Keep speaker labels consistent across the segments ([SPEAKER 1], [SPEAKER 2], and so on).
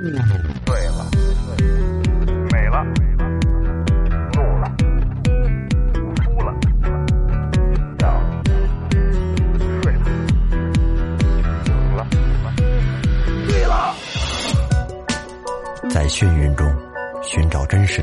[SPEAKER 1] 醉了，美了，怒了，哭了，笑了，睡了，醒了，醉了。
[SPEAKER 2] 在眩晕中寻找真实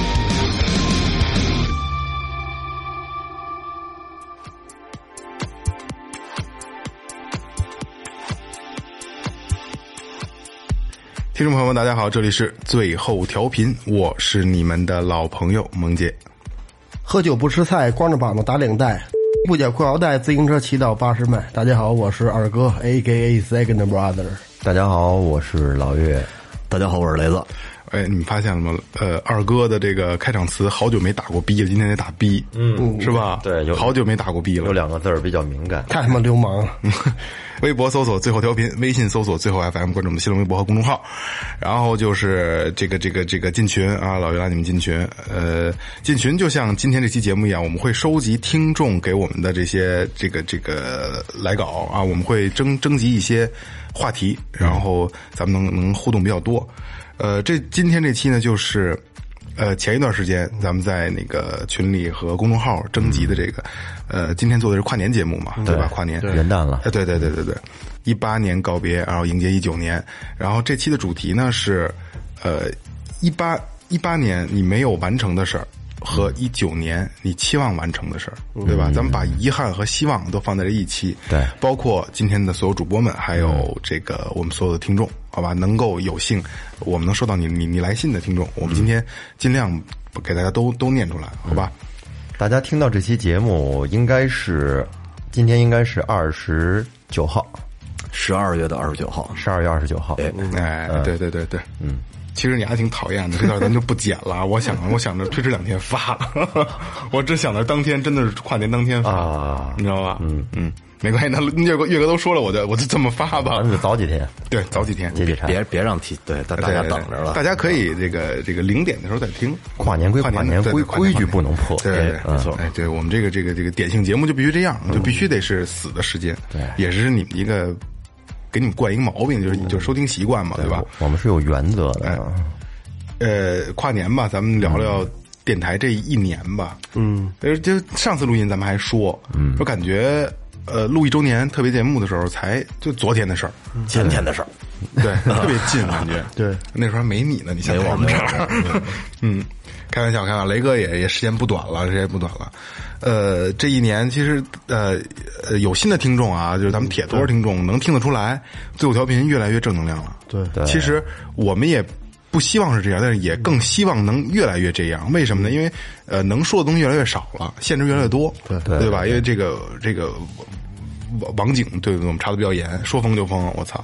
[SPEAKER 3] 听众朋友们，大家好，这里是最后调频，我是你们的老朋友萌姐。
[SPEAKER 4] 喝酒不吃菜，光着膀子打领带，不解裤腰带，自行车骑到八十迈。大家好，我是二哥，A K A Second Brother。
[SPEAKER 2] 大家好，我是老岳。
[SPEAKER 5] 大家好，我是雷子。
[SPEAKER 3] 哎，你们发现了吗？呃，二哥的这个开场词好久没打过逼了，今天得打逼，嗯，是吧？
[SPEAKER 5] 对有
[SPEAKER 3] 好久没打过逼
[SPEAKER 5] 有
[SPEAKER 3] 了。
[SPEAKER 5] 两个字儿比较敏感，
[SPEAKER 4] 太他妈流氓了！
[SPEAKER 3] 微博搜索最后调频，微信搜索最后 FM，关注我们新浪微博和公众号。然后就是这个这个这个进群啊，老于拉你们进群。呃，进群就像今天这期节目一样，我们会收集听众给我们的这些这个这个来稿啊，我们会征征集一些话题，然后咱们能能互动比较多。呃，这今天这期呢，就是呃前一段时间咱们在那个群里和公众号征集的这个，呃，今天做的是跨年节目嘛，对吧？跨年
[SPEAKER 2] 元旦了
[SPEAKER 3] 哎，对对对对对，一八年告别，然后迎接一九年，然后这期的主题呢是，呃，一八一八年你没有完成的事儿和一九年你期望完成的事儿，对吧？咱们把遗憾和希望都放在这一期，
[SPEAKER 2] 对
[SPEAKER 3] 包括今天的所有主播们，还有这个我们所有的听众，好吧？能够有幸我们能收到你你你来信的听众，我们今天尽量给大家都都念出来，好吧？
[SPEAKER 5] 大家听到这期节目应该是今天应该是二十九号，
[SPEAKER 2] 十二月的二十九号，
[SPEAKER 5] 十二月二十九号。
[SPEAKER 3] 哎，对对对对，嗯。其实你还挺讨厌的，这段咱就不剪了。我想，我想着推迟两天发， 我只想着当天真的是跨年当天发，
[SPEAKER 5] 啊
[SPEAKER 3] 你知道吧？嗯嗯，没关系，那岳哥岳哥都说了，我就我就这么发吧
[SPEAKER 5] 咱。们就早几天
[SPEAKER 3] 对，早几天，
[SPEAKER 5] 解解馋。
[SPEAKER 2] 别别让提，对大
[SPEAKER 3] 对对对大家可以这个这个零点的时候再听。
[SPEAKER 5] 嗯跨年归
[SPEAKER 3] 跨
[SPEAKER 5] 跨年
[SPEAKER 3] 对
[SPEAKER 5] 规
[SPEAKER 3] 对跨年
[SPEAKER 5] 规矩不能破
[SPEAKER 3] 对对
[SPEAKER 5] 哎
[SPEAKER 3] 对，
[SPEAKER 5] 没
[SPEAKER 3] 错。哎，对我们这个这个这个典型节目就必须这样，就
[SPEAKER 5] 嗯
[SPEAKER 3] 必须得是死的时间，对，也是你们一个给你们惯一个毛病，就是
[SPEAKER 5] 嗯
[SPEAKER 3] 就是收听习惯嘛，对吧？
[SPEAKER 5] 我们是有原则
[SPEAKER 2] 哎
[SPEAKER 5] 的。啊
[SPEAKER 3] 啊呃，跨年吧，咱们聊聊电台这一年吧。嗯，呃，就上次录音咱们还说，嗯，我感觉呃，录一周年特别节目的时候才就昨天的事儿，
[SPEAKER 2] 前天的事儿，
[SPEAKER 3] 对， 特别近感觉。对，那时候还没你呢，你现在我们这儿。嗯，开玩笑，开玩笑，雷哥也也时间不短了，时间不短了。呃，这一年其实呃呃有新的听众啊，就是咱们铁托听众能听得出来，最后调频越来越正能量了。
[SPEAKER 4] 对
[SPEAKER 5] 对
[SPEAKER 3] 其实我们也。不希望是这样，但是也更希望能越来越这样。为什么呢？因为呃，能说的东西越来越少了，限制越来越多，对
[SPEAKER 5] 对
[SPEAKER 3] 对吧？因为这个这个王王景对我们查的比较严，说封就封，我操！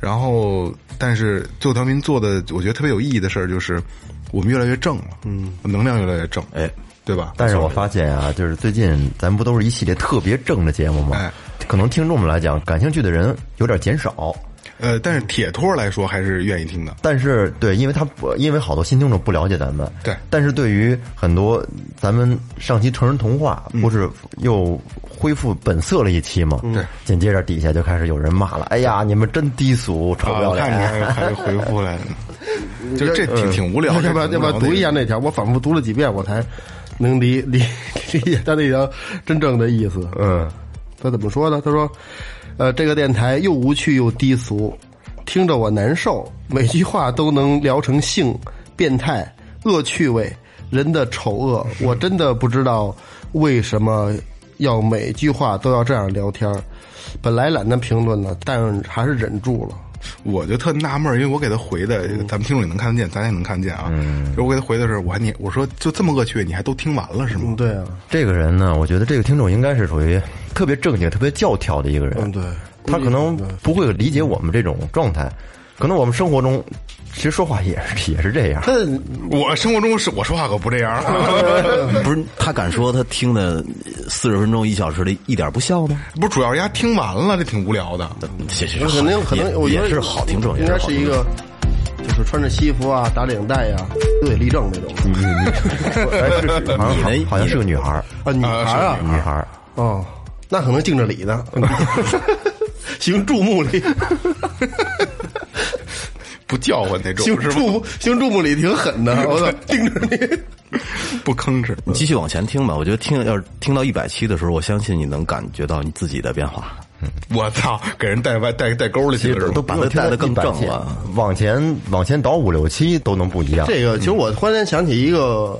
[SPEAKER 3] 然后，但是最后调频做的，我觉得特别有意义的事儿就是，我们越来越正了，嗯，能量越来越正，哎，对吧？
[SPEAKER 5] 但是我发现啊，就是最近咱不都是一系列特别正的节目
[SPEAKER 3] 哎
[SPEAKER 5] 吗？可能听众们来讲，感兴趣的人有点减少。
[SPEAKER 3] 呃，但是铁托来说还是愿意听的，
[SPEAKER 5] 但是对，因为他不，因为好多新听众不了解咱们，
[SPEAKER 3] 对
[SPEAKER 5] 但是对于很多咱们上期成人童话，
[SPEAKER 3] 嗯
[SPEAKER 5] 不是又恢复本色了一期吗？对、紧接着底下就开始有人骂了：“哎呀，你们真低俗，臭
[SPEAKER 3] 啊
[SPEAKER 5] 不要
[SPEAKER 3] 我看你
[SPEAKER 5] 脸！”
[SPEAKER 3] 还还回复来了， 就这挺挺无聊的，
[SPEAKER 4] 嗯要不要要
[SPEAKER 3] 挺无
[SPEAKER 4] 不
[SPEAKER 3] 聊
[SPEAKER 4] 要
[SPEAKER 3] 的
[SPEAKER 4] 读一下那条？我反复读了几遍，我才能理理理解他那条真正的意思。嗯，他怎么说呢？他说：“呃，这个电台又无趣又低俗，听着我难受。每句话都能聊成性、变态、恶趣味、人的丑恶。
[SPEAKER 3] 嗯
[SPEAKER 4] 我真的不知道为什么要每句话都要这样聊天儿。本来懒得评论了，但还是忍住了。
[SPEAKER 3] 我就特纳闷儿，因为我给他回的，
[SPEAKER 4] 嗯
[SPEAKER 3] 咱们听众也能看得见，咱也能看得见啊。
[SPEAKER 5] 嗯
[SPEAKER 3] 就我给他回的时候，我还你我说就这么恶趣味，你还都听完了是吗？
[SPEAKER 4] 嗯，对啊，
[SPEAKER 5] 这个人呢，我觉得这个听众应该是属于特
[SPEAKER 4] 嗯
[SPEAKER 5] 别正经、特别教条的一个人。
[SPEAKER 4] 嗯，对。”
[SPEAKER 5] 他可能不会理解我们这种状态，可能我们生活中其实说话也是也是这 样，
[SPEAKER 4] 那
[SPEAKER 3] 我生活中是我说话可不这样，
[SPEAKER 6] 不是他敢说他听的四十分钟一小时的一点不笑吗？
[SPEAKER 3] 不是主要是丫听完了，这挺无聊的。
[SPEAKER 6] 其实
[SPEAKER 4] 肯定可
[SPEAKER 6] 也
[SPEAKER 4] 能，我觉得
[SPEAKER 6] 也是好听众，
[SPEAKER 4] 应该是一个，就是穿着西服啊，打领带呀、都得立正那种
[SPEAKER 6] 嗯
[SPEAKER 5] 好像好
[SPEAKER 6] 你呢
[SPEAKER 5] 好像是个女孩儿，
[SPEAKER 4] 啊，女孩儿啊，
[SPEAKER 5] 女孩儿，
[SPEAKER 4] 哦，那可能敬着礼 呢，行注目礼，
[SPEAKER 3] 不叫唤那
[SPEAKER 4] 行
[SPEAKER 3] 种，是吧？
[SPEAKER 4] 注目行注目礼挺狠的，我 操，敬着礼。
[SPEAKER 3] 不吭哧。
[SPEAKER 6] 你继续往前听吧。我觉得听要是听到一百期的时候，我相信你能感觉到你自己的变化。
[SPEAKER 3] 我操，给人带歪带带沟里去了是吧？
[SPEAKER 6] 都把它带的更正了。
[SPEAKER 5] 往前往前倒五六期都能不一样。
[SPEAKER 4] 这个其实我忽然想起一个，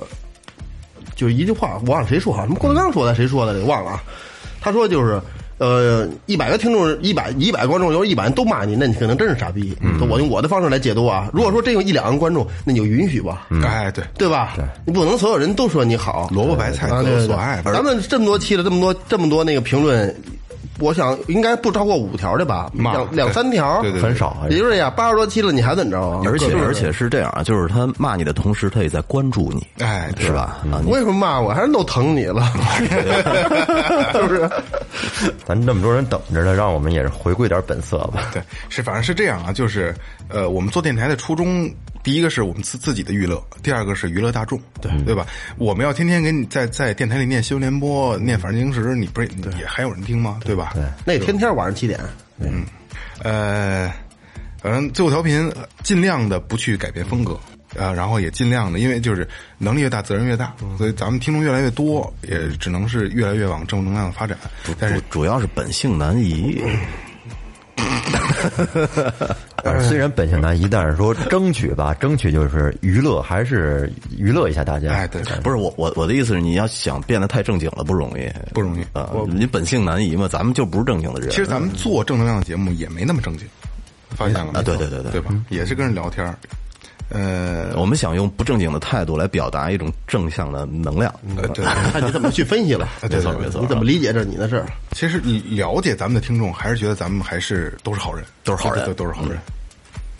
[SPEAKER 4] 就是一句话，我忘了谁说，好像啊什么郭德纲说的，谁说的，给忘了啊。他说就是，呃，一百个听众，一百一百观众，要是一百人都骂你，那你可能真是傻逼。
[SPEAKER 3] 嗯
[SPEAKER 4] 我用我的方式来解读啊。如果说真有一两个观众，那你就允许吧，
[SPEAKER 3] 哎，对，
[SPEAKER 4] 对吧？你不能所有人都说你好，
[SPEAKER 3] 萝卜白菜
[SPEAKER 4] 啊，
[SPEAKER 3] 各
[SPEAKER 4] 对
[SPEAKER 3] 有
[SPEAKER 4] 对
[SPEAKER 3] 所
[SPEAKER 4] 对
[SPEAKER 3] 爱。
[SPEAKER 4] 咱们这么多期了，这么多这么多那个评论，我想应该不超过五条的吧，
[SPEAKER 3] 骂
[SPEAKER 4] 两两
[SPEAKER 3] 对
[SPEAKER 4] 三条，
[SPEAKER 3] 对对对
[SPEAKER 5] 很少啊
[SPEAKER 4] 也就是呀，八十多期了，你还怎么着啊？
[SPEAKER 6] 而且
[SPEAKER 4] 各种
[SPEAKER 6] 而且是这样啊，就是他骂你的同时，他也在关注你，
[SPEAKER 3] 哎对
[SPEAKER 6] 是吧？啊，你
[SPEAKER 4] 为什么骂我？还是都疼你 了，是不是？
[SPEAKER 5] 咱这么多人等着呢，让我们也是回归点本色吧。
[SPEAKER 3] 对，是反正是这样啊，就是呃，我们做电台的初衷，第一个是我们自自己的娱乐，第二个是娱乐大众，对对吧？我们要天天给你在在电台里念新闻联播、念法制进行时，你不是也还有人听吗？对吧？对，
[SPEAKER 4] 那天天晚上七点，
[SPEAKER 3] 呃，反正最后调频呃尽量的不去改变风格。啊，然后也尽量的，因为就是能力越大，责任越大，
[SPEAKER 6] 嗯
[SPEAKER 3] 所以咱们听众越来越多，也只能是越来越往正能量的发展。但是
[SPEAKER 6] 主主要是本性难移，
[SPEAKER 5] 但是虽然本性难移，但是说争取吧，争取就是娱乐，还是娱乐一下大家。
[SPEAKER 3] 哎，对，对
[SPEAKER 6] 不是我我我的意思是，你要想变得太正经了不容易，
[SPEAKER 3] 不容易
[SPEAKER 6] 啊，你本性难移嘛，咱们就不是正经的人。啊
[SPEAKER 3] 其实咱们做正能量的节目也没那么正经，发现了吗？
[SPEAKER 6] 啊对对对对
[SPEAKER 3] 对吧？也是跟人聊天儿，呃，
[SPEAKER 6] 我们想用不正经的态度来表达一种正向的能量，
[SPEAKER 5] 嗯
[SPEAKER 6] 啊
[SPEAKER 3] 呃对，
[SPEAKER 4] 看你怎么去分 析了。
[SPEAKER 6] 没错没错，
[SPEAKER 4] 你怎么理解这你的事儿？
[SPEAKER 3] 其实了解咱们的听众，还是觉得咱们还是都是好人，
[SPEAKER 6] 都是好人
[SPEAKER 3] 对对对都是好人，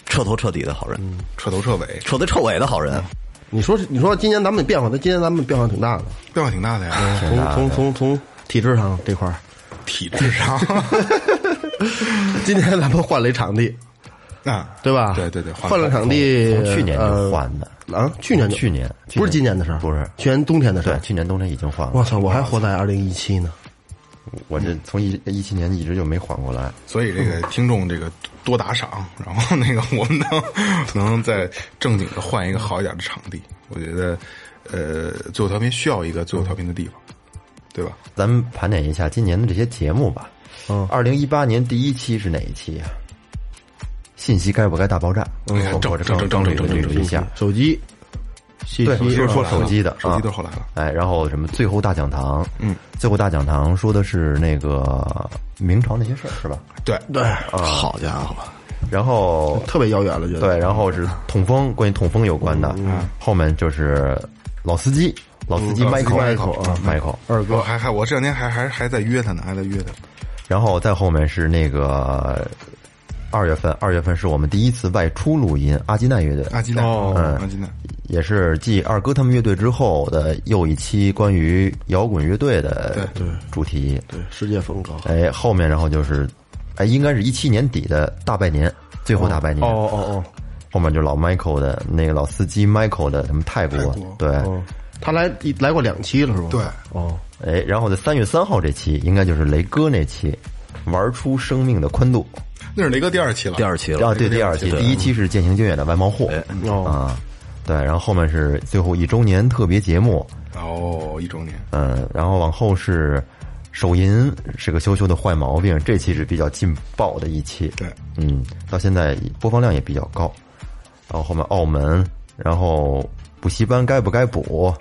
[SPEAKER 6] 彻头彻底的好人，
[SPEAKER 5] 嗯
[SPEAKER 3] 彻头彻尾，
[SPEAKER 6] 彻头彻尾的好人。
[SPEAKER 4] 你说，你说今年咱们变化，那今年咱们变化挺大的，
[SPEAKER 6] 嗯
[SPEAKER 3] 变化挺大的呀，
[SPEAKER 4] 从从从从体制上这 块儿，
[SPEAKER 3] 体制上
[SPEAKER 4] 今年咱们换了一场地，
[SPEAKER 3] 啊，
[SPEAKER 4] 对吧？
[SPEAKER 3] 对对对，
[SPEAKER 4] 换了场地，
[SPEAKER 5] 从去年就
[SPEAKER 4] 呃
[SPEAKER 5] 换的
[SPEAKER 4] 啊，去年就
[SPEAKER 5] 去年
[SPEAKER 4] 不是今年的事儿，
[SPEAKER 5] 不是
[SPEAKER 4] 去年冬天的事
[SPEAKER 5] 对
[SPEAKER 4] 儿，。
[SPEAKER 5] 去年冬天已经换了。
[SPEAKER 4] 我操，我还活在二零一七呢，
[SPEAKER 5] 我这从一一七年一直就没缓过来。
[SPEAKER 3] 所以这个
[SPEAKER 5] 嗯
[SPEAKER 3] 听众这个多打赏，然后那个我们能能再正经的换一个好一点的场地，我觉得呃，最后调频需要一个最后调频的地方，对吧？
[SPEAKER 5] 咱们盘点一下今年的这些节目吧。嗯，二零一八年第一期是哪一期呀、啊信息该不该大爆炸？
[SPEAKER 3] 嗯
[SPEAKER 5] 我
[SPEAKER 3] 正
[SPEAKER 5] 我这
[SPEAKER 3] 正
[SPEAKER 5] 刚
[SPEAKER 3] 正正
[SPEAKER 5] 整理
[SPEAKER 3] 正
[SPEAKER 5] 了一下。
[SPEAKER 4] 手机，信
[SPEAKER 5] 对，
[SPEAKER 4] 息
[SPEAKER 5] 就是说
[SPEAKER 4] 啊
[SPEAKER 5] 手机的，
[SPEAKER 3] 手机
[SPEAKER 5] 啊
[SPEAKER 3] 都是后来了。
[SPEAKER 5] 哎，然后什么最后大讲堂？嗯，最后大讲堂说的是那个明朝那些事儿是吧？
[SPEAKER 3] 对，
[SPEAKER 4] 对，
[SPEAKER 5] 啊
[SPEAKER 6] 好家伙，
[SPEAKER 5] 然后
[SPEAKER 4] 特别遥远了，觉得
[SPEAKER 5] 对，然后是痛风，关于痛风有关的。后面就是老司机，老司机
[SPEAKER 3] 嗯嗯老司机
[SPEAKER 5] Michael，Michael
[SPEAKER 3] Michael，
[SPEAKER 5] 啊，Michael。
[SPEAKER 4] 二
[SPEAKER 3] 我
[SPEAKER 4] 哥
[SPEAKER 3] 哦还还我这两天还还还在约他呢，还在约他。
[SPEAKER 5] 然后再后面是那个二月份，二月份是我们第一次外出录音，阿基奈乐队，
[SPEAKER 3] 阿基奈，
[SPEAKER 5] 嗯
[SPEAKER 3] 阿基奈，
[SPEAKER 5] 也是继二哥他们乐队之后的又一期关于摇滚乐队的
[SPEAKER 3] 对
[SPEAKER 5] 主题。
[SPEAKER 4] 对世界风格。
[SPEAKER 5] 哎，后面然后就是，哎，应该是一七年底的大拜年，最后大拜年。
[SPEAKER 4] 哦哦哦，
[SPEAKER 5] 后面就老 Michael 的那个老司机 Michael 的什么泰国，
[SPEAKER 3] 泰国
[SPEAKER 5] 对，
[SPEAKER 4] 哎哦他来一来过两期了是吧？
[SPEAKER 3] 对，
[SPEAKER 4] 哦，
[SPEAKER 5] 哎，然后在三月三号这期应该就是雷哥那期，玩出生命的宽度。
[SPEAKER 3] 那是雷哥第二期了，
[SPEAKER 6] 第二期
[SPEAKER 5] 然后
[SPEAKER 6] 了，
[SPEAKER 5] 啊对第二期，第一期是渐行渐远的外贸货
[SPEAKER 4] 哦
[SPEAKER 5] 啊，对，然后后面是最后一周年特别节目，
[SPEAKER 3] 哦，一周年，
[SPEAKER 5] 嗯，然后往后是手淫是个羞羞的坏毛病，这期是比较劲爆的一期，
[SPEAKER 3] 对，
[SPEAKER 5] 嗯，到现在播放量也比较高，然后后面澳门，然后补习班该不该补，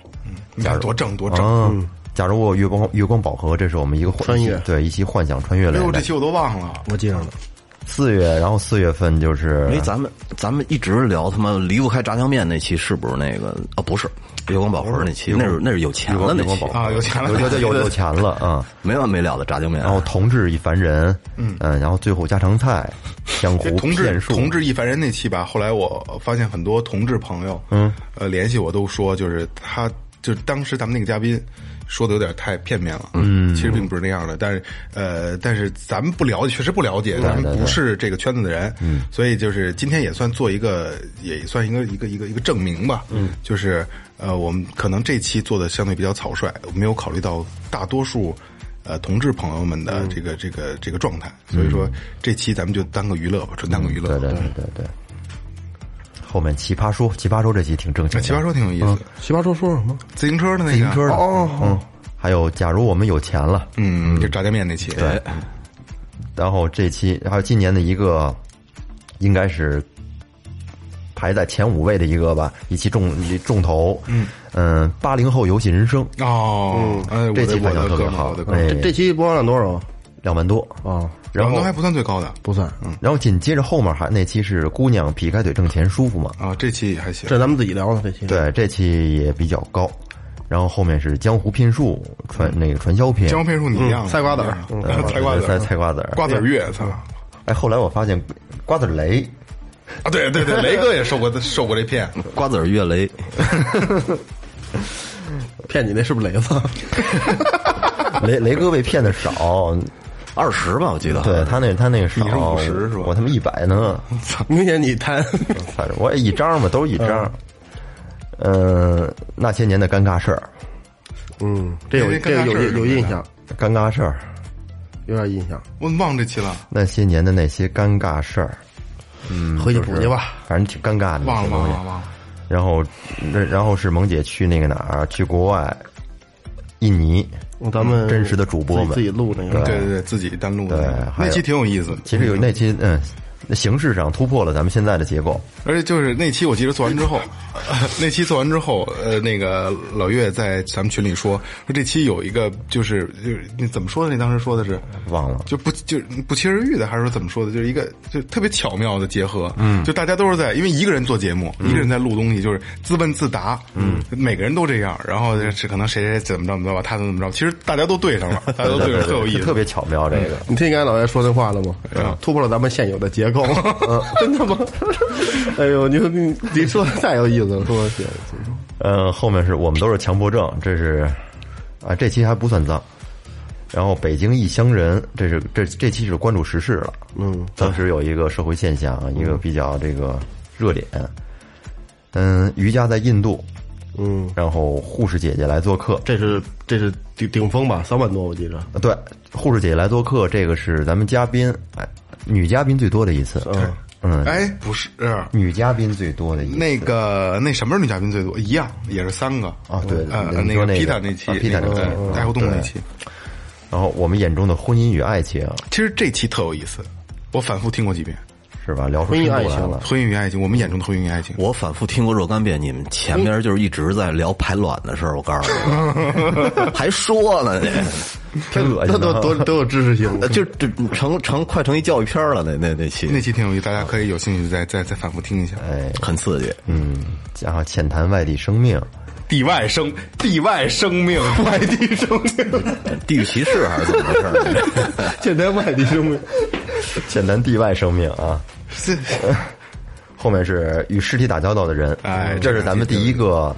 [SPEAKER 3] 你看多正多正。
[SPEAKER 5] 啊，假如我有月光月光宝盒，这是我们一个幻
[SPEAKER 4] 穿越
[SPEAKER 5] 对一期幻想穿越来
[SPEAKER 3] 哎呦，
[SPEAKER 5] 的
[SPEAKER 3] 这期我都忘了，
[SPEAKER 4] 我记上了。
[SPEAKER 5] 四月，然后四月份就是
[SPEAKER 6] 哎，咱们咱们一直聊他妈离不开炸酱面那期，是不是那个啊？不是，月光宝盒那期，那是那是有钱了那期
[SPEAKER 3] 啊，有钱了，
[SPEAKER 5] 有有有有钱了啊。
[SPEAKER 6] 没完没了的炸酱面。
[SPEAKER 5] 然后同志一凡人，嗯然后最后家常菜，江湖
[SPEAKER 3] 同
[SPEAKER 5] 骗
[SPEAKER 3] 志
[SPEAKER 5] 术，
[SPEAKER 3] 同志一凡人那期吧，后来我发现很多同志朋友，嗯，呃，联系我都说，就是他就是当时咱们那个嘉宾说的有点太片面了，嗯，其实并不是那样的，但是呃，但是咱们不了解，确实不了解，咱们不是这个圈子的人，嗯，所以就是今天也算做一个，也算一个一个一个一个证明吧，嗯，就是呃，我们可能这期做的相对比较草率，没有考虑到大多数。呃同志朋友们的这个、这个这个状态。所以说，这期咱们就当个娱乐吧，纯当个娱乐。
[SPEAKER 5] 对对对对对。后面奇葩说，奇葩说这期挺正经的，
[SPEAKER 3] 那啊奇葩说挺有意思，
[SPEAKER 4] 奇葩说说什么？
[SPEAKER 3] 自行车的
[SPEAKER 5] 嗯
[SPEAKER 3] 那个，
[SPEAKER 5] 自行车的
[SPEAKER 3] 哦，
[SPEAKER 5] 嗯，还有假如我们有钱了，
[SPEAKER 3] 嗯，就炸酱面那期，对，
[SPEAKER 5] 然后这期还有今年的一个，应该是排在前五位的一个吧，一期重一重头，嗯八零后游戏人生
[SPEAKER 3] 哦，哎，我
[SPEAKER 5] 嗯这
[SPEAKER 3] 的
[SPEAKER 5] 期
[SPEAKER 3] 我
[SPEAKER 5] 反响
[SPEAKER 3] 的
[SPEAKER 5] 特
[SPEAKER 3] 哥
[SPEAKER 5] 别
[SPEAKER 3] 们儿，
[SPEAKER 5] 好
[SPEAKER 3] 我的，哥们儿，
[SPEAKER 5] 哎
[SPEAKER 4] 这，这期播放量多少啊？
[SPEAKER 5] 两万多，
[SPEAKER 4] 啊，
[SPEAKER 5] 然
[SPEAKER 3] 后
[SPEAKER 5] 后
[SPEAKER 3] 还不算最高的
[SPEAKER 4] 不算，
[SPEAKER 5] 然后紧接着后面还那期是姑娘劈开腿挣钱舒服嘛，
[SPEAKER 3] 啊，这期还行
[SPEAKER 4] 这，咱们自己聊的这期。，
[SPEAKER 5] 对，这期也比较高，然后后面是江湖骗术传那个传销片，
[SPEAKER 3] 江湖骗术你一
[SPEAKER 5] 嗯
[SPEAKER 3] 样，
[SPEAKER 4] 菜瓜子儿
[SPEAKER 3] 你一样 菜瓜子
[SPEAKER 5] 菜
[SPEAKER 3] 儿，
[SPEAKER 5] 菜瓜子儿，
[SPEAKER 3] 瓜子儿月，操。
[SPEAKER 5] 哎，后来我发现瓜子雷，
[SPEAKER 3] 啊，对对对，雷哥也受过受过这骗，
[SPEAKER 5] 嗯
[SPEAKER 6] 瓜子儿月雷，
[SPEAKER 4] 骗你那是不是雷 子？
[SPEAKER 5] 雷雷哥被骗的少，
[SPEAKER 6] 二十吧，我记得。
[SPEAKER 5] 对他那他那个少，
[SPEAKER 3] 你是50是吧
[SPEAKER 5] 我他妈一百呢，
[SPEAKER 4] 明显你贪，
[SPEAKER 5] 反正我也一张嘛，都是一张。嗯、那些年的尴尬事儿，
[SPEAKER 4] 嗯， 这有
[SPEAKER 3] 因为
[SPEAKER 4] 这个
[SPEAKER 3] 跟他
[SPEAKER 4] 有
[SPEAKER 3] 事儿
[SPEAKER 4] 有有印象，
[SPEAKER 5] 尴尬事儿，
[SPEAKER 4] 有点印象，
[SPEAKER 3] 我忘这期了，
[SPEAKER 5] 那些年的那些尴尬事儿，
[SPEAKER 4] 回去补去吧。
[SPEAKER 5] 反正挺尴尬的那
[SPEAKER 3] 忘
[SPEAKER 5] 些
[SPEAKER 3] 了
[SPEAKER 5] 东
[SPEAKER 3] 忘
[SPEAKER 5] 西
[SPEAKER 3] 了。忘了，
[SPEAKER 5] 然后，那然后是萌姐去那个哪儿，去国外，印尼，嗯
[SPEAKER 4] 咱们
[SPEAKER 5] 真实的主播
[SPEAKER 4] 自己自己
[SPEAKER 5] 们。
[SPEAKER 4] 录那个，
[SPEAKER 3] 对对对，自己单录的
[SPEAKER 5] 对还
[SPEAKER 3] 那
[SPEAKER 5] 有
[SPEAKER 3] 期挺有意思，
[SPEAKER 5] 其实有那期，嗯，形式上突破了咱们现在的结构。
[SPEAKER 3] 而且就是那期我记得做完之后， 那期做完之后，呃，那个老岳在咱们群里说说这期有一个就是就是那怎么说的？你当时说的是
[SPEAKER 5] 忘了
[SPEAKER 3] 就不就不期而遇的，还是说怎么说的？就是一个就特别巧妙的结合，嗯，就大家都是在因为一个人做节目，
[SPEAKER 5] 嗯
[SPEAKER 3] 一个人在录东西，就是自问自答，嗯，每个人都这样，然后这可能谁谁怎么着怎么着吧，他怎么怎么着，其实大家都对 上了，大家都对上，特有意
[SPEAKER 5] 是特
[SPEAKER 3] 思。
[SPEAKER 5] 别巧妙这个。
[SPEAKER 4] 你听刚才老爷说那话了吗？突破了咱们现有的结 构，嗯哎真的吗？ 哎呦，你你你说的太有意思了，说的
[SPEAKER 5] 嗯，后面是我们都是强迫症，这是啊，这期还不算脏。然后北京异乡人，这是这这期是关注时事了。嗯，当时有一个社会现
[SPEAKER 4] 嗯
[SPEAKER 5] 象，一个比较这个热点。嗯，瑜伽在印度，
[SPEAKER 4] 嗯，
[SPEAKER 5] 然后护士姐姐来做客。
[SPEAKER 4] 这是这是顶顶峰吧？三万多我记着，
[SPEAKER 5] 对，护士姐姐来做客，这个是咱们嘉宾，哎，女嘉宾最多的一次。嗯嗯，
[SPEAKER 3] 哎，不是，
[SPEAKER 5] 女嘉宾最多的一次。
[SPEAKER 3] 那个那什么女嘉宾最多？一样也是三个
[SPEAKER 5] 啊对
[SPEAKER 3] 呃
[SPEAKER 5] 你
[SPEAKER 3] 那
[SPEAKER 5] 说那个
[SPEAKER 3] 个皮塔那期
[SPEAKER 5] 啊，皮塔
[SPEAKER 3] 那
[SPEAKER 5] 那期
[SPEAKER 3] 个呃
[SPEAKER 5] 嗯
[SPEAKER 3] 带互动那
[SPEAKER 5] 对
[SPEAKER 3] 期，
[SPEAKER 5] 然后我们眼中的婚姻与爱情，
[SPEAKER 3] 其实这期特有意思，我反复听过几遍。
[SPEAKER 5] 是吧？聊出深
[SPEAKER 4] 婚姻
[SPEAKER 5] 度来
[SPEAKER 4] 爱情
[SPEAKER 5] 了。
[SPEAKER 3] 婚姻与爱情，我们眼中的婚姻与爱情，
[SPEAKER 6] 我反复听过若干遍，你们前面就是一直在聊排卵的事儿，我告诉 你，还说呢，
[SPEAKER 5] 挺恶
[SPEAKER 4] 那
[SPEAKER 5] 心
[SPEAKER 4] 都
[SPEAKER 5] 的。
[SPEAKER 4] 都 都有知识性
[SPEAKER 6] 那就这成成快成一教育片儿了，那那那期
[SPEAKER 3] 那期挺有意思，大家可以有兴趣再再再反复听一下。
[SPEAKER 5] 哎，
[SPEAKER 6] 很刺激，
[SPEAKER 5] 嗯，然后浅谈外地生命，
[SPEAKER 3] 地外生，地外生命，外地生命，
[SPEAKER 6] 地域歧视还是怎么回事儿？
[SPEAKER 4] 现代外地生命，
[SPEAKER 5] 浅谈地外生命啊。
[SPEAKER 3] 是
[SPEAKER 5] 后面是与尸体打交道的人，
[SPEAKER 3] 哎
[SPEAKER 5] 这是咱们第一个，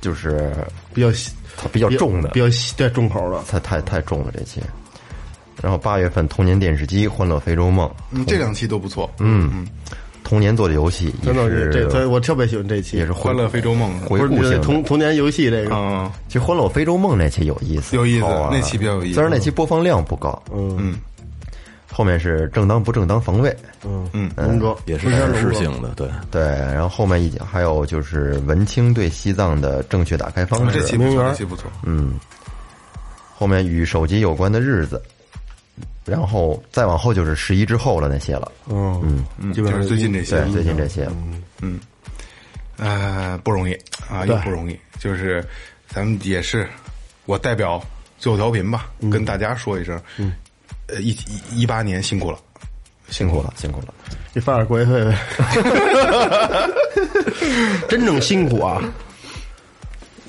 [SPEAKER 5] 就是
[SPEAKER 4] 比较细
[SPEAKER 5] 比较重的
[SPEAKER 4] 比，较细对重口的。
[SPEAKER 5] 太太太重了这期。然后八月份童年电视机《欢乐非洲梦》，
[SPEAKER 3] 嗯这两期都不错。
[SPEAKER 5] 嗯，童年做的游戏也
[SPEAKER 4] 真的，
[SPEAKER 5] 是
[SPEAKER 4] 这这我特别喜欢这期，
[SPEAKER 5] 也是
[SPEAKER 3] 欢乐非洲梦，
[SPEAKER 5] 回
[SPEAKER 4] 不
[SPEAKER 5] 顾
[SPEAKER 4] 是
[SPEAKER 5] 性的。
[SPEAKER 4] 童童年游戏这个，
[SPEAKER 3] 嗯，
[SPEAKER 5] 其实《欢乐非洲梦》那期有意思，
[SPEAKER 3] 有意思
[SPEAKER 5] 好玩
[SPEAKER 3] 那期比较有意思
[SPEAKER 5] 虽然那期播放量不高，
[SPEAKER 4] 嗯
[SPEAKER 5] 后面是正当不正当防卫，
[SPEAKER 4] 嗯嗯，龙哥
[SPEAKER 6] 也是实施性的，对，
[SPEAKER 5] 对，然后后面一还有就是文青对西藏的正确打开方式，
[SPEAKER 3] 哦这期不错，这期不错。
[SPEAKER 5] 后面与手机有关的日子，然后再往后就是十一之后了那些了，
[SPEAKER 4] 嗯嗯，基本
[SPEAKER 3] 就
[SPEAKER 4] 上
[SPEAKER 3] 是最近这些
[SPEAKER 5] 对，，最近这些了，
[SPEAKER 3] 嗯呃，不容易啊，
[SPEAKER 4] 对
[SPEAKER 3] 也不容易。就是咱们也是，我代表最后调频吧，跟大家说一声，呃，一一一八年辛苦了，
[SPEAKER 5] 辛苦了，辛苦了。
[SPEAKER 4] 你发点国学费 呗。真正辛苦啊！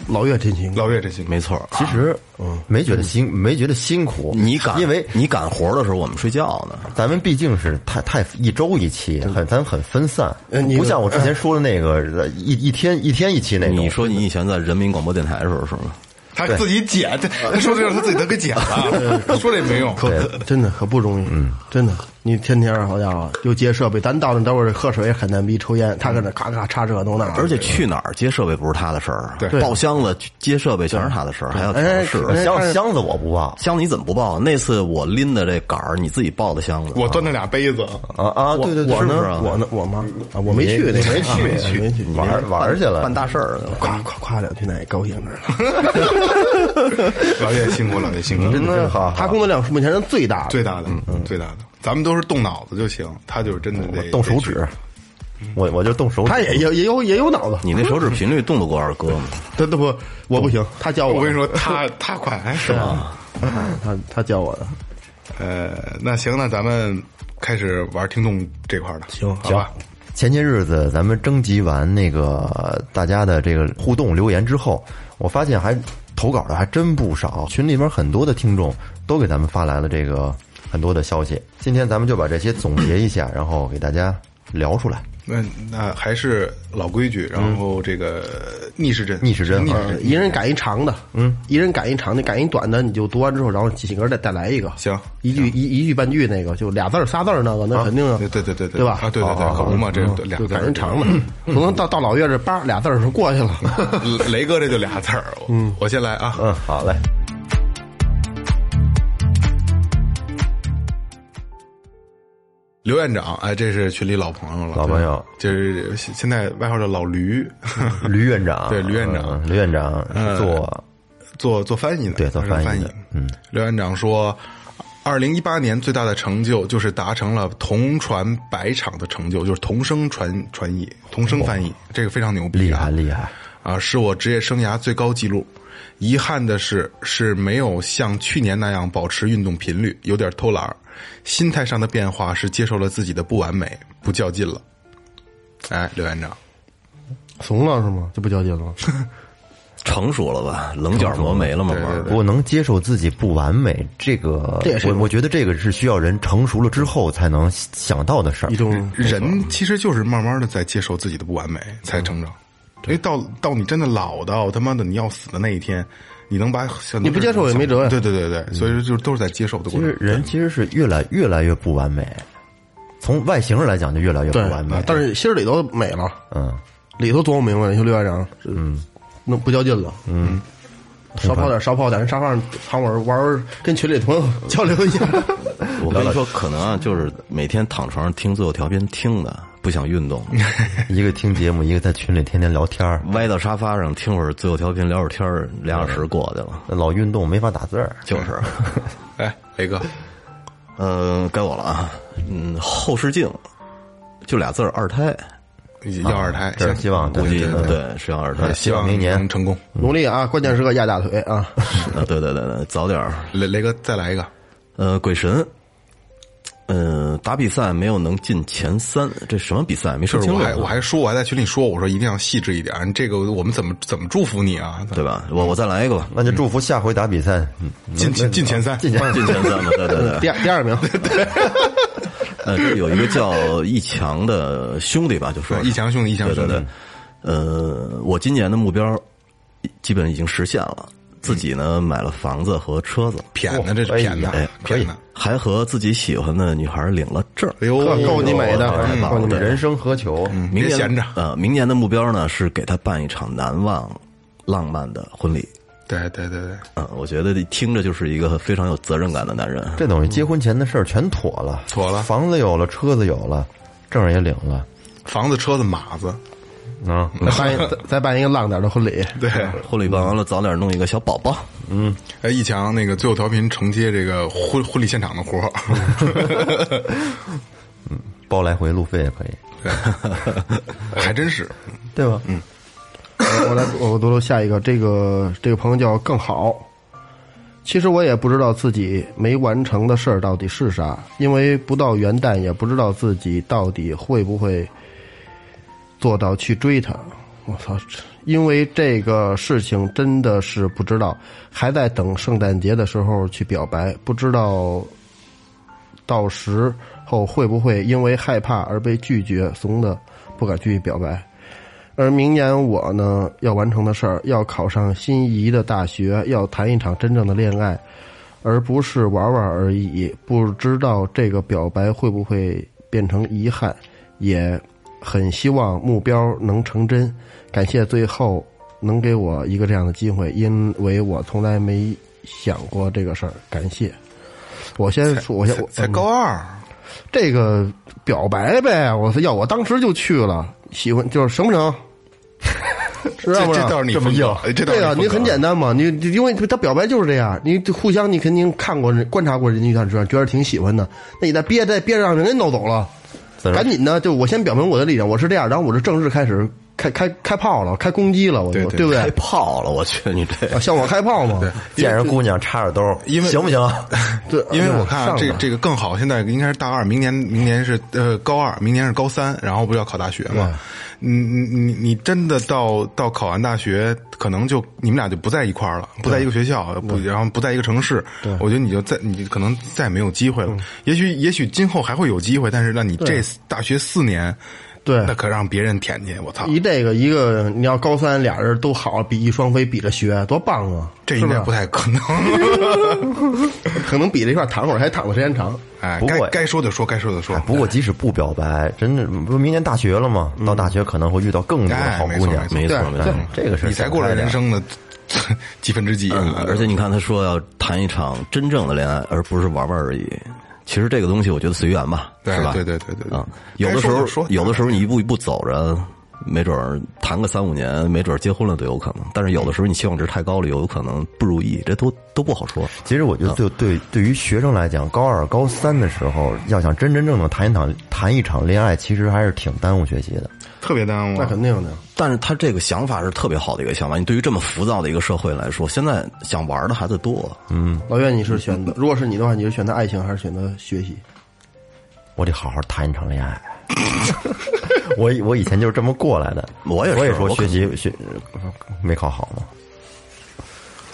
[SPEAKER 4] 老岳真辛苦，
[SPEAKER 3] 老岳真辛苦，
[SPEAKER 6] 没错儿。
[SPEAKER 5] 其实，嗯，没觉得辛，没觉得辛苦。
[SPEAKER 6] 啊你赶
[SPEAKER 5] 因为
[SPEAKER 6] 你赶活的时候，我们睡觉呢。
[SPEAKER 5] 咱们毕竟是太太一周一期，很咱们很分散，
[SPEAKER 4] 呃
[SPEAKER 5] 不像我之
[SPEAKER 4] 哎
[SPEAKER 5] 前说的那个呃一一天一天一期那种。
[SPEAKER 6] 你说你以前在人民广播电台的时候是吗？
[SPEAKER 3] 他自己剪，他他说这事儿他自己都给剪了，他说这也没用。
[SPEAKER 4] 可真的可不容易，嗯，真的，你天天好家伙又接设备，咱到那待会儿喝水很难逼，抽烟，他搁那咔咔插这弄那，
[SPEAKER 6] 而且去哪儿接设备不是他的事儿啊，
[SPEAKER 3] 对
[SPEAKER 6] 抱箱子接设备全是他的事儿，还要调试。
[SPEAKER 4] 哎
[SPEAKER 5] 呃箱
[SPEAKER 4] 看
[SPEAKER 5] 箱子我不报
[SPEAKER 6] 箱子你怎么不抱？那次我拎的这杆儿，你自己抱的箱子。
[SPEAKER 3] 我端着俩杯子，
[SPEAKER 5] 啊啊！对对对，
[SPEAKER 4] 我
[SPEAKER 5] 是不是
[SPEAKER 4] 呢
[SPEAKER 5] 啊，
[SPEAKER 4] 我呢，我妈啊，我没去那个，没去 没去没去，
[SPEAKER 5] 玩儿玩儿去了，
[SPEAKER 6] 办大事儿去了。
[SPEAKER 4] 夸夸夸两句，那也高兴着呢。
[SPEAKER 3] 老岳辛苦，老岳辛 苦，
[SPEAKER 5] 真的好。
[SPEAKER 4] 他工作量是目前人最大的，
[SPEAKER 3] 最大的，
[SPEAKER 5] 嗯
[SPEAKER 3] 最大的。咱们都是动脑子就行，他就是真的得
[SPEAKER 5] 哦动手指，我我就动手指。
[SPEAKER 4] 他也也也有也有脑子，
[SPEAKER 6] 你那手指频率动得过二哥 吗？
[SPEAKER 4] 他他不我不行，他教我的，
[SPEAKER 3] 我跟你说，他他快哎是吧？
[SPEAKER 4] 他他教我的，
[SPEAKER 3] 呃，那行，那咱们开始玩听众这块儿的，行，好吧？
[SPEAKER 5] 前些日子咱们征集完那个大家的这个互动留言之后，我发现还投稿的还真不少，群里边很多的听众都给咱们发来了这个很多的消息。今天咱们就把这些总结一下，然后给大家聊出来。
[SPEAKER 3] 那那还是老规矩，然后这个逆时针，
[SPEAKER 5] 逆时针
[SPEAKER 3] 逆时
[SPEAKER 5] 啊
[SPEAKER 3] 针，
[SPEAKER 4] 呃一人赶一长的，嗯，一人赶一长的，赶一短的，你就读完之后，然后几个再再来一个，
[SPEAKER 3] 行
[SPEAKER 4] 一句一一句半句那个，就俩字儿仨字儿那个，那肯定啊
[SPEAKER 3] 对对对对
[SPEAKER 4] 对吧
[SPEAKER 3] 啊，对对对，可不嘛，
[SPEAKER 5] 嗯
[SPEAKER 3] 这俩
[SPEAKER 4] 就
[SPEAKER 3] 字
[SPEAKER 4] 赶
[SPEAKER 3] 儿
[SPEAKER 4] 人长的，可能到到老岳这叭俩字儿就过去了。
[SPEAKER 3] 雷哥这就俩字儿，嗯，我先来啊，
[SPEAKER 5] 嗯，好嘞。
[SPEAKER 3] 刘院长，哎，这是群里老朋友了，
[SPEAKER 5] 老朋友
[SPEAKER 3] 就是现在外号叫老驴，
[SPEAKER 5] 吕院长，
[SPEAKER 3] 对吕院长
[SPEAKER 5] 嗯吕院长是做
[SPEAKER 3] 做做翻译的，
[SPEAKER 5] 对做
[SPEAKER 3] 翻
[SPEAKER 5] 翻译
[SPEAKER 3] 译
[SPEAKER 5] 的。嗯，
[SPEAKER 3] 刘院长说，二零一八年最大的成就就是达成了同传百场的成就，就是同声传传译、同声翻译，这个非常牛逼
[SPEAKER 5] 厉
[SPEAKER 3] 啊
[SPEAKER 5] 害！厉害。
[SPEAKER 3] 啊，是我职业生涯最高纪录。遗憾的是，是没有像去年那样保持运动频率，有点偷懒儿。心态上的变化是接受了自己的不完美，不较劲了。哎，刘院长，
[SPEAKER 4] 怂了是吗？就不较劲了。
[SPEAKER 6] 成熟了吧？棱角磨没了吗？慢慢
[SPEAKER 5] 我能接受自己不完美，这个
[SPEAKER 4] 这也是
[SPEAKER 5] 我我觉得这个是需要人成熟了之后才能想到的事儿
[SPEAKER 4] 一。种
[SPEAKER 3] 人其实就是慢慢的在接受自己的不完美，才成长。因为到到你真的老到他妈的你要死的那一天，你能把很多
[SPEAKER 4] 你不接受也没辙呀
[SPEAKER 3] 对对对对，所以说就是都是在接受的过
[SPEAKER 5] 其
[SPEAKER 3] 程
[SPEAKER 5] 实。人其实是越来越来越不完美，从外形上来讲就越来越不
[SPEAKER 4] 对
[SPEAKER 5] 完美
[SPEAKER 4] 啊。但是心儿里头美了，
[SPEAKER 5] 嗯，
[SPEAKER 4] 里头琢磨明白了。你说刘院长，嗯，弄不较劲了，嗯，少跑点，少跑点，沙发上躺会儿玩儿，跟群里朋友交流一下。
[SPEAKER 6] 我跟你说，可能啊，就是每天躺床上听最后调频听的，不想运 动，
[SPEAKER 5] 一个听节目，一个在群里天天聊天儿，
[SPEAKER 6] 歪到沙发上听会儿最后调频，聊会儿天儿，俩小时过去了。
[SPEAKER 5] 老运动没法打字儿。
[SPEAKER 6] 就是，
[SPEAKER 3] 哎，雷哥，
[SPEAKER 6] 呃，该我了啊。嗯，后视镜就俩字儿，二胎，
[SPEAKER 3] 要二胎，
[SPEAKER 5] 这是希望
[SPEAKER 6] 估计
[SPEAKER 5] 对对对
[SPEAKER 6] 对是要二胎
[SPEAKER 3] 对，希望
[SPEAKER 5] 明年
[SPEAKER 3] 能成功。
[SPEAKER 4] 努力啊，关键时刻压大腿啊！
[SPEAKER 6] 啊对对对对，早点儿。
[SPEAKER 3] 雷雷哥再来一个，
[SPEAKER 6] 呃，鬼神，呃，打比赛没有能进前三，这什么比赛没说
[SPEAKER 3] 就是
[SPEAKER 6] 清
[SPEAKER 3] 我
[SPEAKER 6] 楚
[SPEAKER 3] 还
[SPEAKER 6] 啊，
[SPEAKER 3] 我还说我还在群里说，我说一定要细致一点，这个我们怎么怎么祝福你啊？
[SPEAKER 6] 对吧？我我再来一个吧，
[SPEAKER 5] 那就祝福下回打比赛嗯
[SPEAKER 3] 进进进前三，
[SPEAKER 5] 进前
[SPEAKER 6] 进前三吧，对对对。
[SPEAKER 4] 第二第二名，
[SPEAKER 6] 呃，这有一个叫一强的兄弟吧，就说
[SPEAKER 3] 对一强兄弟，一强
[SPEAKER 6] 对
[SPEAKER 3] 兄
[SPEAKER 6] 对
[SPEAKER 3] 弟
[SPEAKER 6] 对，，呃，我今年的目标基本已经实现了，自己呢买了房子和车子，
[SPEAKER 3] 谝的这是谝
[SPEAKER 5] 哎
[SPEAKER 3] 的
[SPEAKER 5] 呀，
[SPEAKER 3] 谝的。
[SPEAKER 6] 还和自己喜欢的女孩领了证。
[SPEAKER 3] 哎呦，
[SPEAKER 4] 够你美的嗯
[SPEAKER 5] 太，
[SPEAKER 4] 哦够
[SPEAKER 5] 棒了，
[SPEAKER 4] 你美的。嗯
[SPEAKER 5] 人生何求？
[SPEAKER 6] 明
[SPEAKER 3] 别
[SPEAKER 6] 年
[SPEAKER 3] 闲着
[SPEAKER 6] 呃，明年的目标呢是给她办一场难忘、浪漫的婚礼。
[SPEAKER 3] 对对对对，
[SPEAKER 6] 嗯，我觉得这听着就是一个非常有责任感的男人。
[SPEAKER 5] 这等于结婚前的事儿全妥了，
[SPEAKER 3] 妥啊了
[SPEAKER 5] 房子有了，车子有了，证儿也领了，
[SPEAKER 3] 房子、车子、马子，
[SPEAKER 5] 啊，
[SPEAKER 4] 再办一再办一个浪点的婚礼，
[SPEAKER 3] 对，
[SPEAKER 6] 婚礼办完了，早点弄一个小宝宝。
[SPEAKER 3] 哎，一强那个最后调频承接这个婚婚礼现场的活 儿，
[SPEAKER 5] 包来回路费也可以，
[SPEAKER 3] 还真是
[SPEAKER 5] 对吧？嗯，
[SPEAKER 4] 我来，我读了下一个，这个这个朋友叫更好。其实我也不知道自己没完成的事儿到底是啥，因为不到元旦也不知道自己到底会不会做到去追他。我操！这因为这个事情真的是不知道，还在等圣诞节的时候去表白，不知道到时候会不会因为害怕而被拒绝，怂的不敢去表白。而明年我呢要完成的事儿，要考上心仪的大学，要谈一场真正的恋爱，而不是玩玩而已。不知道这个表白会不会变成遗憾，也很希望目标能成真。感谢最后能给我一个这样的机会，因为我从来没想过这个事儿。感谢。我先说，我先嗯我
[SPEAKER 3] 才高二，
[SPEAKER 4] 这个表白呗，我说要我当时就去了，喜欢就是省不省？是
[SPEAKER 3] 这
[SPEAKER 4] 让不
[SPEAKER 3] 这
[SPEAKER 4] 让？
[SPEAKER 3] 倒是你风格，哎这倒
[SPEAKER 4] 对
[SPEAKER 3] 是
[SPEAKER 4] 啊，
[SPEAKER 3] 你
[SPEAKER 4] 你很简
[SPEAKER 3] 单。
[SPEAKER 4] 单嘛，你你因为他表白就是这样，你互相你肯定看过人、观察过人家一段时间，觉得挺喜欢的，那你再憋再憋着让人家闹走了，
[SPEAKER 5] 自然
[SPEAKER 4] 赶紧的，就我先表明我的立场，我是这样，然后我就正式开始开开开炮了，开攻击了，我就
[SPEAKER 3] 对对
[SPEAKER 4] 不
[SPEAKER 6] 开
[SPEAKER 4] 对？
[SPEAKER 6] 炮了，我去你这
[SPEAKER 4] 啊，向我开炮嘛，
[SPEAKER 5] 见人姑娘插着兜，
[SPEAKER 3] 因为
[SPEAKER 5] 行不行？
[SPEAKER 4] 对，
[SPEAKER 3] 啊因为我看啊
[SPEAKER 4] 上
[SPEAKER 3] 这
[SPEAKER 4] 吧
[SPEAKER 3] 这个更好，现在应该是大二，明年明年是呃高二，明年是高三，然后不是要考大学嘛？你你你你真的到到考完大学，可能就你们俩就不在一块儿了，不在一个学校，不然后不在一个城市。我觉得你就再你可能再也没有机会
[SPEAKER 4] 嗯
[SPEAKER 3] 了。也许也许今后还会有机会，但是那你这大学四年，
[SPEAKER 4] 对
[SPEAKER 3] 那可让别人舔去，我操！
[SPEAKER 4] 一这个一个，你要高三俩人都好，比翼双飞，比着学，多棒啊！
[SPEAKER 3] 这应该
[SPEAKER 4] 是
[SPEAKER 3] 不
[SPEAKER 4] 不是
[SPEAKER 3] 太可 能。
[SPEAKER 4] 可能比着一块儿躺会儿，还躺的时间长。
[SPEAKER 3] 哎，
[SPEAKER 5] 不
[SPEAKER 3] 该
[SPEAKER 5] 过
[SPEAKER 3] 该说的说，该说的
[SPEAKER 4] 哎
[SPEAKER 3] 说。
[SPEAKER 5] 不过即使不表白，真的不是明年大学了吗？到大学可能会遇到更多的
[SPEAKER 3] 哎，
[SPEAKER 5] 好
[SPEAKER 3] 没
[SPEAKER 5] 姑
[SPEAKER 3] 错
[SPEAKER 5] 娘。
[SPEAKER 3] 没
[SPEAKER 6] 没
[SPEAKER 3] 错
[SPEAKER 6] 错
[SPEAKER 4] 对
[SPEAKER 6] 没
[SPEAKER 4] 对
[SPEAKER 6] 错。
[SPEAKER 5] 这个是
[SPEAKER 3] 你才过了人生的 几分之几，啊
[SPEAKER 6] 嗯
[SPEAKER 4] 嗯
[SPEAKER 6] 而且你看，他说要谈一场真正的恋爱，而不是玩玩而已。其实这个东西，我觉得随缘吧，
[SPEAKER 3] 对
[SPEAKER 6] 是吧？
[SPEAKER 3] 对对对对对
[SPEAKER 6] 啊，有的时
[SPEAKER 3] 该说
[SPEAKER 6] 候
[SPEAKER 3] 就说
[SPEAKER 6] 有的时候你一步一步走着，没准儿谈个三五年，没准儿结婚了都有可能。但是有的时候你期望值太高了，有可能不如意，这都都不好说。
[SPEAKER 5] 其实我
[SPEAKER 6] 嗯
[SPEAKER 5] 觉得对对对于学生来讲，高二、高三的时候，要想真真正正谈一场谈一场恋爱，其实还是挺耽误学习的。
[SPEAKER 3] 特别耽误
[SPEAKER 4] 那
[SPEAKER 3] 啊。
[SPEAKER 4] 肯定的，
[SPEAKER 6] 但是他这个想法是特别好的一个想法。你对于这么浮躁的一个社会来说，现在想玩的孩子多，
[SPEAKER 5] 嗯
[SPEAKER 4] 老岳，你是选择，如果是你的话，你是选择爱情还是选择学习？
[SPEAKER 5] 我得好好谈一场恋 爱。我以我以前就是这么过来的，
[SPEAKER 6] 我也是
[SPEAKER 5] 我也说
[SPEAKER 6] 我可
[SPEAKER 5] 学习学没考好嘛，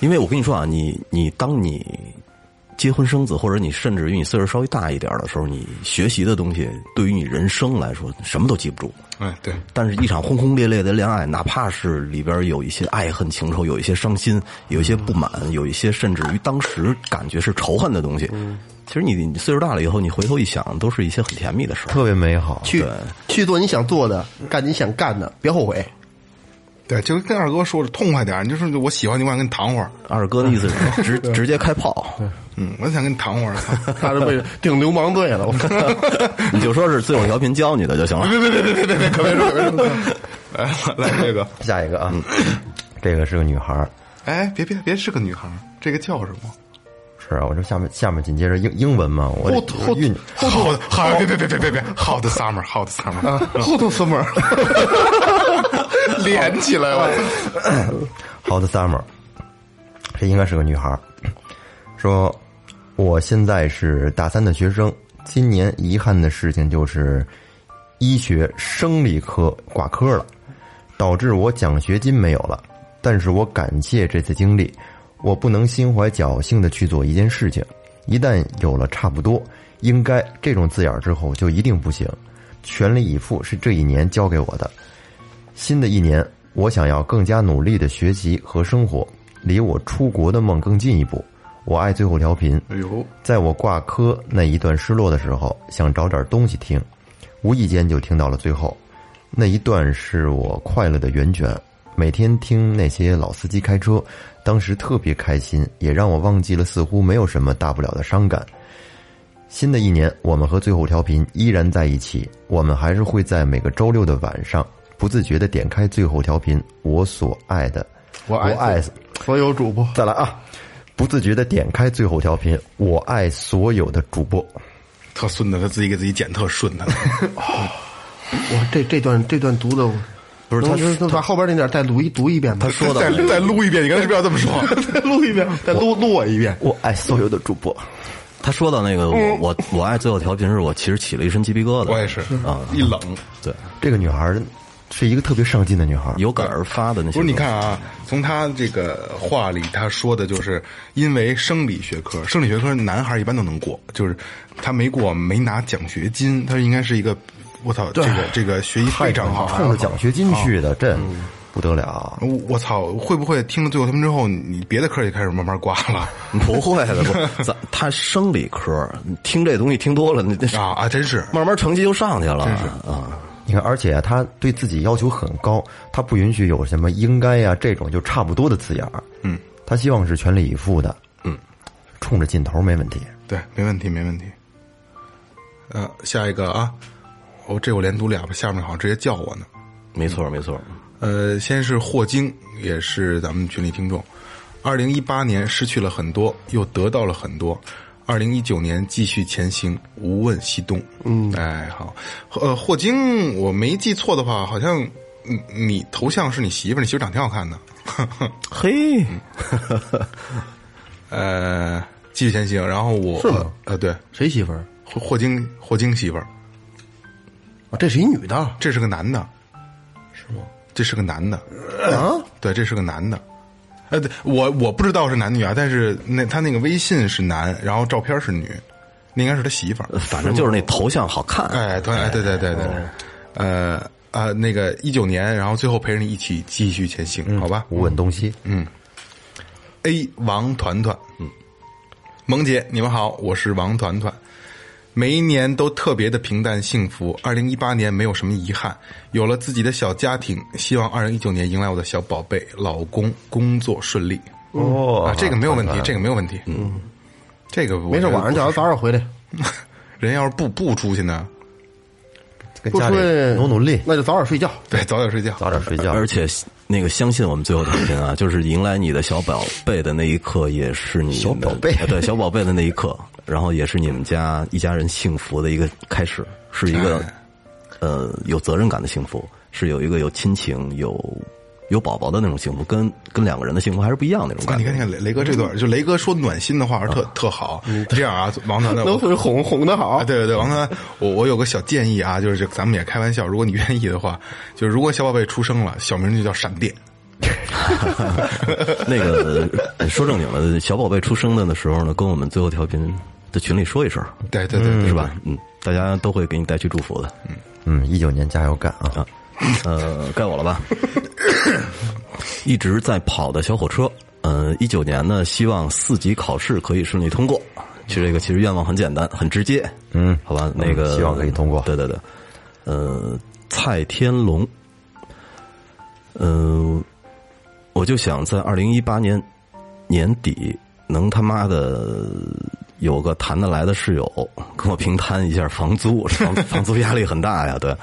[SPEAKER 6] 因为我跟你说啊，你你当你结婚生子，或者你甚至于你岁数稍微大一点的时候，你学习的东西对于你人生来说什么都记不住。
[SPEAKER 3] 哎，对，
[SPEAKER 6] 但是，一场轰轰烈烈的恋爱，哪怕是里边有一些爱恨情仇，有一些伤心，有一些不满，有一些甚至于当时感觉是仇恨的东西，其实你你岁数大了以后，你回头一想，都是一些很甜蜜的 事儿。
[SPEAKER 5] 特别美好。
[SPEAKER 4] 去去做你想做的，干你想干的，别后 悔。
[SPEAKER 3] 对，就跟二哥说的痛快点儿，你就说我喜欢你，我想跟你谈会儿，
[SPEAKER 6] 二哥的意思是直直接开炮，
[SPEAKER 3] 嗯，我想跟你谈 会儿。操
[SPEAKER 4] 他是被顶流氓罪了，我看
[SPEAKER 6] 你就说是最后调频教你的就行了。
[SPEAKER 3] 来来这个，
[SPEAKER 5] 下一个啊，
[SPEAKER 6] 嗯
[SPEAKER 5] 这个是个女孩儿，
[SPEAKER 3] 哎，别别别是个女孩儿，这个叫什么？
[SPEAKER 5] 是啊，我这下面下面紧接着英英文嘛，我
[SPEAKER 3] 后后
[SPEAKER 5] 我运
[SPEAKER 3] 好的，好的，别别别别别别，好的 summer，好的啊 summer，
[SPEAKER 4] 后头 summer
[SPEAKER 3] 连起来了。
[SPEAKER 5] 好的 summer，这应该是个女孩儿，说我现在是大三的学生，今年遗憾的事情就是医学生理科挂科了，导致我奖学金没有了。但是我感谢这次经历，我不能心怀侥幸的去做一件事情，一旦有了差不多，应该这种字眼儿之后就一定不行。全力以赴是这一年教给我的，新的一年，我想要更加努力的学习和生活，离我出国的梦更进一步。我爱最后调频，
[SPEAKER 3] 哎呦，
[SPEAKER 5] 在我挂科那一段失落的时候，想找点东西听，无意间就听到了最后那一段，是我快乐的源泉。每天听那些老司机开车，当时特别开心，也让我忘记了似乎没有什么大不了的伤感。新的一年，我们和最后调频依然在一起，我们还是会在每个周六的晚上不自觉的点开最后调频，我所爱的，
[SPEAKER 4] 我爱
[SPEAKER 5] 爱
[SPEAKER 4] 所有主播，
[SPEAKER 5] 再来啊！不自觉的点开最后调频，我爱所有的主播。
[SPEAKER 3] 特 顺的，他自己给自己剪特顺的。
[SPEAKER 4] 哇，这这段这段读的，
[SPEAKER 5] 不是他
[SPEAKER 4] 能能能把后边那点再读一读一遍吗？
[SPEAKER 6] 说
[SPEAKER 3] 再
[SPEAKER 6] 的
[SPEAKER 3] 再撸一遍，你刚才是不是要这么说？
[SPEAKER 4] 再录一遍，再录录我一遍。
[SPEAKER 5] 我爱所有的主播，
[SPEAKER 6] 他说到那个我我我爱最后调频时，我其实起了一身鸡皮疙瘩。
[SPEAKER 3] 我也是
[SPEAKER 6] 啊，
[SPEAKER 3] 一冷。
[SPEAKER 6] 对，
[SPEAKER 5] 这个女孩儿是一个特别上进的女孩儿，
[SPEAKER 6] 有感而发的那
[SPEAKER 3] 不
[SPEAKER 6] 些。
[SPEAKER 3] 是，你看啊，从他这个话里，他说的就是因为生理学科，生理学科男孩一般都能过，就是他没过没拿奖学金，他应该是一个，我操，这个这个学习非常好，
[SPEAKER 5] 冲着奖学金去的，这不得了。
[SPEAKER 3] 我我操，会不会听了最后他们之后，你别的科也开始慢慢刮了
[SPEAKER 6] 不会的，不，咱他生理科，你听这东西听多了，你这
[SPEAKER 3] 啊啊？真是，
[SPEAKER 6] 慢慢成绩就上去了。啊，
[SPEAKER 5] 你看，而且她对自己要求很高，她不允许有什么“应该”呀这种就差不多的字眼儿。嗯，她希望是全力以赴的。嗯，冲着劲头没问题。
[SPEAKER 3] 对，没问题，没问题。呃，下一个啊，我、这我连读俩吧，下面好像直接叫我呢。
[SPEAKER 6] 没错没错，
[SPEAKER 3] 呃，先是霍京，也是咱们群里听众。二零一八年失去了很多，又得到了很多。二零一九年继续前行，无问西东。嗯，哎，好，呃，霍京，我没记错的话，好像你你头像是你媳妇儿，你媳妇儿长挺好看的。
[SPEAKER 6] 嘿，
[SPEAKER 3] 呃，继续前行，然后我
[SPEAKER 4] 是吗
[SPEAKER 3] 呃，对，
[SPEAKER 4] 谁媳妇儿？
[SPEAKER 3] 霍霍京霍京媳妇儿，
[SPEAKER 4] 啊，这是一女的
[SPEAKER 3] 这是个男的，是吗？这是个男的，
[SPEAKER 4] 啊？
[SPEAKER 3] 对，这是个男的。呃，对我我不知道是男女啊，但是那他那个微信是男，然后照片是女，那应该是他媳妇儿。
[SPEAKER 6] 反正就是那头像好看。
[SPEAKER 3] 哎，对，哎，对对对对，呃啊、那个一九年，然后最后陪着你一起继续前行，好吧
[SPEAKER 5] 无问东西，
[SPEAKER 3] 嗯？A 王团团，嗯，萌姐，你们好，我是王团团。每一年都特别的平淡幸福，二零一八年没有什么遗憾，有了自己的小家庭，希望二零一九年迎来我的小宝贝老公，工作顺利。
[SPEAKER 5] 哦
[SPEAKER 3] 啊，这个没有问题，这个没有问题。嗯，这个
[SPEAKER 4] 没事，晚上叫他早点回来，
[SPEAKER 3] 人要是不不出去呢，
[SPEAKER 5] 跟
[SPEAKER 4] 不
[SPEAKER 5] 家
[SPEAKER 4] 出
[SPEAKER 5] 里
[SPEAKER 4] 去
[SPEAKER 5] 努努力，
[SPEAKER 4] 那就早点睡觉。
[SPEAKER 3] 对，早点睡觉。
[SPEAKER 5] 早点睡觉。
[SPEAKER 6] 而且那个相信我们最后调频啊，就是迎来你的小宝贝的那一刻，也是你小
[SPEAKER 5] 宝贝
[SPEAKER 6] 对小宝贝的那一刻，然后也是你们家一家人幸福的一个开始，是一个呃有责任感的幸福，是有一个有亲情有。有宝宝的那种幸福，跟跟两个人的幸福还是不一样的那种
[SPEAKER 3] 啊，
[SPEAKER 6] 感
[SPEAKER 3] 你
[SPEAKER 6] 觉。
[SPEAKER 3] 看，你看雷雷哥这段，就雷哥说暖心的话
[SPEAKER 4] 啊
[SPEAKER 3] 特特好。
[SPEAKER 4] 嗯
[SPEAKER 3] 这样啊，王团 团，
[SPEAKER 4] 能
[SPEAKER 3] 我
[SPEAKER 4] 哄哄哄的好
[SPEAKER 3] 啊，，对对对，王团，我我有个小建议啊，就是这咱们也开玩笑，如果你愿意的话，就是如果小宝贝出生了，小名就叫闪电。
[SPEAKER 6] 那个呃说正经的，小宝贝出生的时候呢，跟我们最后调频的群里说一声，
[SPEAKER 3] 对对对，
[SPEAKER 6] 是吧？嗯，大家都会给你带去祝福的。嗯。
[SPEAKER 5] 嗯，一九年加油干啊！
[SPEAKER 6] 呃，该我了吧？一直在跑的小火车，呃，一九年呢，希望四级考试可以顺利通过。其实这个其实愿望很简单，很直接。嗯，好吧，那个
[SPEAKER 5] 希望可以通过
[SPEAKER 6] 对对对，呃，蔡天龙，呃，我就想在二零一八年年底能他妈的有个谈得来的室友跟我平摊一下房租， 房房租压力很大呀。对，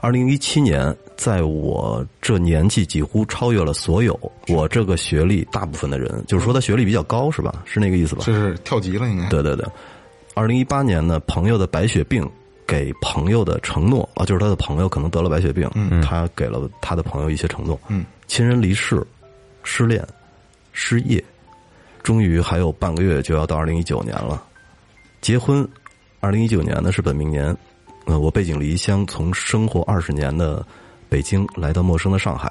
[SPEAKER 6] 二零一七年，在我这年纪几乎超越了所有我这个学历大部分的人，就是说他学历比较高是吧？是那个意思吧？
[SPEAKER 3] 这是跳级了应该。
[SPEAKER 6] 对对对。二零一八年呢，朋友的白血病给朋友的承诺啊，就是他的朋友可能得了白血病，他给了他的朋友一些承诺，嗯，亲人离世、失恋、失业，终于还有半个月就要到二零一九年了，结婚，二零一九年呢是本命年，呃，我背井离乡，从生活二十年的北京来到陌生的上海，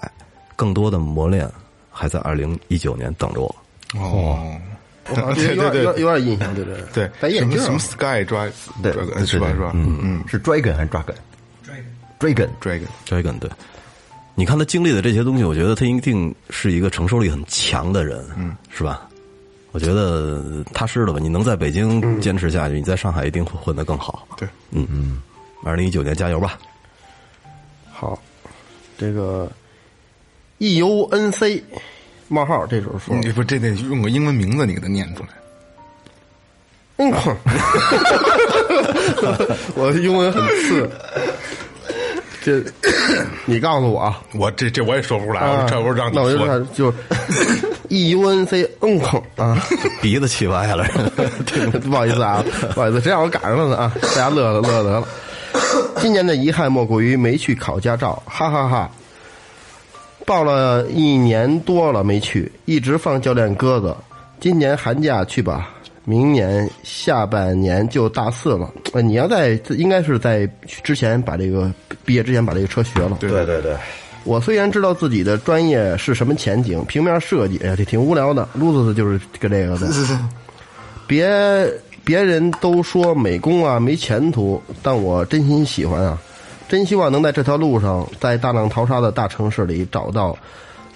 [SPEAKER 6] 更多的磨练还在二零一九年等着我。
[SPEAKER 3] 哦，
[SPEAKER 4] 我好像觉得有点有点有点印象，对对
[SPEAKER 3] 对，
[SPEAKER 4] 戴眼镜
[SPEAKER 3] 什
[SPEAKER 4] 儿
[SPEAKER 3] 么什么 Sky Drive，
[SPEAKER 5] 对
[SPEAKER 3] Dragon，，是吧？
[SPEAKER 5] 对
[SPEAKER 3] 是吧？
[SPEAKER 5] 嗯嗯，是 dragon 还是
[SPEAKER 4] 啊
[SPEAKER 5] dragon？dragon，dragon，
[SPEAKER 3] ，Dragon。
[SPEAKER 6] Dragon 对，你看他经历的这些东西，我觉得他一定是一个承受力很强的人，嗯，是吧？我觉得踏实了吧，你能在北京坚持下去，你在上海一定会混得更好。
[SPEAKER 3] 嗯对，
[SPEAKER 6] 嗯嗯，二零一九年加油吧！
[SPEAKER 4] 好，这个 E U N C 冒号，这时候说，
[SPEAKER 3] 你不这得用个英文名字，你给他念出来。
[SPEAKER 4] 嗯， 我英文很次。这，你告诉我啊，
[SPEAKER 3] 我这这我也说不出来，我啊这我让你
[SPEAKER 4] 那我就
[SPEAKER 3] 说
[SPEAKER 4] 说，就是 E U N C 嗯哼啊，
[SPEAKER 6] 鼻子 气歪了，
[SPEAKER 4] 不好意思啊，不好意思，谁让我赶上了呢啊？大家乐了乐得了。今年的遗憾莫过于没去考驾照，哈哈哈报了一年多了没去，一直放教练鸽子。今年寒假去吧，明年下半年就大四了。呃你要在应该是在之前把这个毕业之前把这个车学了。
[SPEAKER 5] 对对对，
[SPEAKER 4] 我虽然知道自己的专业是什么前景，平面设计，哎呀，这挺无聊的。loser 就是跟 这个的，别别人都说美工啊没前途，但我真心喜欢啊，真希望能在这条路上，在大浪淘沙的大城市里找到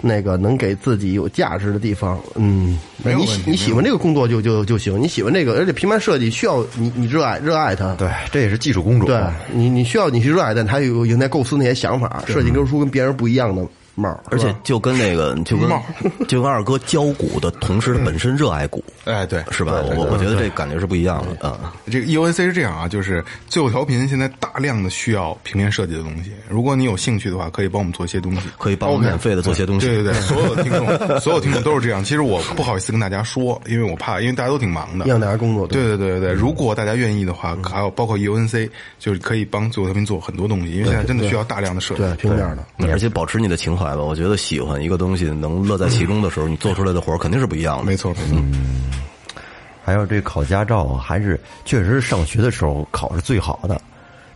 [SPEAKER 4] 那个能给自己有价值的地方。嗯，
[SPEAKER 3] 没有
[SPEAKER 4] 你
[SPEAKER 3] 问
[SPEAKER 4] 喜
[SPEAKER 3] 题
[SPEAKER 4] 你喜欢这个工作就就就行，你喜欢这个，而且平面设计需要你你热爱热爱它。
[SPEAKER 5] 对，这也是技术工种。啊
[SPEAKER 4] 对你，你需要你去热爱，但他有应该构思那些想法，设计跟出跟别人不一样的帽儿，
[SPEAKER 6] 而
[SPEAKER 4] 是
[SPEAKER 6] 且
[SPEAKER 4] 吧
[SPEAKER 6] 就跟那个，就跟 就跟二哥教鼓的同时，他本身热爱鼓，
[SPEAKER 3] 哎，对，
[SPEAKER 6] 是吧？我我觉得这感觉是不一样的啊。
[SPEAKER 3] 这个 EOAC 是这样啊，就是最后调频现在大量的需要平面设计的东西，如果你有兴趣的话，可以帮我们做一些东西。
[SPEAKER 6] 可以帮我们免费的做些东西。
[SPEAKER 3] 对对 对，所有的听众， 所有听众都是这样。其实我不好意思跟大家说，因为我怕，因为大家都挺忙的
[SPEAKER 4] 让。大家工作
[SPEAKER 3] 对对对对
[SPEAKER 4] 嗯
[SPEAKER 3] 对，如果大家愿意的话，还有包括 E UNC，就是可以帮最后调频做很多东西，因为现在真的需要大量的设计。
[SPEAKER 4] 对平面的，
[SPEAKER 6] 而且保持你的情怀吧，我觉得喜欢一个东西，能乐在其中的时候，你做出来的活儿肯定是不一样的。
[SPEAKER 3] 没错没错。
[SPEAKER 4] 嗯
[SPEAKER 5] 还有这考驾照啊，还是确实上学的时候考是最好的。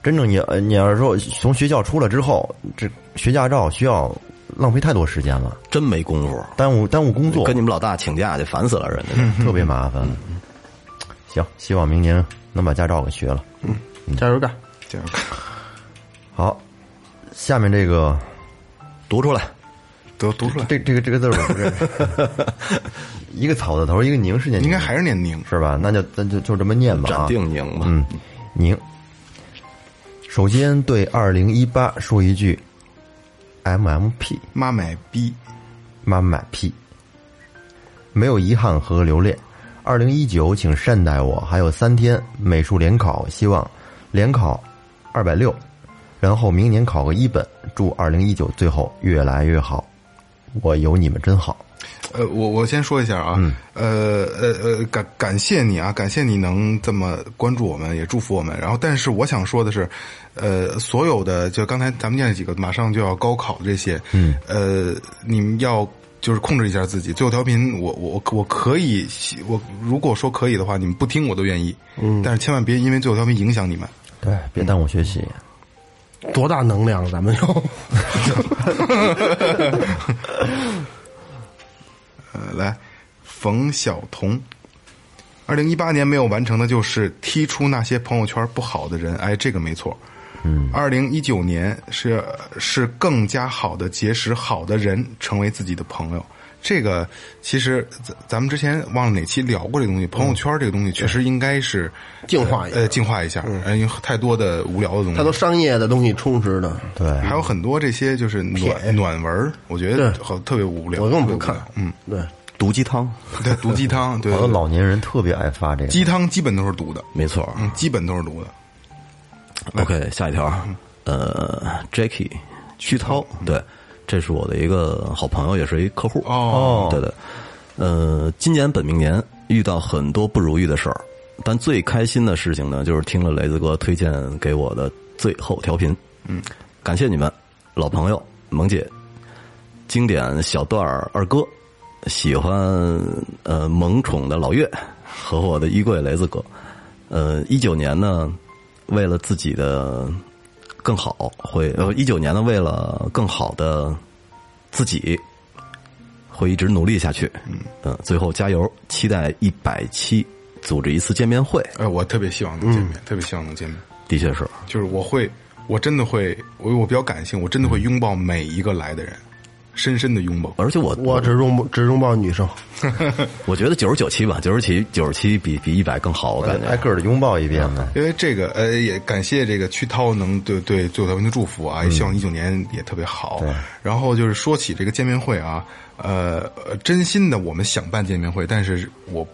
[SPEAKER 5] 真正你呃你要是说从学校出来之后，这学驾照需要浪费太多时间了，
[SPEAKER 6] 真没功夫。
[SPEAKER 5] 耽误耽误工作，
[SPEAKER 6] 跟你们老大请假去，烦死了人家。
[SPEAKER 5] 特别麻烦。
[SPEAKER 3] 嗯
[SPEAKER 5] 行，希望明年能把驾照给学了。
[SPEAKER 4] 加油干！
[SPEAKER 3] 这样
[SPEAKER 5] 好，下面这个
[SPEAKER 6] 读出来，
[SPEAKER 3] 得读出来，
[SPEAKER 5] 这这个这个字儿我不认识， 一个草字头，一个宁是念宁
[SPEAKER 3] 应该还是念宁。
[SPEAKER 5] 是吧？那就咱就就这么念吧、啊。
[SPEAKER 6] 斩定宁吧。
[SPEAKER 5] 嗯，您首先对二零一八说一句，MMP
[SPEAKER 3] 妈买逼，
[SPEAKER 5] 妈买 P，没有遗憾和留恋。二零一九，请善待我，还有三天美术联考，希望联考二百六，然后明年考个一本。祝二零一九最后越来越好，我有你们真好。
[SPEAKER 3] 呃，我我先说一下啊，呃呃呃，感感谢你啊，感谢你能这么关注我们，也祝福我们。然后，但是我想说的是，呃，所有的就刚才咱们念的几个马上就要高考的这些，嗯，呃，你们要。就是控制一下自己，最后调频我，我我我可以，我如果说可以的话，你们不听我都愿意，嗯，但是千万别因为最后调频影响你们。
[SPEAKER 5] 对，别耽误学习。
[SPEAKER 4] 多大能量，啊咱们 又
[SPEAKER 3] 呃，来，冯晓彤，二零一八年没有完成的就是踢出那些朋友圈不好的人，哎，这个没错。嗯，二零一九年是是更加好的结识好的人，成为自己的朋友。这个其实咱咱们之前忘了哪期聊过这个东西，朋友圈这个东西确实应该是
[SPEAKER 4] 嗯净化一下嗯
[SPEAKER 3] 呃，净化一下，呃因为太多的无聊的东西，
[SPEAKER 4] 太多商业的东西充斥的。
[SPEAKER 5] 对，
[SPEAKER 3] 还有很多这些就是暖暖文儿，我觉得
[SPEAKER 4] 对
[SPEAKER 3] 好特别无聊，
[SPEAKER 4] 我根
[SPEAKER 3] 特别
[SPEAKER 4] 本不
[SPEAKER 3] 无聊
[SPEAKER 4] 看
[SPEAKER 3] 嗯，
[SPEAKER 4] 对，
[SPEAKER 6] 毒鸡汤，
[SPEAKER 3] 对，毒鸡汤， 对，
[SPEAKER 5] 好多
[SPEAKER 3] 对对
[SPEAKER 5] 老年人特别爱发这个。
[SPEAKER 3] 鸡汤基本都是毒的，
[SPEAKER 6] 没错。
[SPEAKER 3] 嗯，基本都是毒的。
[SPEAKER 6] OK，下一条，啊呃，Jacky 徐涛，对，这是我的一个好朋友，也是一客户。
[SPEAKER 3] 哦
[SPEAKER 6] 对对，呃，今年本命年遇到很多不如意的事儿，但最开心的事情呢，就是听了雷子哥推荐给我的最后调频。嗯，感谢你们，老朋友萌姐，经典小段儿二哥，喜欢呃萌宠的老岳和我的衣柜雷子哥。呃，一九年呢，为了自己的更好，会呃一九年呢，为了更好的自己，会一直努力下去。嗯、最后加油！期待一百期组织一次见面会，
[SPEAKER 3] 哎，我特别希望能见面，特别希望能见面。
[SPEAKER 6] 的确是
[SPEAKER 3] 就是我会，我真的会，我我比较感性，我真的会拥抱每一个来的人，深深的拥抱。
[SPEAKER 6] 而且我
[SPEAKER 4] 我只拥只拥抱女生，
[SPEAKER 6] 我觉得九十九期吧，九十期九十期比比一百更好，我感觉
[SPEAKER 5] 挨个儿的拥抱一遍呗。
[SPEAKER 3] 因为这个，呃，也感谢这个屈涛能对对最后调频的祝福啊，也希望一九年也特别好。然后就是说起这个见面会啊，呃，呃真心的我们想办见面会，但是我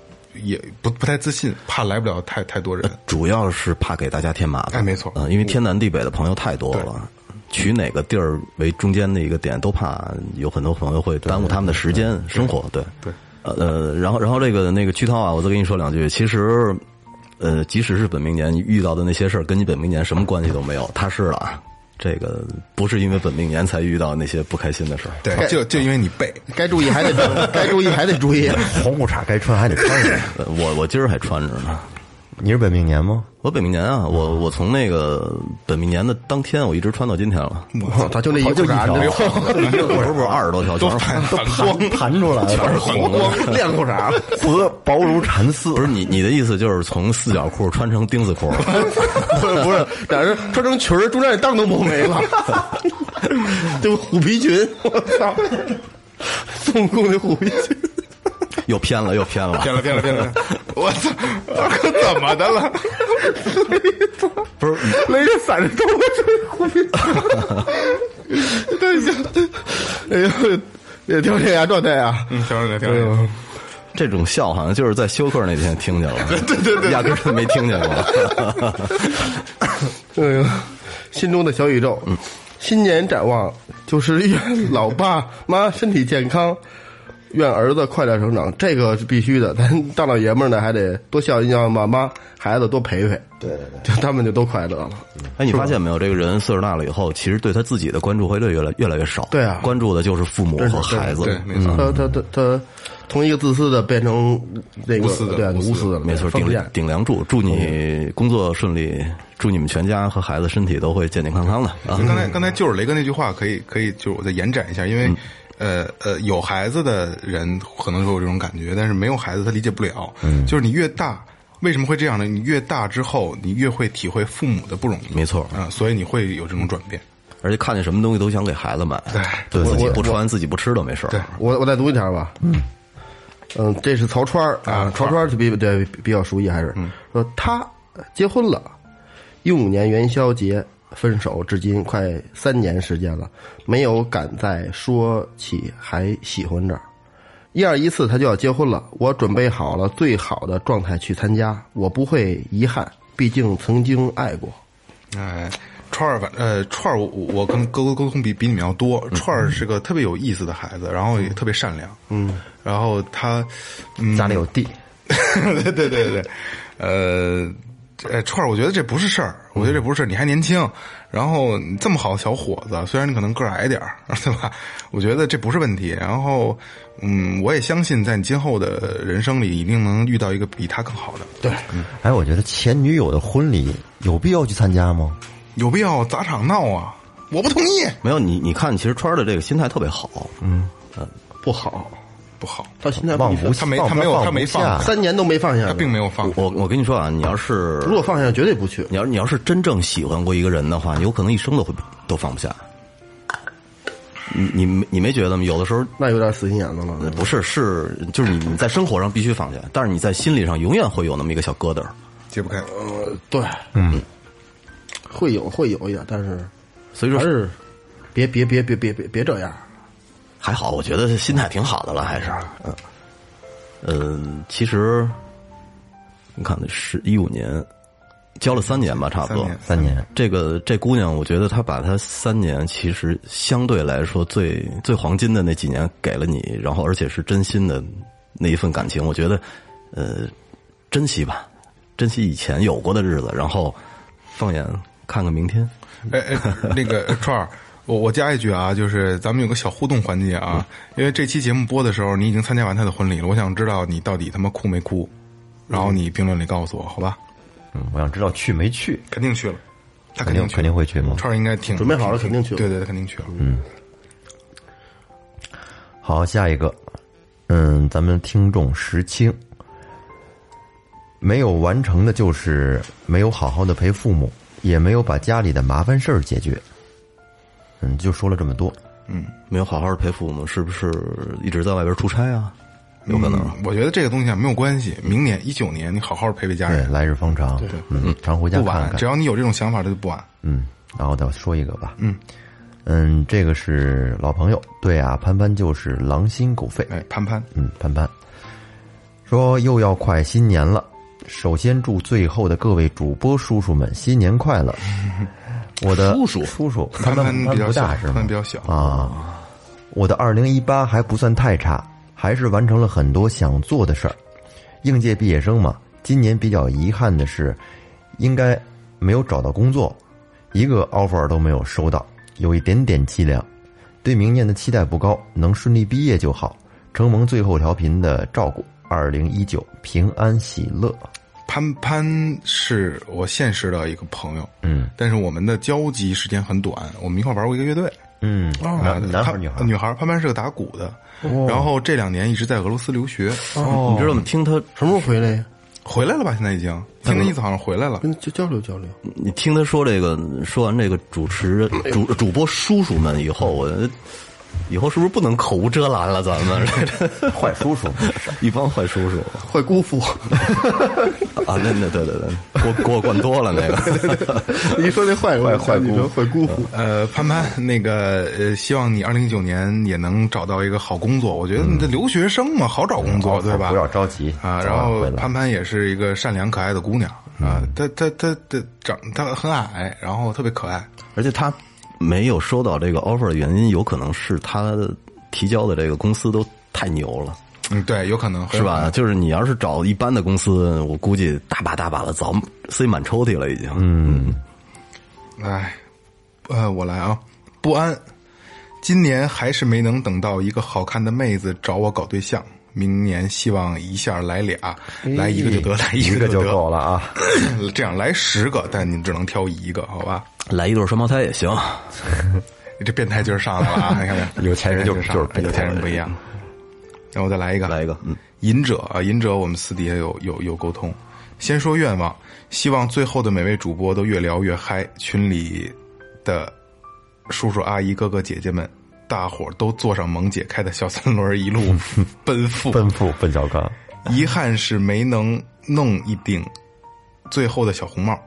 [SPEAKER 3] 也不不太自信，怕来不了太太多人。
[SPEAKER 6] 主要是怕给大家添麻烦。
[SPEAKER 3] 哎没错
[SPEAKER 6] 嗯、因为天南地北的朋友太多了。取哪个地儿为中间的一个点，都怕有很多朋友会耽误他们的时间、生活。对
[SPEAKER 3] 对，
[SPEAKER 6] 呃呃，然后然后这个那个屈涛啊，我再跟你说两句。其实，呃，即使是本命年，你遇到的那些事儿，跟你本命年什么关系都没有。他是了啊，这个不是因为本命年才遇到那些不开心的事儿。
[SPEAKER 3] 对，就就因为你背，
[SPEAKER 4] 该注意还得 该注意还得 注意。
[SPEAKER 5] 红裤衩该穿还得穿上。
[SPEAKER 6] 呃我我今儿还穿着呢。
[SPEAKER 5] 你是本命年吗？
[SPEAKER 6] 我本命年啊，我我从那个本命年的当天，我一直穿到今天了。
[SPEAKER 4] 他就那一
[SPEAKER 5] 就一条
[SPEAKER 4] 条，
[SPEAKER 6] 不是不是，二十多条全是红
[SPEAKER 5] 都
[SPEAKER 6] 的，
[SPEAKER 5] 盘盘出来
[SPEAKER 6] 全是
[SPEAKER 5] 了，
[SPEAKER 6] 红 的。
[SPEAKER 4] 练裤衩了。
[SPEAKER 5] 薄薄如蚕丝
[SPEAKER 6] 不。是你你的意思就是从四角裤穿成钉子裤？
[SPEAKER 4] 不是不是，俩人穿成裙儿，中间那裆都磨没了， 就虎皮裙，我操！ 孙悟空那虎皮裙，
[SPEAKER 6] 又偏了又偏了，
[SPEAKER 3] 骗了骗了骗 了！我操，二哥怎么的了？
[SPEAKER 4] 雷着伞着兜着这虎皮 裙，太像，哎呦，也挺这样状态啊！
[SPEAKER 3] 嗯，调整调整。
[SPEAKER 5] 哦
[SPEAKER 6] 这种笑好像就是在休克那天听见了，对对对，压根儿就没听见过。
[SPEAKER 4] 哎呦，心中的小宇宙，新年展望就是 愿老爸妈身体健康，愿儿子快乐成长，这个是必须的。咱大老爷们儿呢，还得多孝敬爸妈，孩子多陪陪，对对对，就他们就都快乐了。
[SPEAKER 6] 哎，你发现没有？这个人岁数大了以后，其实对他自己的关注会越来越来越少。
[SPEAKER 4] 对啊
[SPEAKER 6] 关注的就是父母
[SPEAKER 4] 真是
[SPEAKER 6] 和孩子。
[SPEAKER 3] 对，没错。
[SPEAKER 4] 他他他他从一个自私的变成那个
[SPEAKER 3] 无私的
[SPEAKER 4] 对啊
[SPEAKER 3] 无私的
[SPEAKER 4] 无私的了，
[SPEAKER 6] 没错，
[SPEAKER 4] 放啊
[SPEAKER 6] 顶
[SPEAKER 4] 不
[SPEAKER 6] 梁
[SPEAKER 4] 下。
[SPEAKER 6] 顶梁柱，祝你工作顺利，祝你们全家和孩子身体都会健健康康的啊！
[SPEAKER 3] 刚才刚才就是雷哥那句话，可以可以，就是我再延展一下，因为、呃呃，有孩子的人可能会有这种感觉，但是没有孩子他理解不了。嗯，就是你越大，为什么会这样呢？你越大之后，你越会体会父母的不容易。
[SPEAKER 6] 没错
[SPEAKER 3] 啊、所以你会有这种转变。
[SPEAKER 6] 而且看见什么东西都想给孩子买，对自己不穿、自己不吃都没事儿。
[SPEAKER 3] 对
[SPEAKER 4] 我我再读一条吧。嗯这是曹川儿啊，曹川儿就比对比较熟悉，还是
[SPEAKER 3] 嗯
[SPEAKER 4] 说他结婚了，一五年元宵节分手，至今快三年时间了，没有敢再说起还喜欢着。一二一四他就要结婚了，我准备好了最好的状态去参加，我不会遗憾，毕竟曾经爱过。
[SPEAKER 3] 哎，串儿反呃串儿我，我我跟沟沟通比比你们要多。串儿是个特别有意思的孩子，然后也特别善良。嗯，然后他，嗯，
[SPEAKER 5] 家里有地，
[SPEAKER 3] 对对对对，对，呃，呃，串儿，我觉得这不是事儿，我觉得这不是事儿，你还年轻，然后你这么好的小伙子，虽然你可能个儿矮点儿， 对吧？我觉得这不是问题。然后，嗯，我也相信，在你今后的人生里，一定能遇到一个比他更好的。对，
[SPEAKER 5] 哎，我觉得前女友的婚礼有必要去参加吗？
[SPEAKER 3] 有必要砸场闹啊？我不同意，
[SPEAKER 6] 没有你，你看，其实川儿的这个心态特别好。嗯，
[SPEAKER 4] 不好，
[SPEAKER 3] 不好，
[SPEAKER 4] 到现在
[SPEAKER 5] 忘
[SPEAKER 4] 不
[SPEAKER 5] 不
[SPEAKER 3] 他没他没有他没放
[SPEAKER 5] 下
[SPEAKER 4] 三年都没放下，
[SPEAKER 3] 他并没有放。
[SPEAKER 6] 我我跟你说啊，你要是
[SPEAKER 4] 如果放下绝对不去。
[SPEAKER 6] 你要你要是真正喜欢过一个人的话，你有可能一生都会都放不下。你你没你没觉得吗？有的时候
[SPEAKER 4] 那有点死心眼子了。
[SPEAKER 6] 不是是就是你你在生活上必须放下，但是你在心理上永远会有那么一个小疙瘩。
[SPEAKER 3] 解不开，
[SPEAKER 4] 对，嗯，会有会有一点，但是
[SPEAKER 6] 所以
[SPEAKER 4] 还
[SPEAKER 6] 说
[SPEAKER 4] 是别别别别别别别这样。
[SPEAKER 6] 还好，我觉得心态挺好的了，还是嗯嗯，其实你看是一五年交了三年吧，差不多
[SPEAKER 3] 三年
[SPEAKER 5] 三年，
[SPEAKER 6] 这个这姑娘，我觉得她把她三年其实相对来说最最黄金的那几年给了你，然后而且是真心的那一份感情，我觉得呃珍惜吧，珍惜以前有过的日子，然后放眼看看明天。
[SPEAKER 3] 哎哎，那个串儿，我我加一句啊，就是咱们有个小互动环节啊，因为这期节目播的时候，你已经参加完他的婚礼了，我想知道你到底他妈哭没哭，然后你评论里告诉我，好吧？
[SPEAKER 5] 嗯，我想知道去没去，
[SPEAKER 3] 肯定去了，他
[SPEAKER 5] 肯
[SPEAKER 3] 定
[SPEAKER 5] 定
[SPEAKER 3] 去，嗯
[SPEAKER 5] 肯定会去吗？
[SPEAKER 3] 串儿应该挺
[SPEAKER 4] 准备好了肯定去
[SPEAKER 3] 对对，对肯定去了。嗯，
[SPEAKER 5] 好，下一个，嗯，咱们听众石青，没有完成的就是没有好好的陪父母，也没有把家里的麻烦事儿解决，嗯，就说了这么多，
[SPEAKER 6] 没有好好陪父母，是不是一直在外边出差啊？有可能。
[SPEAKER 3] 我觉得这个东西啊没有关系，明年一九年你好好陪陪家
[SPEAKER 5] 对，
[SPEAKER 3] 人，
[SPEAKER 5] 来日方长，嗯，常回家
[SPEAKER 3] 哎不
[SPEAKER 5] 看
[SPEAKER 3] 晚，只
[SPEAKER 5] 看，
[SPEAKER 3] 要你有这种想法，这就不晚。
[SPEAKER 5] 嗯，然后再说一个吧，嗯。嗯，这个是老朋友，对啊，潘潘就是狼心狗肺，
[SPEAKER 3] 哎，潘潘，
[SPEAKER 5] 嗯，潘潘说又要快新年了，首先祝最后的各位主播叔叔们新年快 乐。我的叔叔叔叔，
[SPEAKER 3] 潘
[SPEAKER 5] 潘
[SPEAKER 3] 比较
[SPEAKER 5] 不
[SPEAKER 3] 小，
[SPEAKER 5] 大是吗
[SPEAKER 3] 潘潘比？较小，
[SPEAKER 5] 啊，我的二零一八还不算太差，还是完成了很多想做的事儿。应届毕业生嘛，今年比较遗憾的是，应该没有找到工作，一个 offer 都没有收到，有一点点凄凉。对明年的期待不高，能顺利毕业就好。承蒙最后调频的照顾，二零一九平安喜乐。
[SPEAKER 3] 潘潘是我现实的一个朋友，
[SPEAKER 5] 嗯
[SPEAKER 3] 但是我们的交集时间很短，我们一块玩过一个乐队。
[SPEAKER 5] 嗯，
[SPEAKER 3] 啊
[SPEAKER 5] 男男孩
[SPEAKER 3] 他
[SPEAKER 5] 儿女孩儿
[SPEAKER 3] 女孩儿，潘潘是个打鼓的，然后这两年一直在俄罗斯留学，
[SPEAKER 6] 你知道吗？听他，
[SPEAKER 4] 什么时候回来呀？
[SPEAKER 3] 回来了吧？现在已经听那意思好像回来了。
[SPEAKER 4] 跟交交流交流。
[SPEAKER 6] 你听他说这个，说完这个主持人主主播叔叔们以后，我以后是不是不能口无遮拦了？咱们
[SPEAKER 5] 坏叔叔，
[SPEAKER 6] 一帮坏叔叔
[SPEAKER 4] 坏姑父，
[SPEAKER 6] 啊，那那对对对，给我给我灌多了那个。
[SPEAKER 4] 你一说那坏
[SPEAKER 5] 坏
[SPEAKER 4] 坏
[SPEAKER 5] 坏姑
[SPEAKER 4] 你说坏姑父，嗯
[SPEAKER 3] 呃，潘潘，那个呃，希望你二零一九年也能找到一个好工作。我觉得你的留学生嘛，好找工作，对吧？
[SPEAKER 5] 不要着急
[SPEAKER 3] 啊。
[SPEAKER 5] 早
[SPEAKER 3] 然
[SPEAKER 5] 晚
[SPEAKER 3] 后
[SPEAKER 5] 回来
[SPEAKER 3] 潘潘也是一个善良可爱的姑娘啊，她她她她长她很矮，然后特别可爱。
[SPEAKER 6] 而且他没有收到这个 offer 的原因，有可能是他提交的这个公司都太牛了，
[SPEAKER 3] 嗯，对，有可能
[SPEAKER 6] 是？吧？就是你要是找一般的公司，我估计大把大把的早塞满抽屉了，已经。嗯，
[SPEAKER 3] 哎，呃，我来啊，不安。今年还是没能等到一个好看的妹子找我搞对象，明年希望一下来俩，来一个就得， 来
[SPEAKER 5] 一
[SPEAKER 3] 个
[SPEAKER 5] 个
[SPEAKER 3] 就
[SPEAKER 5] 就
[SPEAKER 3] 得，
[SPEAKER 5] 够了啊。
[SPEAKER 3] 这样来十个，但你只能挑一个，好吧？
[SPEAKER 6] 来一对双胞胎也行。
[SPEAKER 3] 这变态劲儿上来了啊！你看没有？
[SPEAKER 5] 有钱人就
[SPEAKER 3] 变态劲儿上来
[SPEAKER 5] 就是
[SPEAKER 3] 了有钱人不一样。然后我再来一个，
[SPEAKER 6] 来一个嗯，
[SPEAKER 3] 隐者啊，隐者，我们私底下有有有沟通。先说愿望，希望最后的每位主播都越聊越嗨，群里的叔叔阿姨、哥哥姐姐们，大伙儿都坐上萌姐开的小三轮，一路 奔赴。
[SPEAKER 5] 奔赴奔小康，
[SPEAKER 3] 遗憾是没能弄一顶最后的小红帽，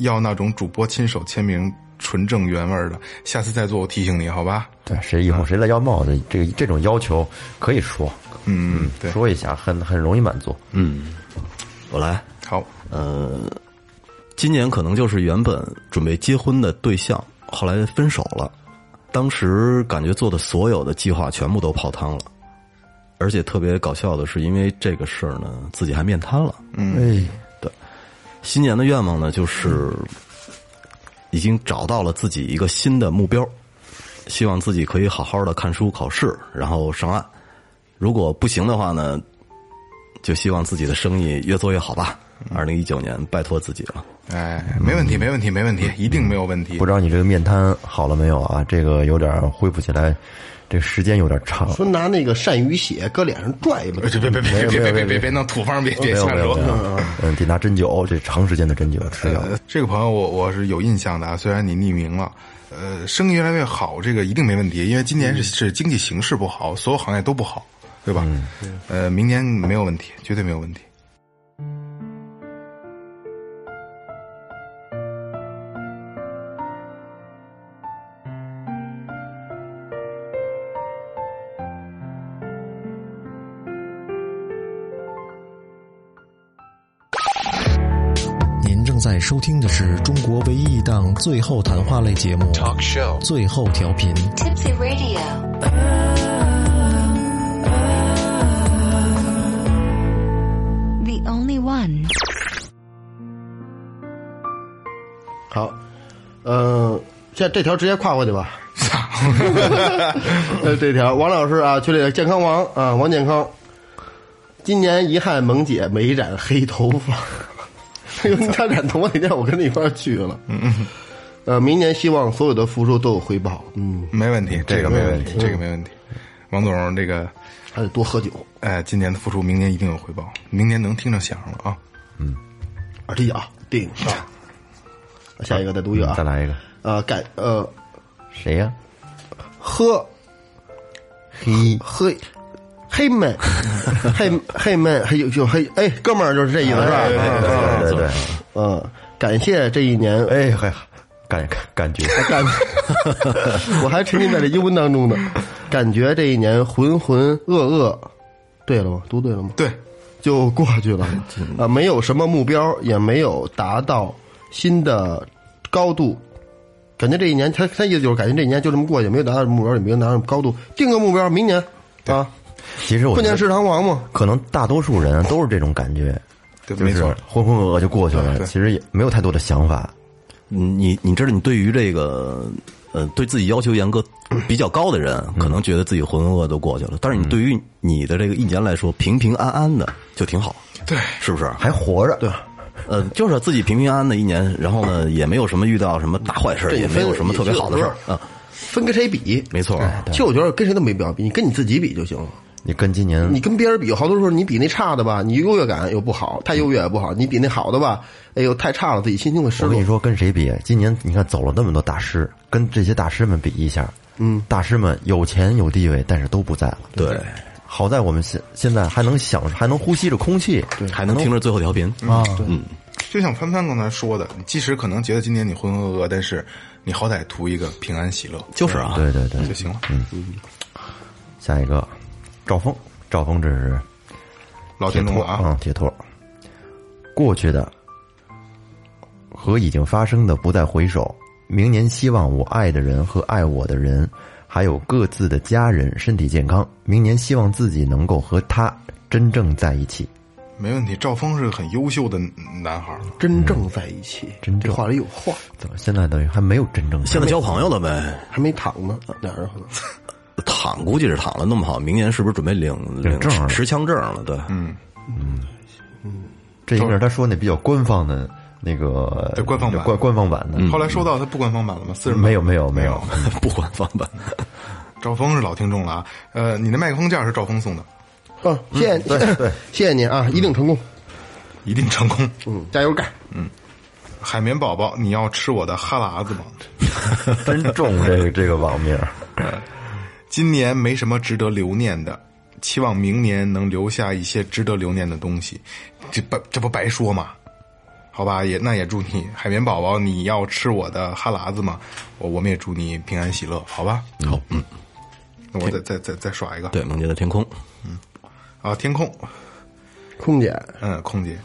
[SPEAKER 3] 要那种主播亲手签名、纯正原味儿的。下次再做，我提醒你，好吧？
[SPEAKER 5] 对，谁以后谁来要帽子，这这种要求可以说
[SPEAKER 3] 嗯，对，
[SPEAKER 5] 说一下，很很容易满足。
[SPEAKER 6] 我来，
[SPEAKER 3] 好，
[SPEAKER 6] 今年可能就是原本准备结婚的对象，后来分手了。当时感觉做的所有的计划全部都泡汤了，而且特别搞笑的是，因为这个事儿呢，自己还面瘫了。
[SPEAKER 5] 哎，
[SPEAKER 6] 新年的愿望呢，就是已经找到了自己一个新的目标，希望自己可以好好的看书、考试，然后上岸。如果不行的话呢，就希望自己的生意越做越好吧。二零一九年，拜托自己了。
[SPEAKER 3] 哎，没问题，没问题，没问题，一定没有问题
[SPEAKER 5] 不。知道你这个面瘫好了没有啊？这个有点恢复起来，这个时间有点长。
[SPEAKER 4] 说拿那个鳝鱼血搁脸上拽一把
[SPEAKER 3] 别，别别别别别别别别别弄土方，别别
[SPEAKER 5] 没有
[SPEAKER 3] 瞎
[SPEAKER 5] 没有
[SPEAKER 3] 说
[SPEAKER 5] 没。有，嗯，得拿针灸，这长时间的针灸吃药。
[SPEAKER 3] 呃，这个朋友我我是有印象的啊，虽然你匿名了，呃，生意越来越好，这个一定没问题，因为今年
[SPEAKER 5] 嗯
[SPEAKER 3] 是是经济形势不好，所有行业都不好，对吧？
[SPEAKER 5] 嗯
[SPEAKER 3] 呃，明年没有问题，绝对没有问题。
[SPEAKER 7] 您正在收听的是中国唯一一档最后谈话类节目《
[SPEAKER 8] Talk Show
[SPEAKER 7] 最后调频》。
[SPEAKER 9] Tipsy Radio. The only one.
[SPEAKER 4] 好，呃，现在这条直接跨过去吧。 呃，这条王老师啊，群里的健康王啊，王健康，今年遗憾萌姐没染黑头发。 哎呦，他染头发那天我跟他一块儿去了。嗯嗯。呃，明年希望所有的付出都有回报。嗯，
[SPEAKER 3] 没问题，这个没问
[SPEAKER 5] 嗯
[SPEAKER 3] 题，这个没问题。王总，这个，
[SPEAKER 4] 还得多喝酒。
[SPEAKER 3] 哎，今年的付出，明年一定有回报，明年能听着响了啊！
[SPEAKER 4] 耳机啊，顶上。下一个再读一个啊，
[SPEAKER 5] 嗯再来一个，
[SPEAKER 4] 呃，改呃，
[SPEAKER 5] 谁呀？
[SPEAKER 4] 喝
[SPEAKER 5] 嘿，
[SPEAKER 4] 嘿，嘿 妹，嘿嘿妹，嘿就就嘿哎，哥们儿就是这意思是
[SPEAKER 5] 哎
[SPEAKER 4] 吧？嗯
[SPEAKER 5] 对对啊对，
[SPEAKER 4] 嗯，嗯感谢这一年，
[SPEAKER 5] 哎嘿，感感觉
[SPEAKER 4] 感，我还沉浸在这英文当中呢，感觉这一年浑浑噩噩，对了吗？读对了吗？
[SPEAKER 3] 对，
[SPEAKER 4] 就过 去了，
[SPEAKER 5] 嗯
[SPEAKER 4] 啊，没有什么目标，也没有达到新的高度。感觉这一年，他他意思就是感觉这一年就这么过去，没有达到目标，也没有达到高度。定个目标，明年啊，
[SPEAKER 5] 其实我
[SPEAKER 4] 混
[SPEAKER 5] 觉
[SPEAKER 4] 进
[SPEAKER 5] 得
[SPEAKER 4] 食堂王嘛，
[SPEAKER 5] 可能大多数人都是这种感觉，
[SPEAKER 3] 对，
[SPEAKER 5] 就
[SPEAKER 3] 没
[SPEAKER 5] 是
[SPEAKER 3] 错，
[SPEAKER 5] 浑浑噩噩就过去
[SPEAKER 3] 对
[SPEAKER 5] 了，
[SPEAKER 3] 对
[SPEAKER 5] 其实也没有太多的想法。
[SPEAKER 6] 你你知道，你对于这个呃对自己要求严格比较高的人，啊
[SPEAKER 5] 嗯
[SPEAKER 6] 可能觉得自己浑浑噩都过去了，但是你对于你的这个一年来说，平平安安的就挺好，
[SPEAKER 3] 对，
[SPEAKER 6] 是不是？
[SPEAKER 5] 还活着，对，
[SPEAKER 6] 呃，就是自己平平安安的一年，然后呢，也没有什么遇到什么大坏事，
[SPEAKER 4] 这
[SPEAKER 6] 也
[SPEAKER 4] 也
[SPEAKER 6] 没有什么特别好的事儿
[SPEAKER 4] 啊
[SPEAKER 6] 啊，。
[SPEAKER 4] 分跟谁比？
[SPEAKER 6] 没错，
[SPEAKER 4] 其实我觉得跟谁都没必要比，你跟你自己比就行了。
[SPEAKER 5] 你跟今年
[SPEAKER 4] 你跟别人比，好多时候你比那差的吧，你优越感又不好，太优越也不好；你比那好的吧，哎呦太差了，自己心情会失
[SPEAKER 5] 我
[SPEAKER 4] 落
[SPEAKER 5] 跟你。说，跟谁比？今年你看走了那么多大师，跟这些大师们比一下，嗯，大师们有钱有地位，但是都不在了。
[SPEAKER 6] 对，
[SPEAKER 5] 好在我们现现在还能享，还能呼吸着空气。对，
[SPEAKER 6] 还能听着最后调频
[SPEAKER 5] 啊，
[SPEAKER 3] 就像潘潘刚才说的，你即使可能觉得今年你浑浑噩噩，但是你好歹图一个平安喜乐
[SPEAKER 6] 就是啊，
[SPEAKER 5] 对对对
[SPEAKER 3] 就，行了。
[SPEAKER 5] 下一个，赵峰，赵峰这是
[SPEAKER 3] 老
[SPEAKER 5] 解
[SPEAKER 3] 听众
[SPEAKER 5] 脱
[SPEAKER 3] 了啊，
[SPEAKER 5] 嗯解脱。过去的和已经发生的不再回首。明年希望我爱的人和爱我的人，还有各自的家人身体健康。明年希望自己能够和他真正在一起。
[SPEAKER 3] 没问题。赵峰是个很优秀的男孩儿，
[SPEAKER 4] 真正在一起，
[SPEAKER 5] 嗯真
[SPEAKER 4] 这
[SPEAKER 5] 正
[SPEAKER 4] 话里有话，
[SPEAKER 5] 怎么现在等于还没有真正的
[SPEAKER 6] 现在交朋友了呗，
[SPEAKER 4] 还没躺呢，俩人好像
[SPEAKER 6] 躺估计是躺了那么好，明年是不是准备领领
[SPEAKER 5] 证了
[SPEAKER 6] 持枪证了？对，
[SPEAKER 5] 这应该是他说那比较官方的那个
[SPEAKER 3] 对官方版
[SPEAKER 5] 官官方版的。
[SPEAKER 3] 后来说到他不官方版了吗？四十
[SPEAKER 5] 嗯没有没有
[SPEAKER 3] 没
[SPEAKER 5] 没有，
[SPEAKER 6] 不官方吧？
[SPEAKER 3] 赵峰是老听众了啊。呃，你那麦克风架是赵峰送的，
[SPEAKER 4] 啊，谢谢
[SPEAKER 5] 嗯
[SPEAKER 4] 你，谢谢你啊，一定成功，
[SPEAKER 3] 一定成功。
[SPEAKER 4] 嗯，加油干！
[SPEAKER 3] 海绵宝宝，你要吃我的哈喇子吗？
[SPEAKER 5] 真重这 个这个网名儿。
[SPEAKER 3] 今年没什么值得留念的，期望明年能留下一些值得留念的东西。这不这不白说吗？好吧，也那也祝你海绵宝宝，你要吃我的哈喇子吗？我我们也祝你平安喜乐，好吧？好，嗯，那我再再再再耍一个，
[SPEAKER 6] 对，梦见的天空，
[SPEAKER 3] 啊，天空，
[SPEAKER 4] 空姐，
[SPEAKER 3] 嗯，空姐，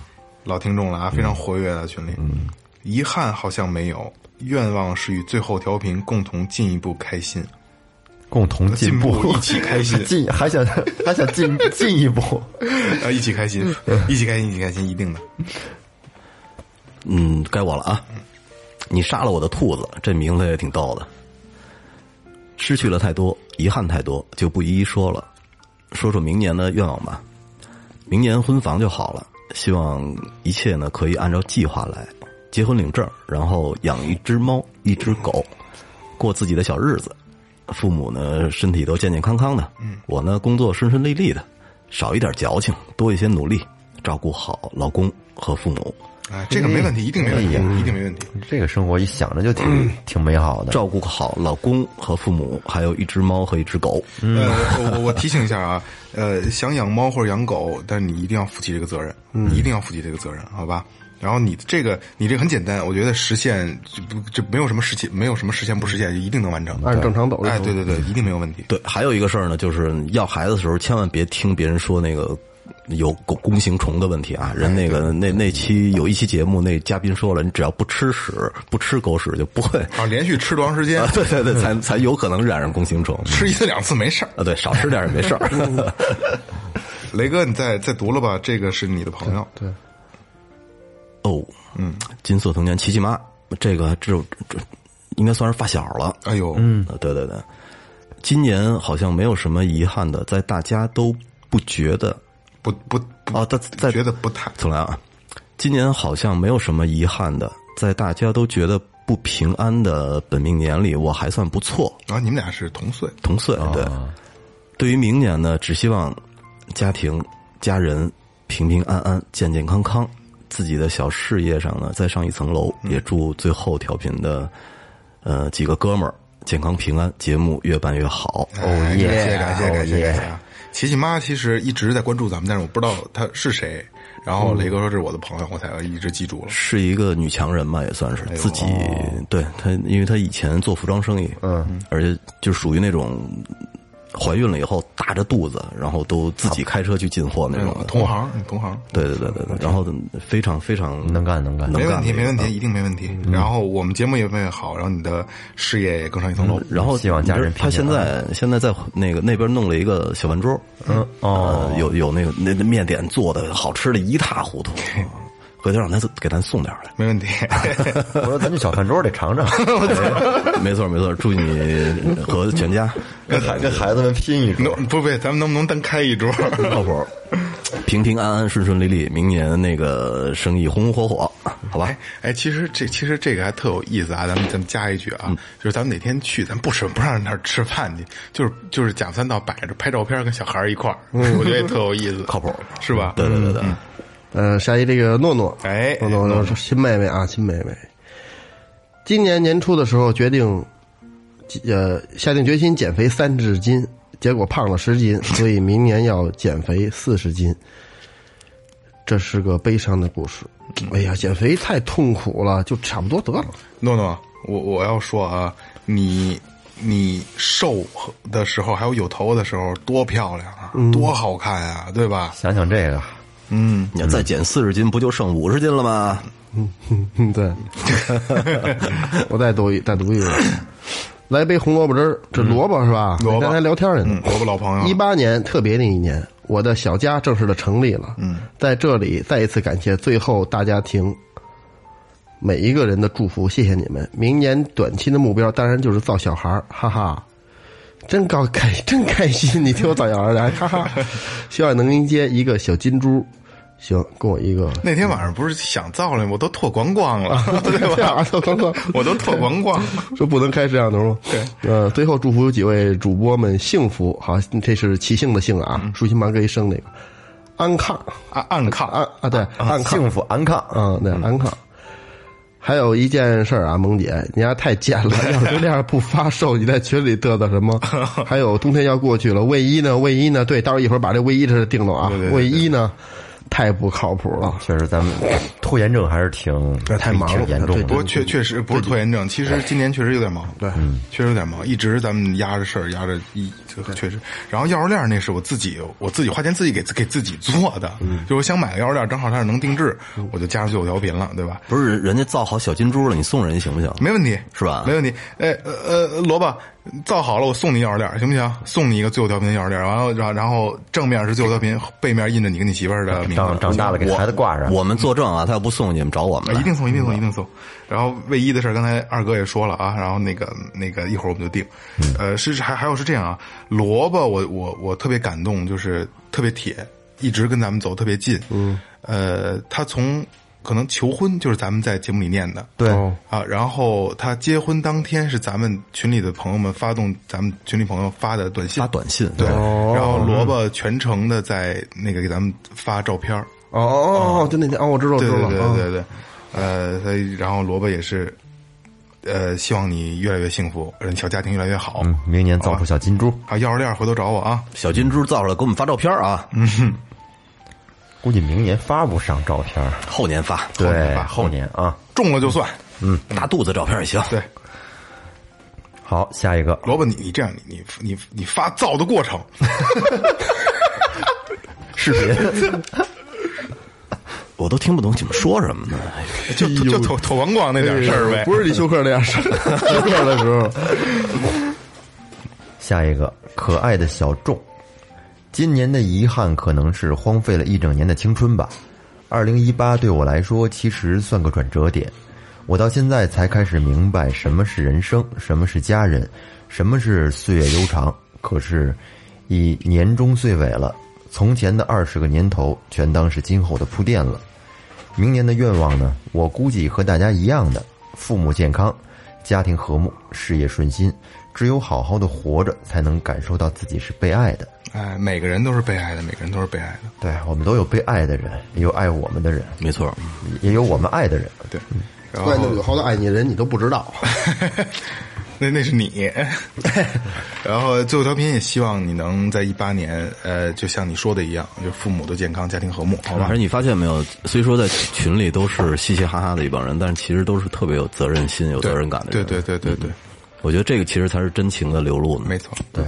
[SPEAKER 3] 老听众了啊，非常活跃的群里。
[SPEAKER 4] 嗯
[SPEAKER 3] 遗憾好像没有，愿望是与最后调频共同进一步开心，
[SPEAKER 5] 共同进步，
[SPEAKER 3] 进步一起开 心
[SPEAKER 5] 进还想还想进进一步，
[SPEAKER 3] 啊，一起开心，
[SPEAKER 4] 嗯
[SPEAKER 3] 一起开心，一起开心，一定的。
[SPEAKER 6] 嗯，该我了啊！你杀了我的兔子，这名字也挺逗的。失去了太多，遗憾太多，就不一一说了。说说明年的愿望吧。明年婚房就好了，希望一切呢可以按照计划来，结婚领证，然后养一只猫，一只狗，过自己的小日子。父母呢身体都健健康康的，我呢工作顺顺利利的，少一点矫情，多一些努力，照顾好老公和父母。
[SPEAKER 3] 啊，这个没
[SPEAKER 4] 嗯
[SPEAKER 3] 问题，一定没问
[SPEAKER 4] 哎
[SPEAKER 3] 题，一定没问题。
[SPEAKER 5] 这个生活一想着就 挺挺美好的。
[SPEAKER 6] 照顾好老公和父母，还有一只猫和一只狗。
[SPEAKER 4] 嗯
[SPEAKER 3] 呃，我我我提醒一下啊， 呃，想养猫或者养狗，但你一定要负起这个责任，
[SPEAKER 4] 嗯
[SPEAKER 3] 你一定要负起这个责任，好吧？然后你这个，你这个很简单，我觉得实现这不这没有什么实现，没有什么实现不实现，一定能完成。
[SPEAKER 4] 按正常走就
[SPEAKER 3] 哎，
[SPEAKER 4] 行
[SPEAKER 3] 对对对，一定没有问题。
[SPEAKER 6] 对，还有一个事儿呢，就是要孩子的时候，千万别听别人说那个有狗弓形虫的问题啊。人那个那那期有一期节目，那嘉宾说了，你只要不吃屎，不吃狗屎，就不会。
[SPEAKER 3] 啊，连续吃多长时间
[SPEAKER 6] 啊，？对对对，才才有可能染上弓形虫。
[SPEAKER 3] 吃一次两次没事儿。
[SPEAKER 6] 啊，对，少吃点也没事儿。
[SPEAKER 3] 雷哥，你再再读了吧，这个是你的朋友，对，
[SPEAKER 6] 哦，嗯，金色藤间琪琪妈，这个这这应该算是发小了。
[SPEAKER 3] 哎呦，嗯，
[SPEAKER 6] 呃对对对，今年好像没有什么遗憾的，在大家都不觉得
[SPEAKER 3] 不不不
[SPEAKER 6] 哦，在在
[SPEAKER 3] 嗯觉得不太
[SPEAKER 6] 重来啊，今年好像没有什么遗憾的，在大家都觉得不平安的本命年里，我还算不错，
[SPEAKER 3] 啊，你们俩是同岁，
[SPEAKER 6] 同岁对。
[SPEAKER 3] 啊
[SPEAKER 6] 对于明年呢，只希望家庭、家人平平安安、健健康康，自己的小事业上呢再上一层楼。
[SPEAKER 3] 嗯
[SPEAKER 6] 也祝最后调频的呃几个哥们儿健康平安，节目越办越好。
[SPEAKER 3] 哦
[SPEAKER 5] 耶
[SPEAKER 3] 感谢感谢
[SPEAKER 5] 哦
[SPEAKER 3] 感谢
[SPEAKER 5] 耶
[SPEAKER 3] 感谢啊！琪琪妈其实一直在关注咱们，但是我不知道她是谁。然后雷哥说这是我的朋友，我才一直记住了。
[SPEAKER 6] 是一个女强人嘛，也算是
[SPEAKER 5] 哎
[SPEAKER 6] 自己、对她，因为她以前做服装生意，嗯，而且就属于那种怀孕了以后大着肚子，然后都自己开车去进货那种
[SPEAKER 5] 哎
[SPEAKER 6] 的。
[SPEAKER 3] 哎同行，同行，
[SPEAKER 6] 对对对对对，然后非常非常
[SPEAKER 5] 能干能干
[SPEAKER 6] 能
[SPEAKER 3] 没
[SPEAKER 6] 干
[SPEAKER 3] 问题，
[SPEAKER 6] 的
[SPEAKER 3] 没问
[SPEAKER 6] 人
[SPEAKER 3] 题，一定没问题。然后我们节目也越办越好，然后你的事业也更上一层楼。
[SPEAKER 6] 然后
[SPEAKER 5] 希望家人平
[SPEAKER 6] 他
[SPEAKER 5] 安
[SPEAKER 6] 现在现在在那个那边弄了一个小饭桌，嗯
[SPEAKER 5] 哦
[SPEAKER 6] 有有那个那那面点做的好吃的一塌糊涂，回头让他给咱送点儿来。
[SPEAKER 3] 没问题。
[SPEAKER 5] 我说咱去小饭桌得尝尝，
[SPEAKER 6] 没错没错，祝你和 全家
[SPEAKER 5] 跟孩跟孩子们拼一桌。
[SPEAKER 3] 能不不，咱们能不能单开一桌？
[SPEAKER 6] 靠谱，平平安安、顺顺利利，明年那个生意红红火火，好吧
[SPEAKER 3] 哎？哎，其实这其实这个还特有意思啊，咱们咱们加一句啊，
[SPEAKER 6] 嗯
[SPEAKER 3] 就是咱们哪天去，咱不吃不让那儿吃饭去，就是就是假三道摆着拍照片，跟小孩儿一块儿，我觉得也特有意思，
[SPEAKER 6] 嗯靠谱
[SPEAKER 3] 是吧？嗯
[SPEAKER 6] 对对对对，
[SPEAKER 4] 呃，下一这个诺诺，
[SPEAKER 3] 哎
[SPEAKER 4] 诺诺说亲妹妹啊，亲妹妹，今年年初的时候决定，呃，下定决心减肥三十斤，结果胖了十 斤，所以明年要减肥四十斤。这是个悲伤的故事。
[SPEAKER 3] 嗯
[SPEAKER 4] 哎呀，减肥太痛苦了，就差不多得了。
[SPEAKER 3] 诺诺，我我要说啊，你你瘦的时候，还有有头发的时候，多漂亮啊，
[SPEAKER 6] 嗯
[SPEAKER 3] 多好看啊，对吧？
[SPEAKER 5] 想想这个，
[SPEAKER 3] 嗯
[SPEAKER 6] 你要再减四十斤，不就剩五十斤了吗？
[SPEAKER 4] 嗯，对，我再读一再读一个，来杯红萝卜汁儿，这萝卜是吧？
[SPEAKER 3] 萝卜
[SPEAKER 4] 刚才聊天儿呢，
[SPEAKER 3] 嗯，我不老朋友，
[SPEAKER 4] 一八年特别的一年，我的小家正式的成立了。嗯，在这里再一次感谢最后大家庭每一个人的祝福，谢谢你们。明年短期的目标当然就是造小孩儿，哈哈，真高开，真开心！你听我造小孩儿来，哈 哈，希望能迎接一个小金猪。行，跟我一 个。
[SPEAKER 3] 那天晚上不是想造了，我都脱光光了， 对
[SPEAKER 4] 对啊
[SPEAKER 3] 吧？
[SPEAKER 4] 脱光光
[SPEAKER 3] 我都脱光光。
[SPEAKER 4] 说不能开摄像头吗？对，呃，最后祝福几位主播们幸福。好，这是齐姓的姓啊，竖心旁跟一生那个安康
[SPEAKER 3] 暗暗抗
[SPEAKER 4] 安啊，对，安康，
[SPEAKER 5] 幸福安康，
[SPEAKER 4] 嗯，对，安康。还有一件事儿啊，萌姐，你丫太贱了！ 要是这样不发售，你在群里嘚瑟什么？还有冬天要过去了，卫衣呢？卫衣呢？对，到时候一会儿把这卫衣这事定了啊
[SPEAKER 3] 对对。对
[SPEAKER 4] 卫衣呢，太不靠谱了。
[SPEAKER 5] 确实咱们拖延症还是挺
[SPEAKER 4] 太忙了
[SPEAKER 5] 挺严重
[SPEAKER 4] 对
[SPEAKER 3] 不
[SPEAKER 5] 的
[SPEAKER 3] 过。确确实不是拖延症，其实今年确实有点忙，对，
[SPEAKER 6] 嗯
[SPEAKER 3] 确实有点忙，一直咱们压着事儿，压着一就确实。然后钥匙链儿那是我自己，我自己花钱自己给给自己做的，
[SPEAKER 6] 嗯
[SPEAKER 3] 就我想买个钥匙链儿，正好它是能定制，我就加上最后调频了，对吧？
[SPEAKER 6] 不是，人家造好小金猪了，你送人家行不行？
[SPEAKER 3] 没问题，
[SPEAKER 6] 是吧
[SPEAKER 3] 没问题。哎，呃呃，萝卜造好了，我送你钥匙链儿，行不行？送你一个最后调频的钥匙链儿，然后然后然后正面是最后调频，背面印着你跟你媳妇儿的名字。
[SPEAKER 5] 长长大了给孩子挂上，
[SPEAKER 6] 我们作证啊，他要不送你们找我们
[SPEAKER 3] 啊
[SPEAKER 6] 来
[SPEAKER 3] 一定送，一定送，一定送。然后卫衣的事儿，刚才二哥也说了啊。然后那个那个，一会儿我们就定。呃，是还还有是这样啊，萝卜我，我我特别感动，就是特别铁，一直跟咱们走特别近。嗯，呃，他从可能求婚就是咱们在节目里念的，
[SPEAKER 5] 对，
[SPEAKER 4] 哦
[SPEAKER 3] 啊，然后他结婚当天是咱们群里的朋友们发动咱们群里朋友发的短信，
[SPEAKER 6] 发短信，
[SPEAKER 3] 对，然后萝卜全程的在那个给咱们发照片儿。
[SPEAKER 4] 哦哦哦，就那天哦，我知道，我知
[SPEAKER 3] 对
[SPEAKER 4] 道
[SPEAKER 3] 嗯对
[SPEAKER 4] 了。
[SPEAKER 3] 对
[SPEAKER 4] 啊
[SPEAKER 3] 对对，呃，所以然后萝卜也是，呃，希望你越来越幸福，呃小家庭越来越好。
[SPEAKER 5] 嗯，明年造出小金猪，
[SPEAKER 3] 啊，钥匙链儿回头找我啊！
[SPEAKER 6] 小金猪造出来给我们发照片啊，
[SPEAKER 3] 嗯
[SPEAKER 5] 估计明年发不上照片儿，
[SPEAKER 6] 后年发，
[SPEAKER 5] 对，
[SPEAKER 3] 吧
[SPEAKER 5] 后年啊。
[SPEAKER 3] 中了就算。
[SPEAKER 6] 大肚子照片也行。
[SPEAKER 3] 对，
[SPEAKER 5] 好，下一个，
[SPEAKER 3] 萝卜你你这样，你你你你发造的 过程，
[SPEAKER 5] 视频，
[SPEAKER 6] 我都听不懂你们说什么呢。
[SPEAKER 3] 就就投投光光那点事儿呗。
[SPEAKER 4] 不是你休克那 样事儿，休克的时候，
[SPEAKER 5] 下一个，可爱的小众。今年的遗憾可能是荒废了一整年的青春吧。二零一八对我来说其实算个转折点，我到现在才开始明白什么是人生，什么是家人，什么是岁月悠长。可是，已年终岁尾了，从前的二十个年头全当是今后的铺垫了。明年的愿望呢，我估计和大家一样的，父母健康，家庭和睦，事业顺心。只有好好的活着，才能感受到自己是被爱的。
[SPEAKER 3] 哎，每个人都是被爱的，每个人都是被爱的。
[SPEAKER 5] 对我们都有被爱的人，也有爱我们的人，
[SPEAKER 6] 没错，
[SPEAKER 5] 也有我们爱的人。
[SPEAKER 3] 对，然
[SPEAKER 4] 怪那
[SPEAKER 3] 后
[SPEAKER 4] 有好多爱你的人你都不知道。
[SPEAKER 3] 嗯那那 是你。然后最后调频也希望你能在一八年，呃，就像你说的一样，就父母都健康，家庭和睦，好
[SPEAKER 6] 反
[SPEAKER 3] 吧
[SPEAKER 6] 正？你发现没有，虽说在群里都是嘻嘻哈哈的一帮人，但是其实都是特别有责任心、有责任感的
[SPEAKER 3] 对
[SPEAKER 6] 人。嗯
[SPEAKER 3] 对对对对。
[SPEAKER 6] 我觉得这个其实才是真情的流露呢。
[SPEAKER 3] 没错，对。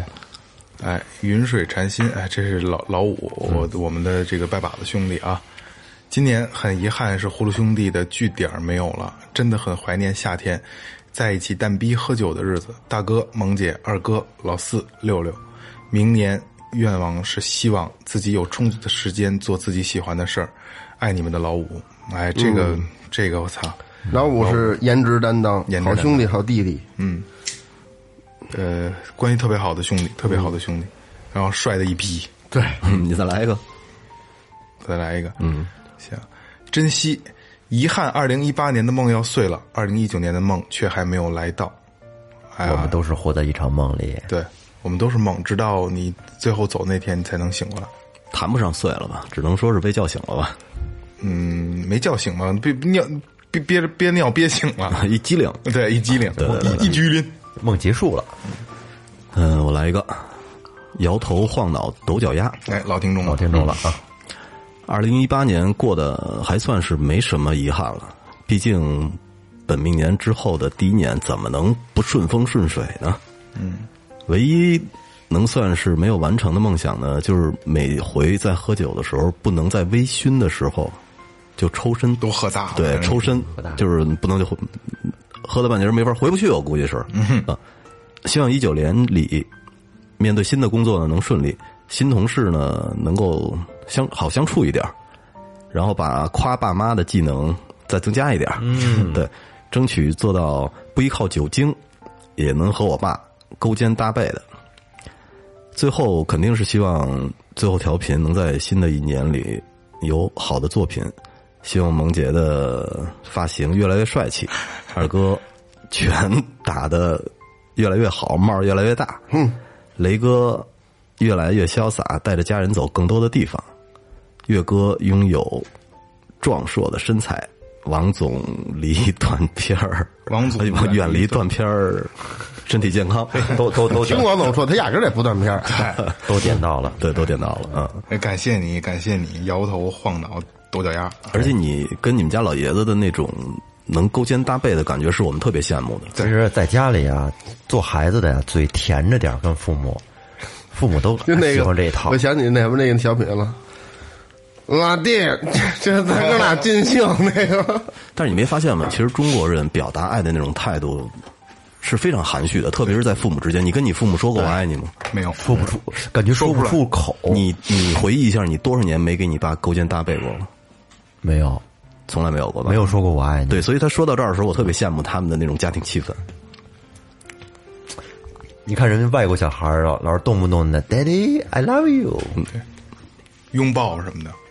[SPEAKER 3] 哎，云水禅心，哎，这是老老五，我
[SPEAKER 6] 嗯
[SPEAKER 3] 我们的这个拜把子兄弟啊。今年很遗憾是呼噜兄弟的据点没有了，真的很怀念夏天在一起蛋逼喝酒的日子。大哥、萌姐、二哥、老四、六六，明年愿望是希望自己有充足的时间做自己喜欢的事儿。爱你们的老五，哎，这个、
[SPEAKER 6] 嗯
[SPEAKER 3] 这个我操，
[SPEAKER 4] 老五是颜值担当，
[SPEAKER 3] 哦颜值担
[SPEAKER 4] 好
[SPEAKER 3] 当嗯
[SPEAKER 4] 兄弟，好弟弟。
[SPEAKER 3] 呃，关系特别好的兄弟，特别好的兄弟，然后帅的一批，
[SPEAKER 4] 对，
[SPEAKER 6] 嗯你再来一个，
[SPEAKER 3] 再来一个，嗯，行，珍惜，遗憾，二零一八年的梦要碎了，二零一九年的梦却还没有来到，哎呀
[SPEAKER 5] 我们都是活在一场梦里。
[SPEAKER 3] 对，我们都是梦，直到你最后走那天，你才能醒过来。
[SPEAKER 6] 谈不上碎了吧，只能说是被叫醒了吧，
[SPEAKER 3] 嗯，没叫醒嘛，憋尿憋憋着憋尿憋醒了，
[SPEAKER 6] 啊一激灵。
[SPEAKER 3] 对，一激灵，一一激灵，
[SPEAKER 5] 梦结束了，
[SPEAKER 6] 嗯，我来一个，摇头晃脑抖脚丫。
[SPEAKER 3] 哎，老听众了，
[SPEAKER 5] 我听懂了
[SPEAKER 4] 嗯
[SPEAKER 5] 啊。
[SPEAKER 6] 二零一八年过得还算是没什么遗憾了，毕竟本命年之后的第一年怎么能不顺风顺水呢？嗯，唯一能算是没有完成的梦想呢，就是每回在喝酒的时候，不能在微醺的时候就抽身
[SPEAKER 3] 都喝大了，
[SPEAKER 6] 对，
[SPEAKER 3] 真是
[SPEAKER 6] 抽身就是不能就回，喝了半截儿没法回不去，我估计是。啊，希望一九年里面对新的工作呢能顺利，新同事呢能够相好相处一点儿，然后把夸爸妈的技能再增加一点，嗯，对，争取做到不依靠酒精，也能和我爸勾肩搭背的。最后肯定是希望最后调频能在新的一年里有好的作品，希望萌杰的发型越来越帅 气，二哥拳打的越来越好，帽儿越来越大，嗯，雷哥越来越潇洒，带着家人走更多的地方，岳哥拥有壮硕的身材，王总离断片儿，哎
[SPEAKER 3] 王总
[SPEAKER 6] 远离断片儿，身体健康，
[SPEAKER 5] 都都 都
[SPEAKER 4] 听王总说，他压根儿也不断 片儿。
[SPEAKER 5] 都点到了，
[SPEAKER 6] 对，都点到了，嗯。
[SPEAKER 3] 哎，感谢你，感谢你，摇头晃脑抖脚丫，
[SPEAKER 6] 而且你跟你们家老爷子的那种能勾肩搭背的感觉，是我们特别羡慕的。
[SPEAKER 5] 其实在家里啊，做孩子的呀，嘴甜着点儿跟父母，父母都
[SPEAKER 4] 就那
[SPEAKER 5] 喜
[SPEAKER 4] 个
[SPEAKER 5] 欢这一套
[SPEAKER 4] 我。想起那什么那个小品了，老弟， 这咱哥俩尽兴那个。
[SPEAKER 6] 但是你没发现吗？其实中国人表达爱的那种态度是非常含蓄的，特别是在父母之间。你跟你父母说过我爱你吗？
[SPEAKER 3] 没有
[SPEAKER 5] 说不出，感觉说不出口。
[SPEAKER 6] 你你回忆一下，你多少年没给你爸勾肩搭背过了？
[SPEAKER 5] 没有，
[SPEAKER 6] 从来没有过吧？
[SPEAKER 5] 没有。说过我爱你。
[SPEAKER 6] 对，，所以他说到这儿的时候，我特别羡慕他们的那种家庭气氛。
[SPEAKER 5] 你看人家外国小孩儿啊，老是动不动的 “Daddy, I love you”，
[SPEAKER 3] 拥抱什么的。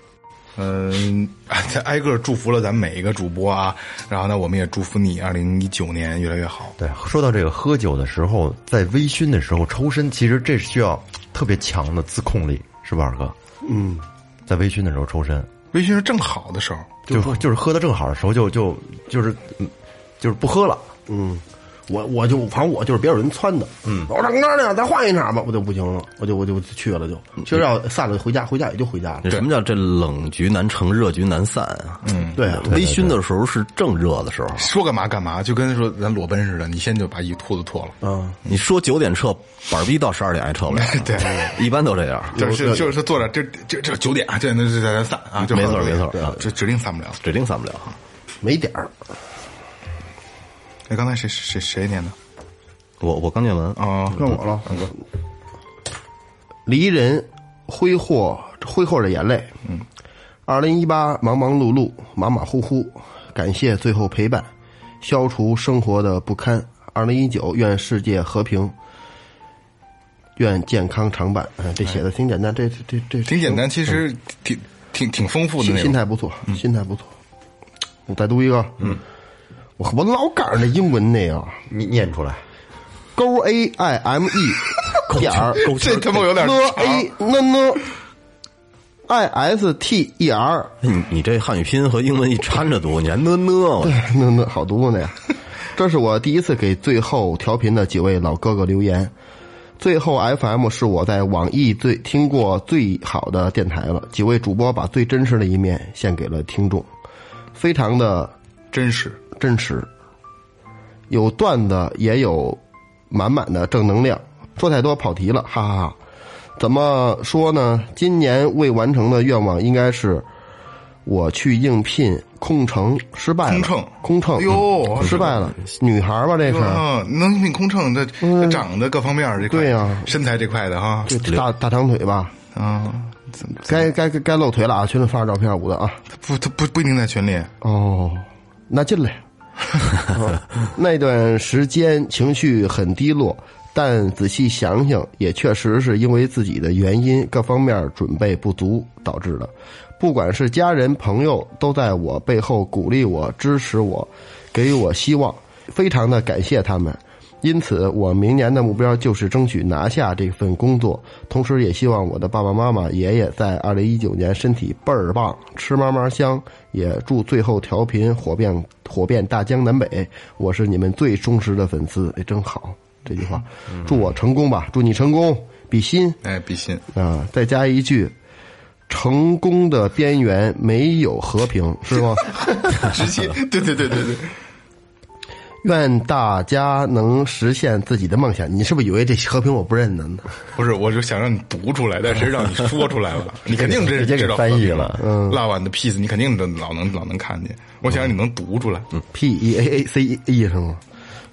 [SPEAKER 3] 嗯，再挨个祝福了咱们每一个主播啊，然后呢，我们也祝福你二零一九年越来越好。
[SPEAKER 5] 对，说到这个喝酒的时候，在微醺的时候抽身，其实这是需要特别强的自控力，是吧，二哥？
[SPEAKER 4] 嗯，
[SPEAKER 5] 在微醺的时候抽身，
[SPEAKER 3] 微醺是正好的时候，
[SPEAKER 5] 就就是喝的正好的时候就，就就是嗯就是不喝了。
[SPEAKER 4] 嗯我我就反正我就是别有人撺的，嗯，我说大哥呢，咱换一场吧，我就不行了，我就我就去了就，其实要散了回家，回家也就回家了，
[SPEAKER 6] 什么叫这冷局难成，热局难散啊？嗯，
[SPEAKER 4] 对啊，
[SPEAKER 6] 微醺的时候是正热的时候。
[SPEAKER 3] 说干嘛干嘛，就跟说咱裸奔似的，你先就把衣裤子脱了。
[SPEAKER 4] 嗯，
[SPEAKER 6] 你说九点撤，板儿逼到十二点还撤不了。
[SPEAKER 3] 对，
[SPEAKER 6] 一般都这样。
[SPEAKER 3] 就是就是坐着，这这这九点，这那这咱散啊，就
[SPEAKER 6] 没错
[SPEAKER 3] 喝酒
[SPEAKER 6] 没错对
[SPEAKER 3] 这指定散不了。
[SPEAKER 6] 指定散不了。
[SPEAKER 4] 没点儿，
[SPEAKER 3] 哎，刚才谁谁谁念的？
[SPEAKER 6] 我我刚念完啊，
[SPEAKER 3] 哦，
[SPEAKER 4] 问我了，离人挥霍挥霍着眼泪，嗯，二零一八忙忙碌碌马马虎虎，感谢最后陪伴，消除生活的不堪。二零一九，愿世界和平，愿健康常伴。哎，这写的挺简单，这这这这
[SPEAKER 3] 挺简单，其实挺挺挺丰富的
[SPEAKER 4] 心
[SPEAKER 3] 那
[SPEAKER 4] 心
[SPEAKER 3] 种。
[SPEAKER 4] 态不错，心态不错。我再读一个，嗯，我我老赶上这英文那个
[SPEAKER 5] 你念出来，
[SPEAKER 4] 勾 a i m
[SPEAKER 6] 啊
[SPEAKER 4] e 点儿
[SPEAKER 3] 这他妈有点
[SPEAKER 4] 呢 a 呢呢哎 i s t e r
[SPEAKER 6] 你你这汉语拼音和英文一掺着读，你还呢呢我
[SPEAKER 4] 呢呢哎好 读呢呀。这是我第一次给最后调频的几位老哥哥留言。最后 FM 是我在网易最听过最好的电台了，几位主播把最真实的一面献给了听众，非常的
[SPEAKER 3] 真实，
[SPEAKER 4] 真实，有段子也有满满的正能量。说太多跑题了，哈哈哈。怎么说呢？今年未完成的愿望应该是我去应聘空乘，失败了。
[SPEAKER 3] 空乘
[SPEAKER 4] 空乘，
[SPEAKER 3] 哎呦
[SPEAKER 4] 嗯失败了。女孩儿吧，这是、
[SPEAKER 3] 嗯，能命空乘这
[SPEAKER 6] 嗯
[SPEAKER 3] 这长得各方面这块
[SPEAKER 6] 啊
[SPEAKER 4] 对呀
[SPEAKER 3] 身材这块的哈，
[SPEAKER 4] 这大大长腿吧？
[SPEAKER 3] 嗯，
[SPEAKER 4] 该该该该露腿了啊！群里发个照片，捂的啊。
[SPEAKER 3] 不，他不不一定在群里。
[SPEAKER 4] 哦，那进来。 那段时间情绪很低落，但仔细想想，也确实是因为自己的原因，各方面准备不足导致的。不管是家人、朋友，都在我背后鼓励我、支持我，给予我希望，非常的感谢他们。因此，我明年的目标就是争取拿下这份工作，同时也希望我的爸爸妈妈、爷爷在二零一九年身体倍儿棒，吃嘛嘛香。也祝最后调频火遍火遍大江南北，我是你们最忠实的粉丝。哎，真好，这句话，祝我成功吧，祝你成功，比心
[SPEAKER 3] 哎，比心，
[SPEAKER 4] 啊！再加一句，成功的边缘没有和平，是吗？
[SPEAKER 3] 直接，哎 对对对对对，
[SPEAKER 4] 愿大家能实现自己的梦想。你是不是以为这和平我不认得呢？
[SPEAKER 3] 不是，我就想让你读出来，但谁让你说出来 了？你肯定
[SPEAKER 5] 直
[SPEAKER 3] 这
[SPEAKER 5] 接给
[SPEAKER 3] 知道
[SPEAKER 5] 翻译了
[SPEAKER 3] 嗯，蜡晚的 piece，你肯定老能老能看见。我想让你能读出来，
[SPEAKER 4] P E A A C E E 是吗？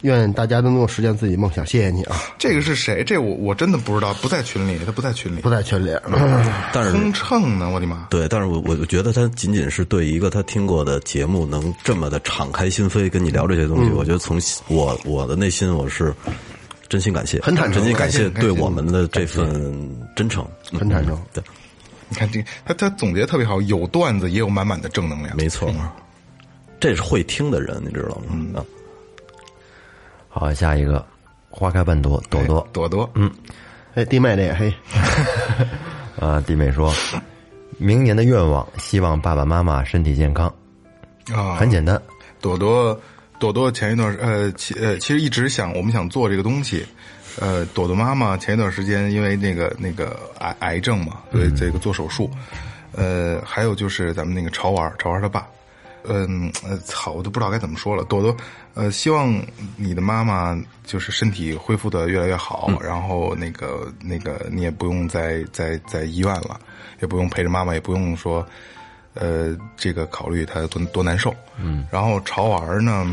[SPEAKER 4] 愿大家都能够实现自己梦想，谢谢你啊！
[SPEAKER 3] 这个是谁？这我我真的不知道，不在群里，他不在群里
[SPEAKER 4] 不。在群里，
[SPEAKER 6] 但是
[SPEAKER 3] 空乘呢？我的妈！
[SPEAKER 6] 对，但是我我觉得他仅仅是对一个他听过的节目能这么的敞开心扉跟你聊这些东西，我觉得从心我我的内心我是真心感谢，
[SPEAKER 4] 很坦诚
[SPEAKER 6] 真心感谢
[SPEAKER 3] 很开
[SPEAKER 6] 对
[SPEAKER 3] 心
[SPEAKER 6] 我们的这份真诚，
[SPEAKER 4] 很坦诚
[SPEAKER 6] 嗯对，
[SPEAKER 3] 你看这他他总结特别好，有段子也有满满的正能量。
[SPEAKER 6] 没错，这是会听的人，你知道吗？啊，
[SPEAKER 5] 好，下一个，花开半朵，朵朵
[SPEAKER 3] 哎朵朵，嗯，
[SPEAKER 4] 哎，弟妹这也嘿，
[SPEAKER 5] 啊，弟妹说，明年的愿望，希望爸爸妈妈身体健康，
[SPEAKER 3] 啊，
[SPEAKER 5] 很简单，
[SPEAKER 3] 朵朵，朵朵前一段时呃，其呃，其实一直想我们想做这个东西。呃，朵朵妈妈前一段时间因为那个那个癌癌症嘛，对这个做手术。呃，还有就是咱们那个潮玩，潮玩他爸。嗯，呃，操，我都不知道该怎么说了。朵朵，呃，希望你的妈妈就是身体恢复的越来越好，然后那个那个你也不用再再在医院了，也不用陪着妈妈，也不用说呃，这个考虑他多多难受。嗯，然后潮玩儿呢，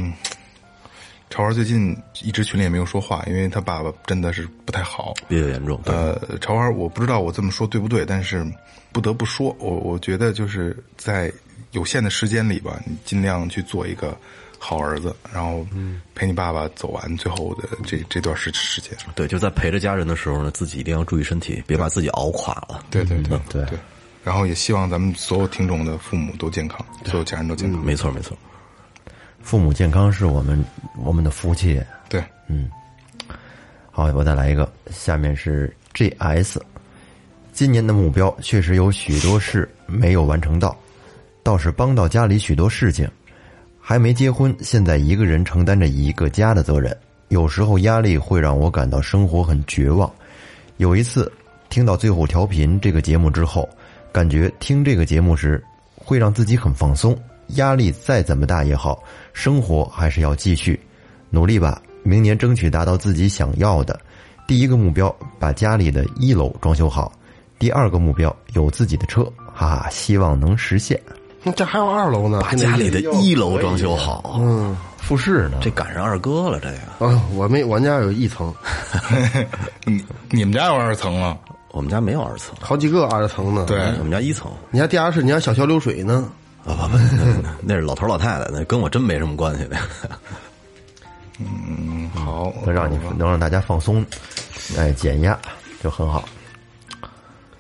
[SPEAKER 3] 潮玩儿最近一直群里也没有说话，因为他爸爸真的是不太好。
[SPEAKER 6] 比较严重，对，
[SPEAKER 3] 呃，潮玩儿，我不知道我这么说对不对，但是不得不说，我我觉得就是在有限的时间里吧，你尽量去做一个好儿子，然后陪你爸爸走完最后的这这段时时间。
[SPEAKER 6] 对，就在陪着家人的时候呢，自己一定要注意身体，别把自己熬垮了。
[SPEAKER 3] 对对对
[SPEAKER 5] 对
[SPEAKER 3] 嗯对。然后也希望咱们所有听众的父母都健康，所有家人都健康。
[SPEAKER 6] 嗯没错，没错，
[SPEAKER 5] 父母健康是我们我们的福气。
[SPEAKER 3] 对，
[SPEAKER 5] 好，我再来一个，下面是 GS。今年的目标确实有许多事没有完成到，倒是帮到家里许多事情。还没结婚，现在一个人承担着一个家的责任，有时候压力会让我感到生活很绝望。有一次听到《最后调频》这个节目之后，感觉听这个节目时会让自己很放松，压力再怎么大也好，生活还是要继续，努力吧，明年争取达到自己想要的。第一个目标，把家里的一楼装修好；第二个目标，有自己的车，哈、哈，希望能实现。
[SPEAKER 4] 这还有二楼呢，
[SPEAKER 6] 把家里的一楼装修好，嗯，
[SPEAKER 5] 复试呢？
[SPEAKER 6] 这赶上二哥了，这个
[SPEAKER 4] 啊，我没，我家有一层，
[SPEAKER 3] 你你们家有二层啊了？
[SPEAKER 6] 我们家没有二层，
[SPEAKER 4] 好几个二层呢。
[SPEAKER 3] 对，
[SPEAKER 6] 我们家一层。
[SPEAKER 4] 你家地下室，你家小桥流水呢？
[SPEAKER 6] 啊不不，那 那是老头老太太，那跟我真没什么关系的。
[SPEAKER 3] 好，
[SPEAKER 5] 能让你能让大家放松，哎，减压就很好。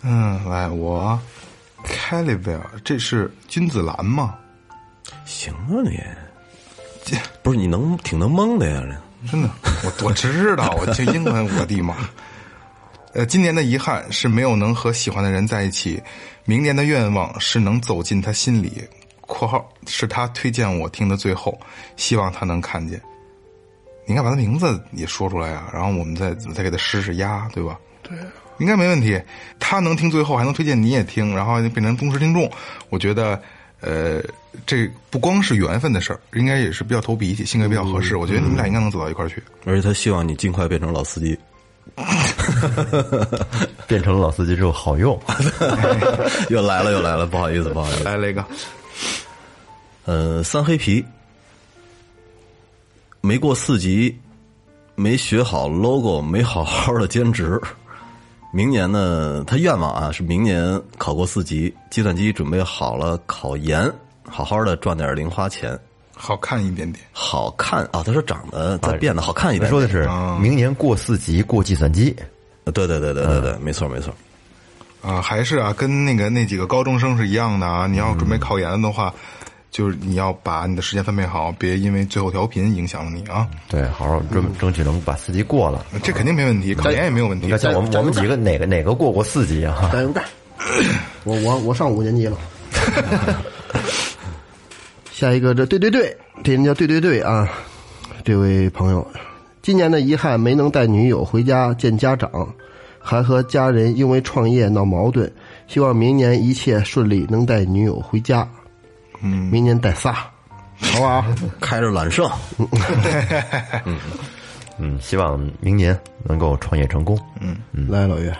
[SPEAKER 3] 嗯，来我 c a l i b e r 这是君子兰吗？
[SPEAKER 6] 行啊你，不是你能挺能蒙的呀？
[SPEAKER 3] 真的， 我我知道，我听英文，我的妈！呃，今年的遗憾是没有能和喜欢的人在一起，明年的愿望是能走进他心里（括号是他推荐我听的最后），希望他能看见。你应该把他名字也说出来啊，然后我们再再给他施施压，对吧？对、应该没问题。他能听最后，还能推荐你也听，然后变成忠实听众，我觉得。呃，这不光是缘分的事儿，应该也是比较投脾气，性格比较合适。我觉得你们俩应该能走到一块儿去。
[SPEAKER 6] 而且他希望你尽快变成老司机，
[SPEAKER 5] 变成老司机之后好 用，
[SPEAKER 6] 又来了又来了，不好意思不好意思。
[SPEAKER 3] 来雷哥，
[SPEAKER 6] 呃，三黑皮，没 过四级，没学好 logo，没好好的兼职，明年呢，他愿望啊是明年考过四级，计算机准备好了考研，好好的赚点零花钱，
[SPEAKER 3] 好看一点点。
[SPEAKER 6] 好看啊！他说长得再变得好看一
[SPEAKER 5] 你
[SPEAKER 6] 点。
[SPEAKER 5] 说的是明年过四级过计算机，
[SPEAKER 6] 对对对对对对，没错没错。
[SPEAKER 3] 啊，还是啊，跟那个那几个高中生是一样的啊。你要准备考研的话，就是你要把你的时间分配好，别因为最后调频影响了你啊。
[SPEAKER 5] 对，好好争争取能把四级过了。
[SPEAKER 3] 这肯定没问题，考研也没有问题
[SPEAKER 5] 嗯你看，。像我们我们几个哪个哪个过过四级啊？
[SPEAKER 4] 大勇干，我我我上五年级了。下一个，这对对对，这人叫对对对啊，这位朋友，今年的遗憾没能带女友回家见家长，还和家人因为创业闹矛盾，希望明年一切顺利，能带女友回家。嗯，明年带仨，好啊不好？
[SPEAKER 6] 开着揽胜，
[SPEAKER 5] 嗯，希望明年能够创业成功。
[SPEAKER 4] 来，老岳，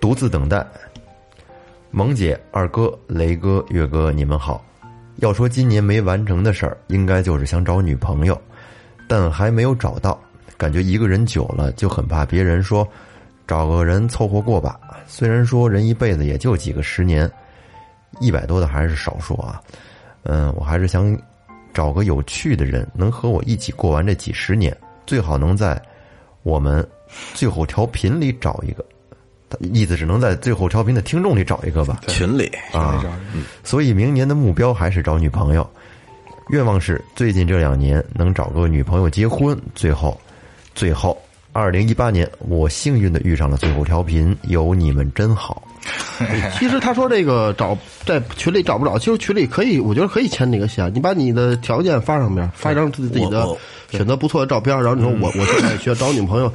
[SPEAKER 5] 独自等待。萌姐、二哥、雷哥、月哥，你们好。要说今年没完成的事儿，应该就是想找女朋友，但还没有找到。感觉一个人久了，就很怕别人说找个人凑合过吧。虽然说人一辈子也就几个十年，一百多的还是少数啊。嗯，我还是想找个有趣的人，能和我一起过完这几十年，最好能在我们最后调频里找一个。意思只能在最后调频的听众里找一个吧。
[SPEAKER 6] 群里
[SPEAKER 5] 啊，所以明年的目标还是找女朋友，愿望是最近这两年能找个女朋友结婚。最后，最后，二零一八年我幸运的遇上了最后调频，有你们真好。
[SPEAKER 4] 其实他说这个找在群里找不着，其实群里可以，我觉得可以签这个线，你把你的条件发上面，发一张自己的
[SPEAKER 6] 我
[SPEAKER 4] 选择不错的照片，然后你说我我现在需要找女朋友，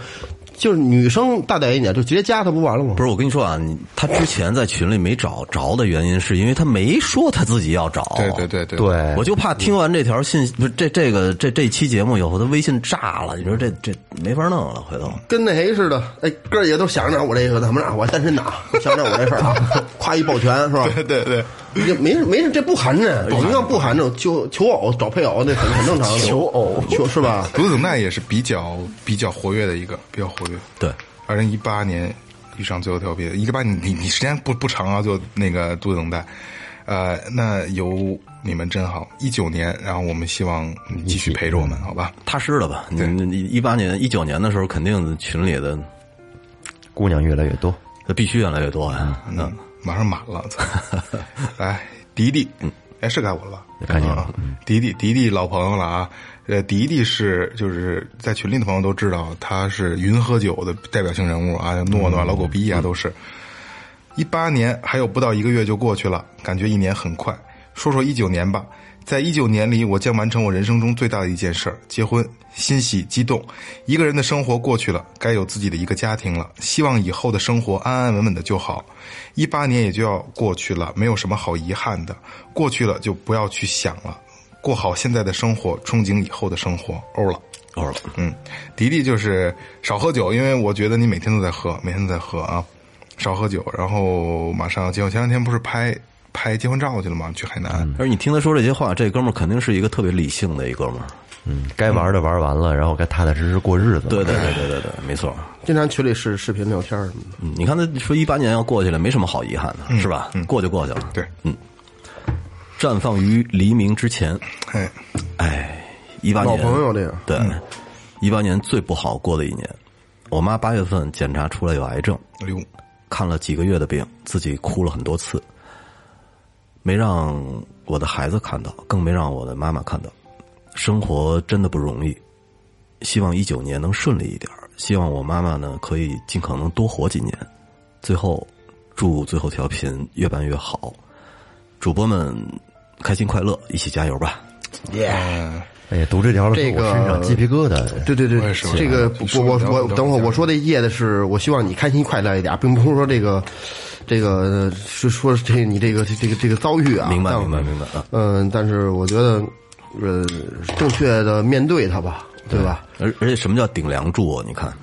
[SPEAKER 4] 就是女生大胆一点，就直接加他不完了吗？
[SPEAKER 6] 不是我跟你说啊，你他之前在群里没找着的原因，是因为他没说他自己要找。
[SPEAKER 3] 对对对对，
[SPEAKER 5] 哦对，
[SPEAKER 6] 我就怕听完这条信息，不是这这个这这期节目以后，他微信炸了，你说这这没法弄了，回头
[SPEAKER 4] 跟那谁似的，哎，哥儿也都想着我这个怎么着，我单身的啊， 想着我这事儿啊，夸一抱拳是 吧？
[SPEAKER 3] 对对，
[SPEAKER 4] 也没事没事，这不寒碜，你要不寒碜，求求偶找配偶那很很正常的， 求偶求是吧？
[SPEAKER 3] 独自等待也是比较比较活跃的一个，比较活跃。
[SPEAKER 6] 对，
[SPEAKER 3] 二零一八年遇上最后调频，一八年你你时间不不长啊，就那个独自等待。呃，那有你们真好。一九年，然后我们希望你继续陪着我们，好吧？
[SPEAKER 6] 踏实了吧？你你一八年、一九年的时候，肯定群里的
[SPEAKER 5] 姑娘越来越多。
[SPEAKER 6] 那必须越来越多啊呀。那
[SPEAKER 3] 马上满了，操！来，迪迪，哎，是该我了吧？
[SPEAKER 5] 该你了
[SPEAKER 3] 啊迪迪，迪迪老朋友了啊。呃，迪迪是就是在群里的朋友都知道，他是云喝酒的代表性人物啊，诺诺、老狗逼啊，都是。一八年还有不到一个月就过去了，感觉一年很快。说说一九年吧，在一九年里，我将完成我人生中最大的一件事儿——结婚，欣喜激动。一个人的生活过去了，该有自己的一个家庭了。希望以后的生活安安稳稳的就好。一八年也就要过去了，没有什么好遗憾的，过去了就不要去想了，过好现在的生活，憧憬以后的生活。欧了。
[SPEAKER 6] 偶尔了，
[SPEAKER 3] 嗯，迪迪就是少喝酒，因为我觉得你每天都在喝，每天都在喝啊，少喝酒。然后马上结婚，前两天不是拍拍结婚照去了吗？去海南。
[SPEAKER 5] 嗯
[SPEAKER 6] 而你听他说这些话，这哥们儿肯定是一个特别理性的一哥们儿。
[SPEAKER 5] 嗯，该玩的玩完了，然后该踏踏实实过日子。
[SPEAKER 6] 对对对对对对，没错。
[SPEAKER 4] 经常群里视视频聊天什么的。
[SPEAKER 6] 嗯，你看他说一八年要过去了，没什么好遗憾的，是吧？过就过去了。
[SPEAKER 3] 对，
[SPEAKER 6] 嗯，绽放于黎明之前。
[SPEAKER 3] 哎，
[SPEAKER 6] 哎，一八
[SPEAKER 4] 老
[SPEAKER 6] 年
[SPEAKER 4] 朋友这个
[SPEAKER 6] 对，一八年最不好过的一年。我妈八月份检查出来有癌症，
[SPEAKER 3] 刘，
[SPEAKER 6] 看了几个月的病，自己哭了很多次，没让我的孩子看到，更没让我的妈妈看到。生活真的不容易，希望一九年能顺利一点儿，希望我妈妈呢可以尽可能多活几年。最后，祝最后调频越办越好，主播们开心快乐，一起加油吧！
[SPEAKER 3] 呃
[SPEAKER 5] 哎呀，读这条的时候
[SPEAKER 4] 这个
[SPEAKER 5] 我身上鸡皮疙瘩。
[SPEAKER 4] 对对对
[SPEAKER 3] 我也是，
[SPEAKER 4] 这个
[SPEAKER 3] 我也是
[SPEAKER 4] 我我
[SPEAKER 3] 说不了
[SPEAKER 4] 我
[SPEAKER 3] 聊
[SPEAKER 4] 等会
[SPEAKER 3] 不
[SPEAKER 4] 儿
[SPEAKER 3] 了
[SPEAKER 4] 我说这一页的是，我希望你开心快乐一点，并不是说这个这个是说这你这个这个这个遭遇啊。
[SPEAKER 6] 明白，
[SPEAKER 4] 但
[SPEAKER 6] 明白，明白啊！
[SPEAKER 4] 嗯，但是我觉得，呃，正确的面对它吧，对吧？
[SPEAKER 6] 而而且什么叫顶梁柱啊？你看，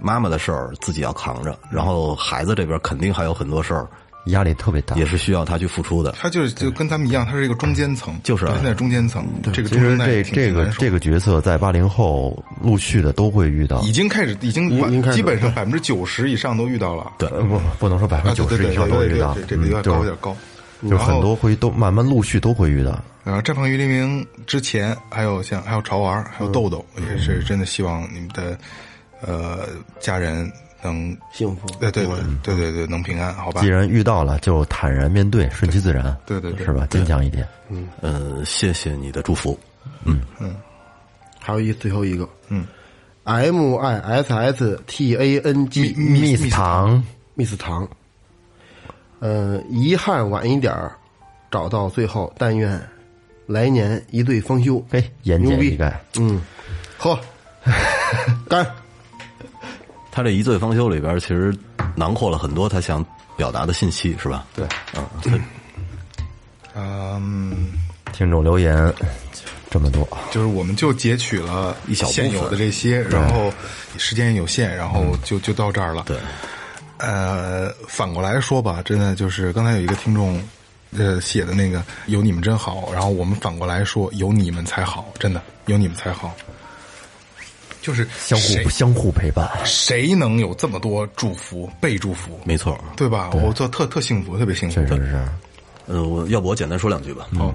[SPEAKER 6] 妈妈的事儿自己要扛着，然后孩子这边肯定还有很多事儿
[SPEAKER 5] 压力特别大。
[SPEAKER 6] 也是需要他去付出的。
[SPEAKER 3] 他就是就跟咱们一样，他是一个中间层，
[SPEAKER 6] 就是啊
[SPEAKER 3] 他现在中间层，这个
[SPEAKER 5] 其
[SPEAKER 3] 中
[SPEAKER 5] 实
[SPEAKER 3] 间带
[SPEAKER 5] 这
[SPEAKER 3] 挺
[SPEAKER 5] 这个
[SPEAKER 3] 难受
[SPEAKER 5] 这个角色在八零后陆续的都会遇到，
[SPEAKER 3] 已经开始，已经
[SPEAKER 4] 已经开始
[SPEAKER 3] 基本上百分之九十以上都遇到了，对，
[SPEAKER 5] 呃不不能说百分
[SPEAKER 3] 啊
[SPEAKER 5] 之九
[SPEAKER 3] 对对
[SPEAKER 5] 十
[SPEAKER 3] 对
[SPEAKER 5] 以上都
[SPEAKER 3] 对
[SPEAKER 5] 会
[SPEAKER 3] 对
[SPEAKER 5] 遇到，
[SPEAKER 3] 对，这
[SPEAKER 5] 嗯
[SPEAKER 3] 个有点
[SPEAKER 5] 就
[SPEAKER 3] 高，有
[SPEAKER 5] 是
[SPEAKER 3] 点高。
[SPEAKER 5] 就是很多会都慢慢陆续都会遇到。
[SPEAKER 3] 呃，绽放于黎明之前，还有像还有潮玩，还有豆豆，也是真的希望你们的呃家人能
[SPEAKER 4] 幸福
[SPEAKER 3] 对对对对对对能平安，好吧
[SPEAKER 5] 既？然遇到了，就坦然面对，顺其自然，
[SPEAKER 3] 对对对
[SPEAKER 5] 是吧？坚强一点。
[SPEAKER 6] 呃，谢谢你的祝福。
[SPEAKER 4] 还有一最后一个，嗯，M I S S T A N G
[SPEAKER 5] Miss 唐，
[SPEAKER 4] Miss 唐，呃，遗憾晚一点儿找到最后，但愿来年一对方休。
[SPEAKER 5] 哎，言
[SPEAKER 4] 牛
[SPEAKER 5] 简意
[SPEAKER 4] 逼，
[SPEAKER 5] 赅。
[SPEAKER 4] 嗯，喝， 干，
[SPEAKER 6] 他这一醉方休里边，其实囊括了很多他想表达的信息，是吧？对，啊，所以
[SPEAKER 3] 嗯，
[SPEAKER 5] 听众留言这么多，
[SPEAKER 3] 就是我们就截取了
[SPEAKER 6] 一小部分
[SPEAKER 3] 现有的这些，然后时间有限，然后就就到这儿了。对，呃，反过来说吧，真的就是刚才有一个听众。呃，写的那个有你们真好，然后我们反过来说有你们才好，真的有你们才好，就是
[SPEAKER 5] 相
[SPEAKER 3] 谁
[SPEAKER 5] 互相互陪伴。
[SPEAKER 3] 谁能有这么多祝福被祝福？
[SPEAKER 6] 没错。啊
[SPEAKER 3] 对吧？我做特特幸福，特别幸福
[SPEAKER 5] 确。实是，
[SPEAKER 6] 呃，我要不我简单说两句吧。哦，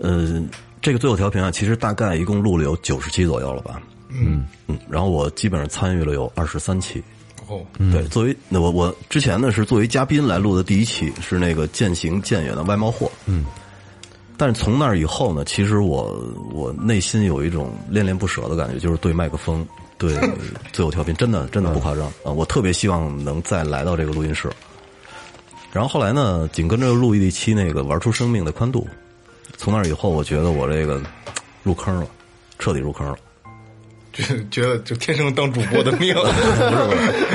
[SPEAKER 6] 呃，这个最后调频啊，其实大概一共录了有九十期左右了吧。嗯嗯，然后我基本上参与了有二十三期。
[SPEAKER 3] 哦，
[SPEAKER 6] 对，作为那我我之前呢是作为嘉宾来录的第一期，是那个渐行渐远的外贸货。嗯，但是从那儿以后呢，其实我我内心有一种恋恋不舍的感觉，就是对麦克风，对最后调频，真的真的不夸张啊、我特别希望能再来到这个录音室。然后后来呢，紧跟着又录一期那个《玩出生命的宽度》，从那儿以后，我觉得我这个入坑了，彻底入坑了。
[SPEAKER 3] 就觉得就天生当主播的命，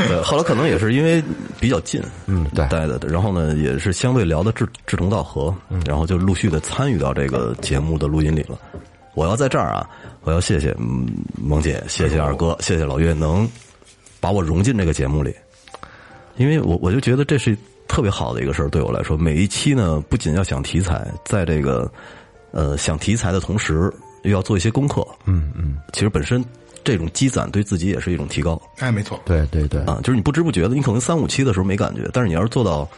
[SPEAKER 6] 对， 后来可能也是因为比较近，嗯，
[SPEAKER 5] 对
[SPEAKER 6] 待的，然后呢，也是相对聊的志志同道合，然后就陆续的参与到这个节目的录音里了。我要在这儿啊，我要谢谢嗯萌姐，谢谢二哥，谢谢老岳，能把我融进这个节目里，因为我我就觉得这是特别好的一个事儿，对我来说，每一期呢，不仅要想题材，在这个呃想题材的同时，又要做一些功课，嗯嗯，其实本身这种积攒对自己也是一种提高，
[SPEAKER 3] 哎，没错，
[SPEAKER 5] 对对对，
[SPEAKER 6] 啊，就是你不知不觉的，你可能三五期的时候没感觉，但是你要是做到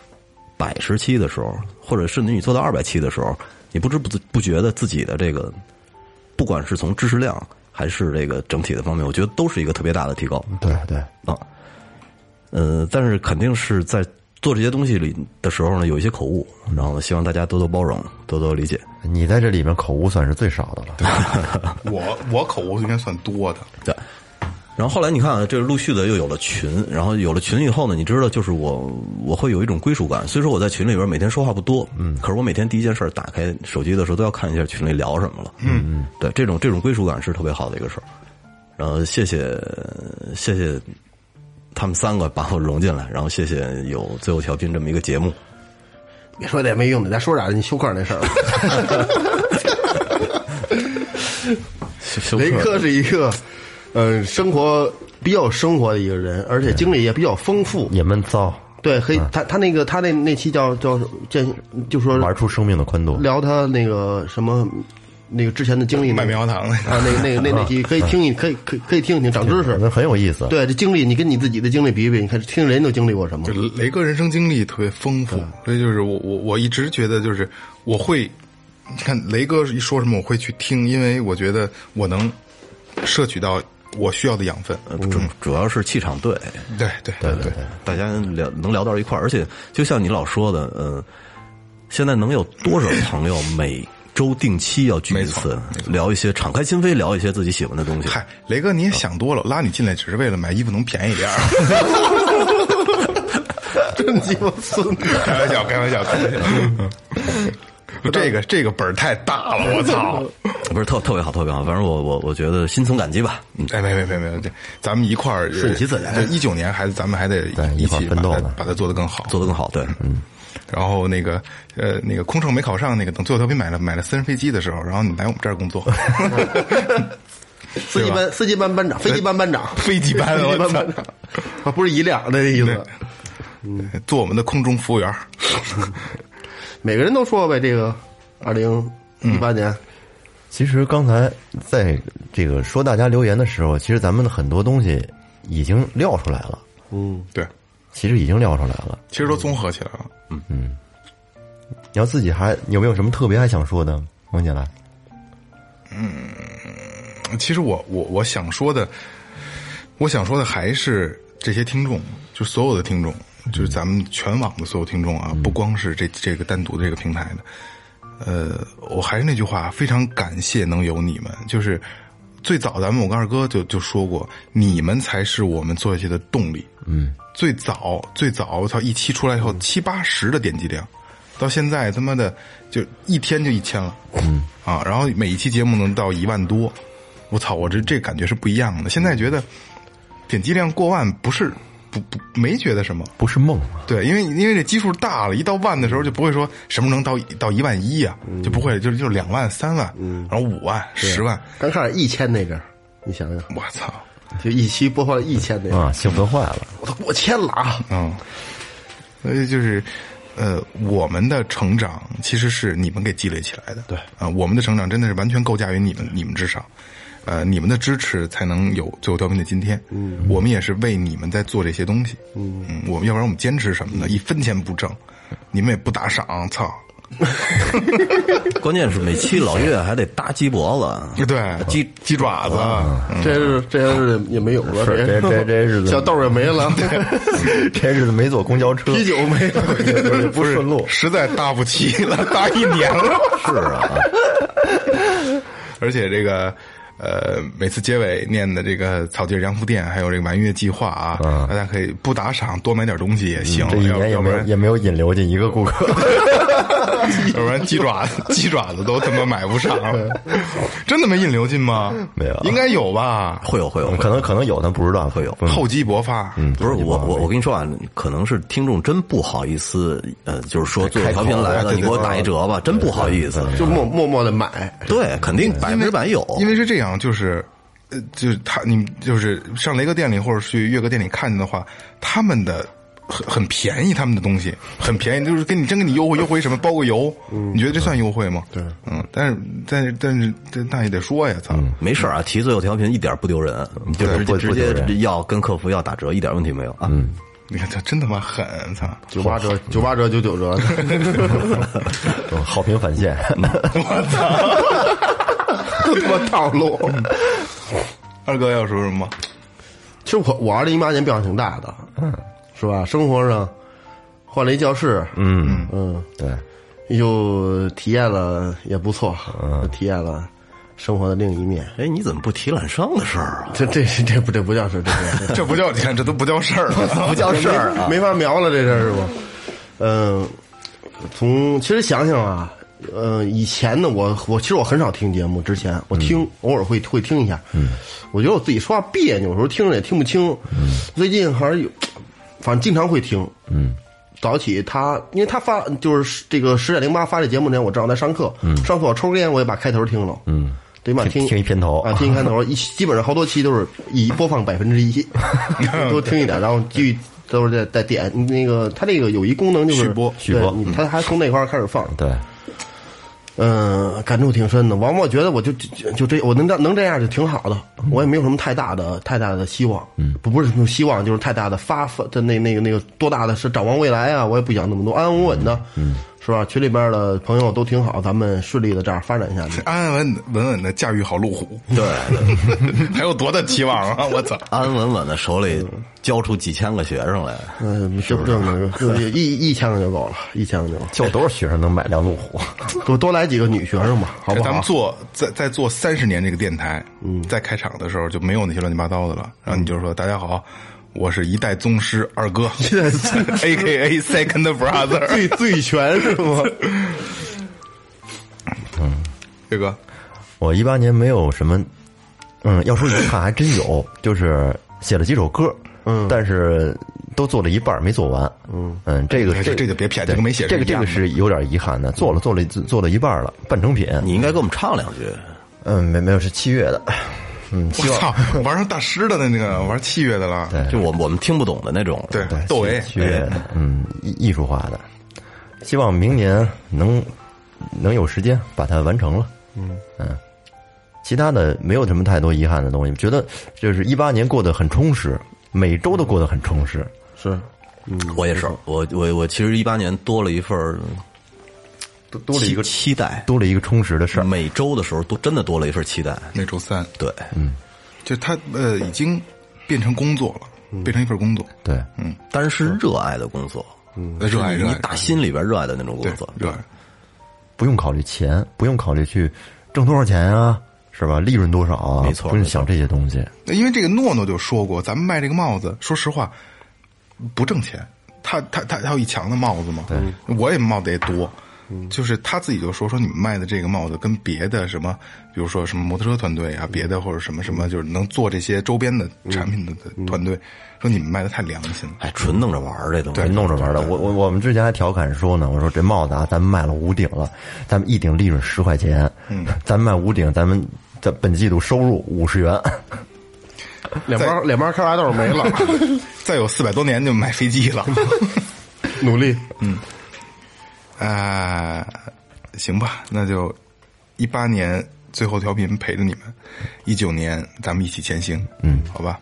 [SPEAKER 6] 百十期的时候，或者甚至你做到二百期的时候，你不知不不觉的自己的这个，不管是从知识量还是这个整体的方面，我觉得都是一个特别大的提高
[SPEAKER 5] 对对，
[SPEAKER 6] 啊。呃，但是肯定是在做这些东西里的时候呢，有一些口误，然后呢，希望大家多多包容，多多理解。
[SPEAKER 5] 你在这里面口误算是最少的了。
[SPEAKER 3] 我我口误应该算多的，
[SPEAKER 6] 对。然后后来你看啊，这陆续的又有了群，然后有了群以后呢，你知道，就是我我会有一种归属感。虽说我在群里边每天说话不多，嗯，可是我每天第一件事儿打开手机的时候都要看一下群里聊什么了，嗯嗯，对，这种这种归属感是特别好的一个事儿。然后谢谢谢谢他们三个把我融进来，然后谢谢有最后调频这么一个节目，
[SPEAKER 4] 别说那没用的，咱说点儿你休克那事儿吧。
[SPEAKER 6] 休
[SPEAKER 4] 雷科是一个，呃，生活比较生活的一个人，而且经历也比较丰富。
[SPEAKER 5] 也闷骚，
[SPEAKER 4] 对，可以，他他那个他那那期叫叫见，就说
[SPEAKER 5] 玩出生命的宽度。
[SPEAKER 4] 聊他那个什么，那个之前的经历，
[SPEAKER 3] 卖
[SPEAKER 4] 那
[SPEAKER 3] 棉花糖的
[SPEAKER 4] 啊，那那那那期可以听一，可以可以可以听一听，长知识。
[SPEAKER 5] 那很有意思，，
[SPEAKER 4] 对，这经历你跟你自己的经历比一比，你看听人都经历过什 么
[SPEAKER 3] 就？雷哥人生经历特别丰富，所以就是我我我一直觉得就是我会，你看雷哥一说什么我会去听，因为我觉得我能摄取到我需要的养分。
[SPEAKER 6] 呃主主要是气场对，
[SPEAKER 3] 对对对对，
[SPEAKER 6] 大家聊能聊到一块儿，而且就像你老说的，呃，现在能有多少朋友每周定期要聚一次，聊一些敞开心扉，聊一些自己喜欢的东西？
[SPEAKER 3] 嗨，雷哥你也想多了，拉你进来只是为了买衣服能便宜点儿。
[SPEAKER 4] 真鸡巴孙子！
[SPEAKER 3] 开玩笑，开玩笑，开玩笑。 这个这个本儿太大了，我操！
[SPEAKER 6] 不是特特别好，特别好，反正我我我觉得心存感激吧。嗯，
[SPEAKER 3] 哎，没没没没，这咱们一块儿
[SPEAKER 4] 顺其自然
[SPEAKER 3] 一九年还咱们还得
[SPEAKER 5] 对
[SPEAKER 3] 一
[SPEAKER 5] 一块儿
[SPEAKER 3] 起把
[SPEAKER 5] 奋斗
[SPEAKER 3] 它
[SPEAKER 5] 呢
[SPEAKER 3] 把它做得更好。
[SPEAKER 6] 做得更好，对，嗯，
[SPEAKER 3] 然后那个呃那个空乘没考上，那个等最后调频买了买了私人飞机的时候，然后你来我们这儿工作，
[SPEAKER 4] 司机班
[SPEAKER 5] 哎
[SPEAKER 4] 司机班班长，飞机班班长，
[SPEAKER 3] 飞机班
[SPEAKER 4] 飞机班班长，啊，不是一辆的意思。
[SPEAKER 3] 做我们的空中服务员儿。
[SPEAKER 4] 每个人都说呗，这个二零
[SPEAKER 5] 嗯
[SPEAKER 4] 一八年，
[SPEAKER 5] 其实刚才在这个说大家留言的时候，其实咱们的很多东西已经撂出来了，
[SPEAKER 4] 嗯，
[SPEAKER 3] 对，
[SPEAKER 5] 其实已经撂出来了。
[SPEAKER 3] 其实都综合起来了。
[SPEAKER 5] 你要自己还有没有什么特别还想说的，王姐来？
[SPEAKER 3] 其实我我我想说的，我想说的还是这些听众，就是所有的听众，就是咱们全网的所有听众啊，不光是这这个单独的这个平台的。呃，我还是那句话，非常感谢能有你们，就是最早咱们我跟二哥就就说过，你们才是我们做下去的动力。嗯，最早最早，我操，一期出来以后七八十的点击量，到现在他妈的就一天就一千了。嗯啊，然后每一期节目能到一万多，我操，我这这感觉是不一样的。现在觉得点击量过万不是不不没觉得什么，
[SPEAKER 5] 不是梦啊，
[SPEAKER 3] 对，因为因为这基数大了，一到万的时候就不会说什么能到到一万一啊，就不会，就是就是两万、三万，然后五万、十万，
[SPEAKER 4] 刚开始一千那阵儿，你想想，
[SPEAKER 3] 我操，
[SPEAKER 4] 就一期播放一千那阵儿，
[SPEAKER 5] 啊兴奋坏了。
[SPEAKER 4] 我都过千了啊！
[SPEAKER 3] 嗯，所以就是，呃，我们的成长其实是你们给积累起来的，对啊、我们的成长真的是完全构架于你们你们之上，呃，你们的支持才能有最后调频的今天，嗯，我们也是为你们在做这些东西，嗯，我们要不然我们坚持什么呢？一分钱不挣，你们也不打赏，操，
[SPEAKER 6] 关键是每期老岳还得搭鸡脖
[SPEAKER 4] 嗯
[SPEAKER 6] 子，
[SPEAKER 4] 啊
[SPEAKER 3] 对，
[SPEAKER 6] 鸡
[SPEAKER 3] 鸡爪子，嗯
[SPEAKER 4] 这日子这些日子也没有了，
[SPEAKER 5] 是这这这日子
[SPEAKER 4] 啊 小豆儿也没了，
[SPEAKER 5] 这日子没坐公交车，
[SPEAKER 4] 啤酒没了，
[SPEAKER 5] 也不顺路。
[SPEAKER 3] 实在搭不起了， 搭一年了。是啊，而且这个呃，每次结尾念的这个草地儿洋服店，还有这个玩乐计划啊，大家可以不打赏，多买点东西也行。
[SPEAKER 5] 这一
[SPEAKER 3] 要
[SPEAKER 5] 年也
[SPEAKER 3] 要
[SPEAKER 5] 没
[SPEAKER 3] 不
[SPEAKER 5] 有
[SPEAKER 3] 然
[SPEAKER 5] 也没有引流进一个顾客，
[SPEAKER 3] 要不然鸡爪子鸡爪子都他妈买 不上了，真的没引流进吗？
[SPEAKER 5] 没有啊
[SPEAKER 3] 应该有吧？
[SPEAKER 6] 会有会有，
[SPEAKER 5] 可能可能有，但不知道
[SPEAKER 6] 会有
[SPEAKER 5] 嗯
[SPEAKER 3] 厚积薄发，嗯，
[SPEAKER 6] 不是我我我跟你说啊，可能是听众真不好意思，呃，就是说做调频来了，你给我打一折吧，真不好意思。
[SPEAKER 4] 就默默默的买，
[SPEAKER 6] 对，肯定百分之百有，
[SPEAKER 3] 因为是这样，就是，呃，就是他，你就是上雷哥店里或者去乐哥店里看见的话，他们的很很便宜，他们的东西很便宜，就是跟你真给你优惠优惠什么，包个油，你觉得这算优惠吗？对，嗯，但是但是但是但那也得说呀，操，
[SPEAKER 6] 没事儿啊，提最后调频一点不丢人，你就直接
[SPEAKER 5] 不
[SPEAKER 6] 直
[SPEAKER 5] 不丢人嗯
[SPEAKER 6] 接要跟客服要打折，一点问题没有啊。
[SPEAKER 3] 你看他真他妈狠，操，
[SPEAKER 4] 九八折、九八折、九九折的，
[SPEAKER 5] 嗯好评返现。
[SPEAKER 4] 都他妈套路。
[SPEAKER 5] 嗯
[SPEAKER 3] 二哥要说什么吗？
[SPEAKER 4] 其实我我二零一八年变化挺大的，嗯，是吧？生活上换了一教室，
[SPEAKER 5] 嗯，
[SPEAKER 4] 嗯，
[SPEAKER 5] 对，
[SPEAKER 4] 又体验了也不错，嗯，体验了生活的另一面。
[SPEAKER 6] 哎，你怎么不提揽商的事儿啊？
[SPEAKER 4] 这 这是这不这不叫事儿，这不叫事儿
[SPEAKER 3] 这不叫你看，这都不叫事儿了，操
[SPEAKER 4] 不叫事
[SPEAKER 5] 啊
[SPEAKER 4] 儿、
[SPEAKER 6] 啊
[SPEAKER 4] 没法描了，这事儿是不？嗯，从其实想想啊，呃，以前呢，我我其实我很少听节目，之前我听、偶尔会会听一下，嗯，我觉得我自己说话别扭，有时候听着也听不清，最近好像有，反正经常会听，嗯。早起他，因为他发就是这个十点零八发这节目之前，我正好在上课，上课我抽根烟，我也把开头听了，嗯，对吧？
[SPEAKER 5] 听
[SPEAKER 4] 听
[SPEAKER 5] 听一片头
[SPEAKER 4] 啊，听一开头，一基本上好多期都是以播放百分之一，多听一点，然后继续都是再再点那个，它这个有一功能就是
[SPEAKER 3] 续播
[SPEAKER 5] 续播
[SPEAKER 4] 对你它还从那块儿开始放，
[SPEAKER 5] 对，
[SPEAKER 4] 嗯，感触挺深的。完，我觉得我就就就这，我能这能这样就挺好的，我也没有什么太大的太大的希望，嗯，不不是什么希望，就是太大的发发的那那个那个多大的是展望未来啊，我也不想那么多，安安稳稳的，嗯，是吧？群里边的朋友都挺好，咱们顺利的这样发展下去。
[SPEAKER 3] 安安稳稳稳的驾驭好路虎，
[SPEAKER 6] 对，
[SPEAKER 3] 还有多大期望啊！我操，
[SPEAKER 6] 安安稳稳的手里教出几千个学生来，
[SPEAKER 4] 嗯，就这么个，就一一千个就够了，一千个就够了。
[SPEAKER 5] 就多少学生能买辆路虎？ 啊
[SPEAKER 4] 多多来几个女学生吧，好不好？
[SPEAKER 3] 咱们做再再做三十年这个电台，嗯，在开场的时候就没有那些乱七八糟的了，然后你就说大家好，我是一代宗师二哥，A K A Second Brother，
[SPEAKER 4] 最最全是吗？
[SPEAKER 3] 这个
[SPEAKER 5] 我一八年没有什么，嗯，要说遗憾还真有，就是写了几首歌，嗯，但是都做了一半儿没做完，嗯这个
[SPEAKER 3] 哎这这就别骗这个没写
[SPEAKER 5] 这个
[SPEAKER 3] 是一
[SPEAKER 5] 这
[SPEAKER 3] 样
[SPEAKER 5] 个
[SPEAKER 3] 的
[SPEAKER 5] 是有点遗憾的，做了做了做了一半儿了，半成品，
[SPEAKER 6] 你应该给我们唱两句。
[SPEAKER 5] 嗯，没没有是七月的，嗯，希
[SPEAKER 3] 我
[SPEAKER 5] 望
[SPEAKER 3] 操，玩上大师的那个玩器乐的了，
[SPEAKER 5] 对
[SPEAKER 6] 就我们我们听不懂的那种。
[SPEAKER 3] 对，窦唯，
[SPEAKER 5] 区别
[SPEAKER 6] 哎
[SPEAKER 5] 的，嗯，艺艺术化的，希望明年能能有时间把它完成了。嗯其他的没有什么太多遗憾的东西，觉得就是一八年过得很充实，每周都过得很充实。
[SPEAKER 4] 是
[SPEAKER 6] 我也是，我我我其实一八年多了一份儿
[SPEAKER 5] 多多了一个
[SPEAKER 6] 期期待，
[SPEAKER 5] 多了一个充实的
[SPEAKER 3] 啊
[SPEAKER 5] 事儿，
[SPEAKER 6] 每周的时候都真的多了一份期待。
[SPEAKER 5] 嗯
[SPEAKER 3] 每周三，
[SPEAKER 6] 对，
[SPEAKER 3] 就他呃已经变成工作了，变成一份工作，
[SPEAKER 5] 对，
[SPEAKER 6] 但是
[SPEAKER 5] 啊
[SPEAKER 6] 热爱的工作，嗯，
[SPEAKER 3] 热爱热
[SPEAKER 6] 你
[SPEAKER 3] 爱
[SPEAKER 6] 打心里边热爱的那种
[SPEAKER 3] 对
[SPEAKER 6] 工作，，
[SPEAKER 3] 热爱。
[SPEAKER 5] 不用考虑钱，不用考虑去挣多少钱啊，是吧？利润多少啊？
[SPEAKER 6] 没错
[SPEAKER 5] 不用想这些东西。
[SPEAKER 3] 那因为这个诺诺就说过，咱们卖这个帽子，说实话不挣钱。他他他他有一墙的帽子嘛，我也帽子也多。
[SPEAKER 4] 嗯
[SPEAKER 3] 就是他自己就说说你们卖的这个帽子跟别的什么，比如说什么摩托车团队啊，别的或者什么什么，就是能做这些周边的
[SPEAKER 4] 嗯
[SPEAKER 3] 产品的的团队，说你们卖的太良心了。
[SPEAKER 6] 哎，纯弄着玩儿这东西，
[SPEAKER 5] 对，弄着玩的。我我我们之前还调侃说呢，我说这帽子啊，咱们卖了五顶了，咱们一顶利润十块钱，嗯，咱们卖五顶，咱们在本季度收入五十元，
[SPEAKER 4] 两包两包开花豆没了，
[SPEAKER 3] 再有四百多年就买飞机 了。
[SPEAKER 4] 努力
[SPEAKER 3] 啊，行吧，那就一八年最后调频陪着你们，一九年咱们一起前行，嗯，好吧。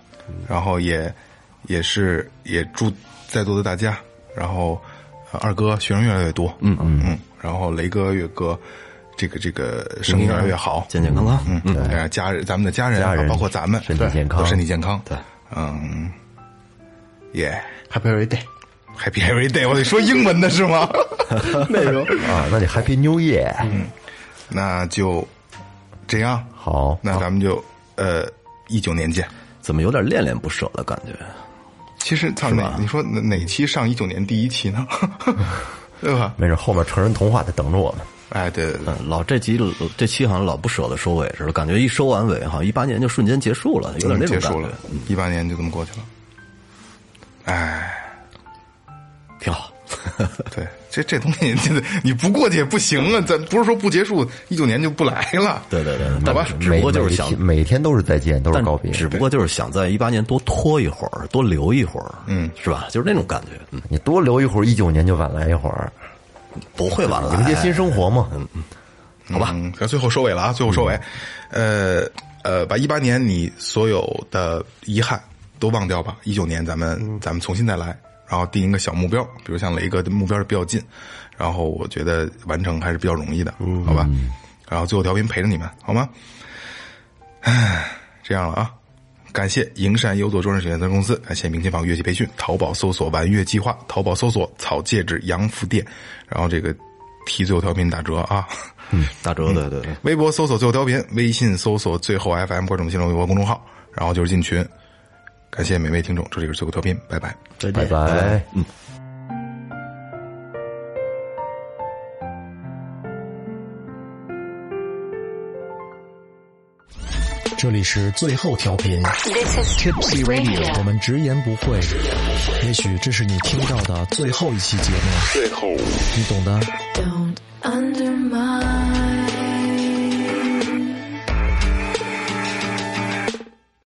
[SPEAKER 3] 然后也也是也祝在座的大家，然后呃二哥学生越来越多，嗯嗯嗯，然后雷哥、岳哥，这个这个生意越来越好，
[SPEAKER 6] 健健康康。
[SPEAKER 3] 嗯，然后家人咱们的家人，啊
[SPEAKER 5] 家人
[SPEAKER 3] 包括咱们，
[SPEAKER 5] 身体健康
[SPEAKER 3] 都身体健康，对，嗯，也、
[SPEAKER 4] ，Happy Every Day。
[SPEAKER 3] Happy Every Day，我得说英文的是吗？
[SPEAKER 4] 内容
[SPEAKER 5] 啊，那得 Happy New Year，
[SPEAKER 3] 那就这样，
[SPEAKER 5] 好，
[SPEAKER 3] 那咱们就呃一九年见。
[SPEAKER 6] 怎么有点恋恋不舍的感觉？
[SPEAKER 3] 其实操哪，你说哪哪期上一九年第一期呢？ 对吧？
[SPEAKER 5] 没事，后面成人童话在等着我们，
[SPEAKER 3] 哎，对对对，
[SPEAKER 6] 嗯，老这集这期好像老不舍得收尾似的，感觉一收完尾好像一八年就瞬间结束了，有点那
[SPEAKER 5] 嗯
[SPEAKER 6] 种
[SPEAKER 3] 结
[SPEAKER 6] 感
[SPEAKER 3] 束
[SPEAKER 6] 觉嗯
[SPEAKER 3] 了，，一八年就这么过去了。哎，
[SPEAKER 6] 挺好。
[SPEAKER 3] 对，这这东西这你不过去也不行啊，咱不是说不结束，一九年就不来了。
[SPEAKER 6] 对对对，对
[SPEAKER 3] 好吧
[SPEAKER 6] 但只不过就是想
[SPEAKER 5] 嗯每，每天每天都是再见，都是
[SPEAKER 6] 但
[SPEAKER 5] 告别，
[SPEAKER 6] 只不过就是想在一八年多拖一会儿，多留一会儿，嗯，是吧？就是那种感觉，嗯，
[SPEAKER 5] 你多留一会儿，一九年就晚来一会儿，
[SPEAKER 6] 不会晚了，
[SPEAKER 5] 迎接新生活嘛，
[SPEAKER 3] 好吧，咱、最后收尾了啊，最后收尾，呃呃，把一八年你所有的遗憾都忘掉吧，一九年咱们、咱们重新再来，然后定一个小目标，比如像雷哥的目标是比较近，然后我觉得完成还是比较容易的，好吧？然后最后调频陪着你们，好吗？唉，这样了啊。感谢营山优作装饰有限责任公司，感谢明琴坊乐器培训，淘宝搜索“玩乐计划”，淘宝搜索“草戒指洋服店”，然后这个提最后调频打折啊！
[SPEAKER 6] 打折，对对对，
[SPEAKER 3] 微博搜索最后调频，微信搜索最后 FM 各种新浪微博公众号，然后就是进群。感谢每位听众，这里是最后调频，拜拜。
[SPEAKER 4] 再
[SPEAKER 5] 拜
[SPEAKER 4] 见。
[SPEAKER 5] 拜。
[SPEAKER 7] 这里是最后调频
[SPEAKER 9] This is
[SPEAKER 7] Tipsy Radio，我
[SPEAKER 9] Radio.
[SPEAKER 7] 们直言不讳。也许这是你听到的最后一期节目，最后，你懂的。
[SPEAKER 9] Don't undermine.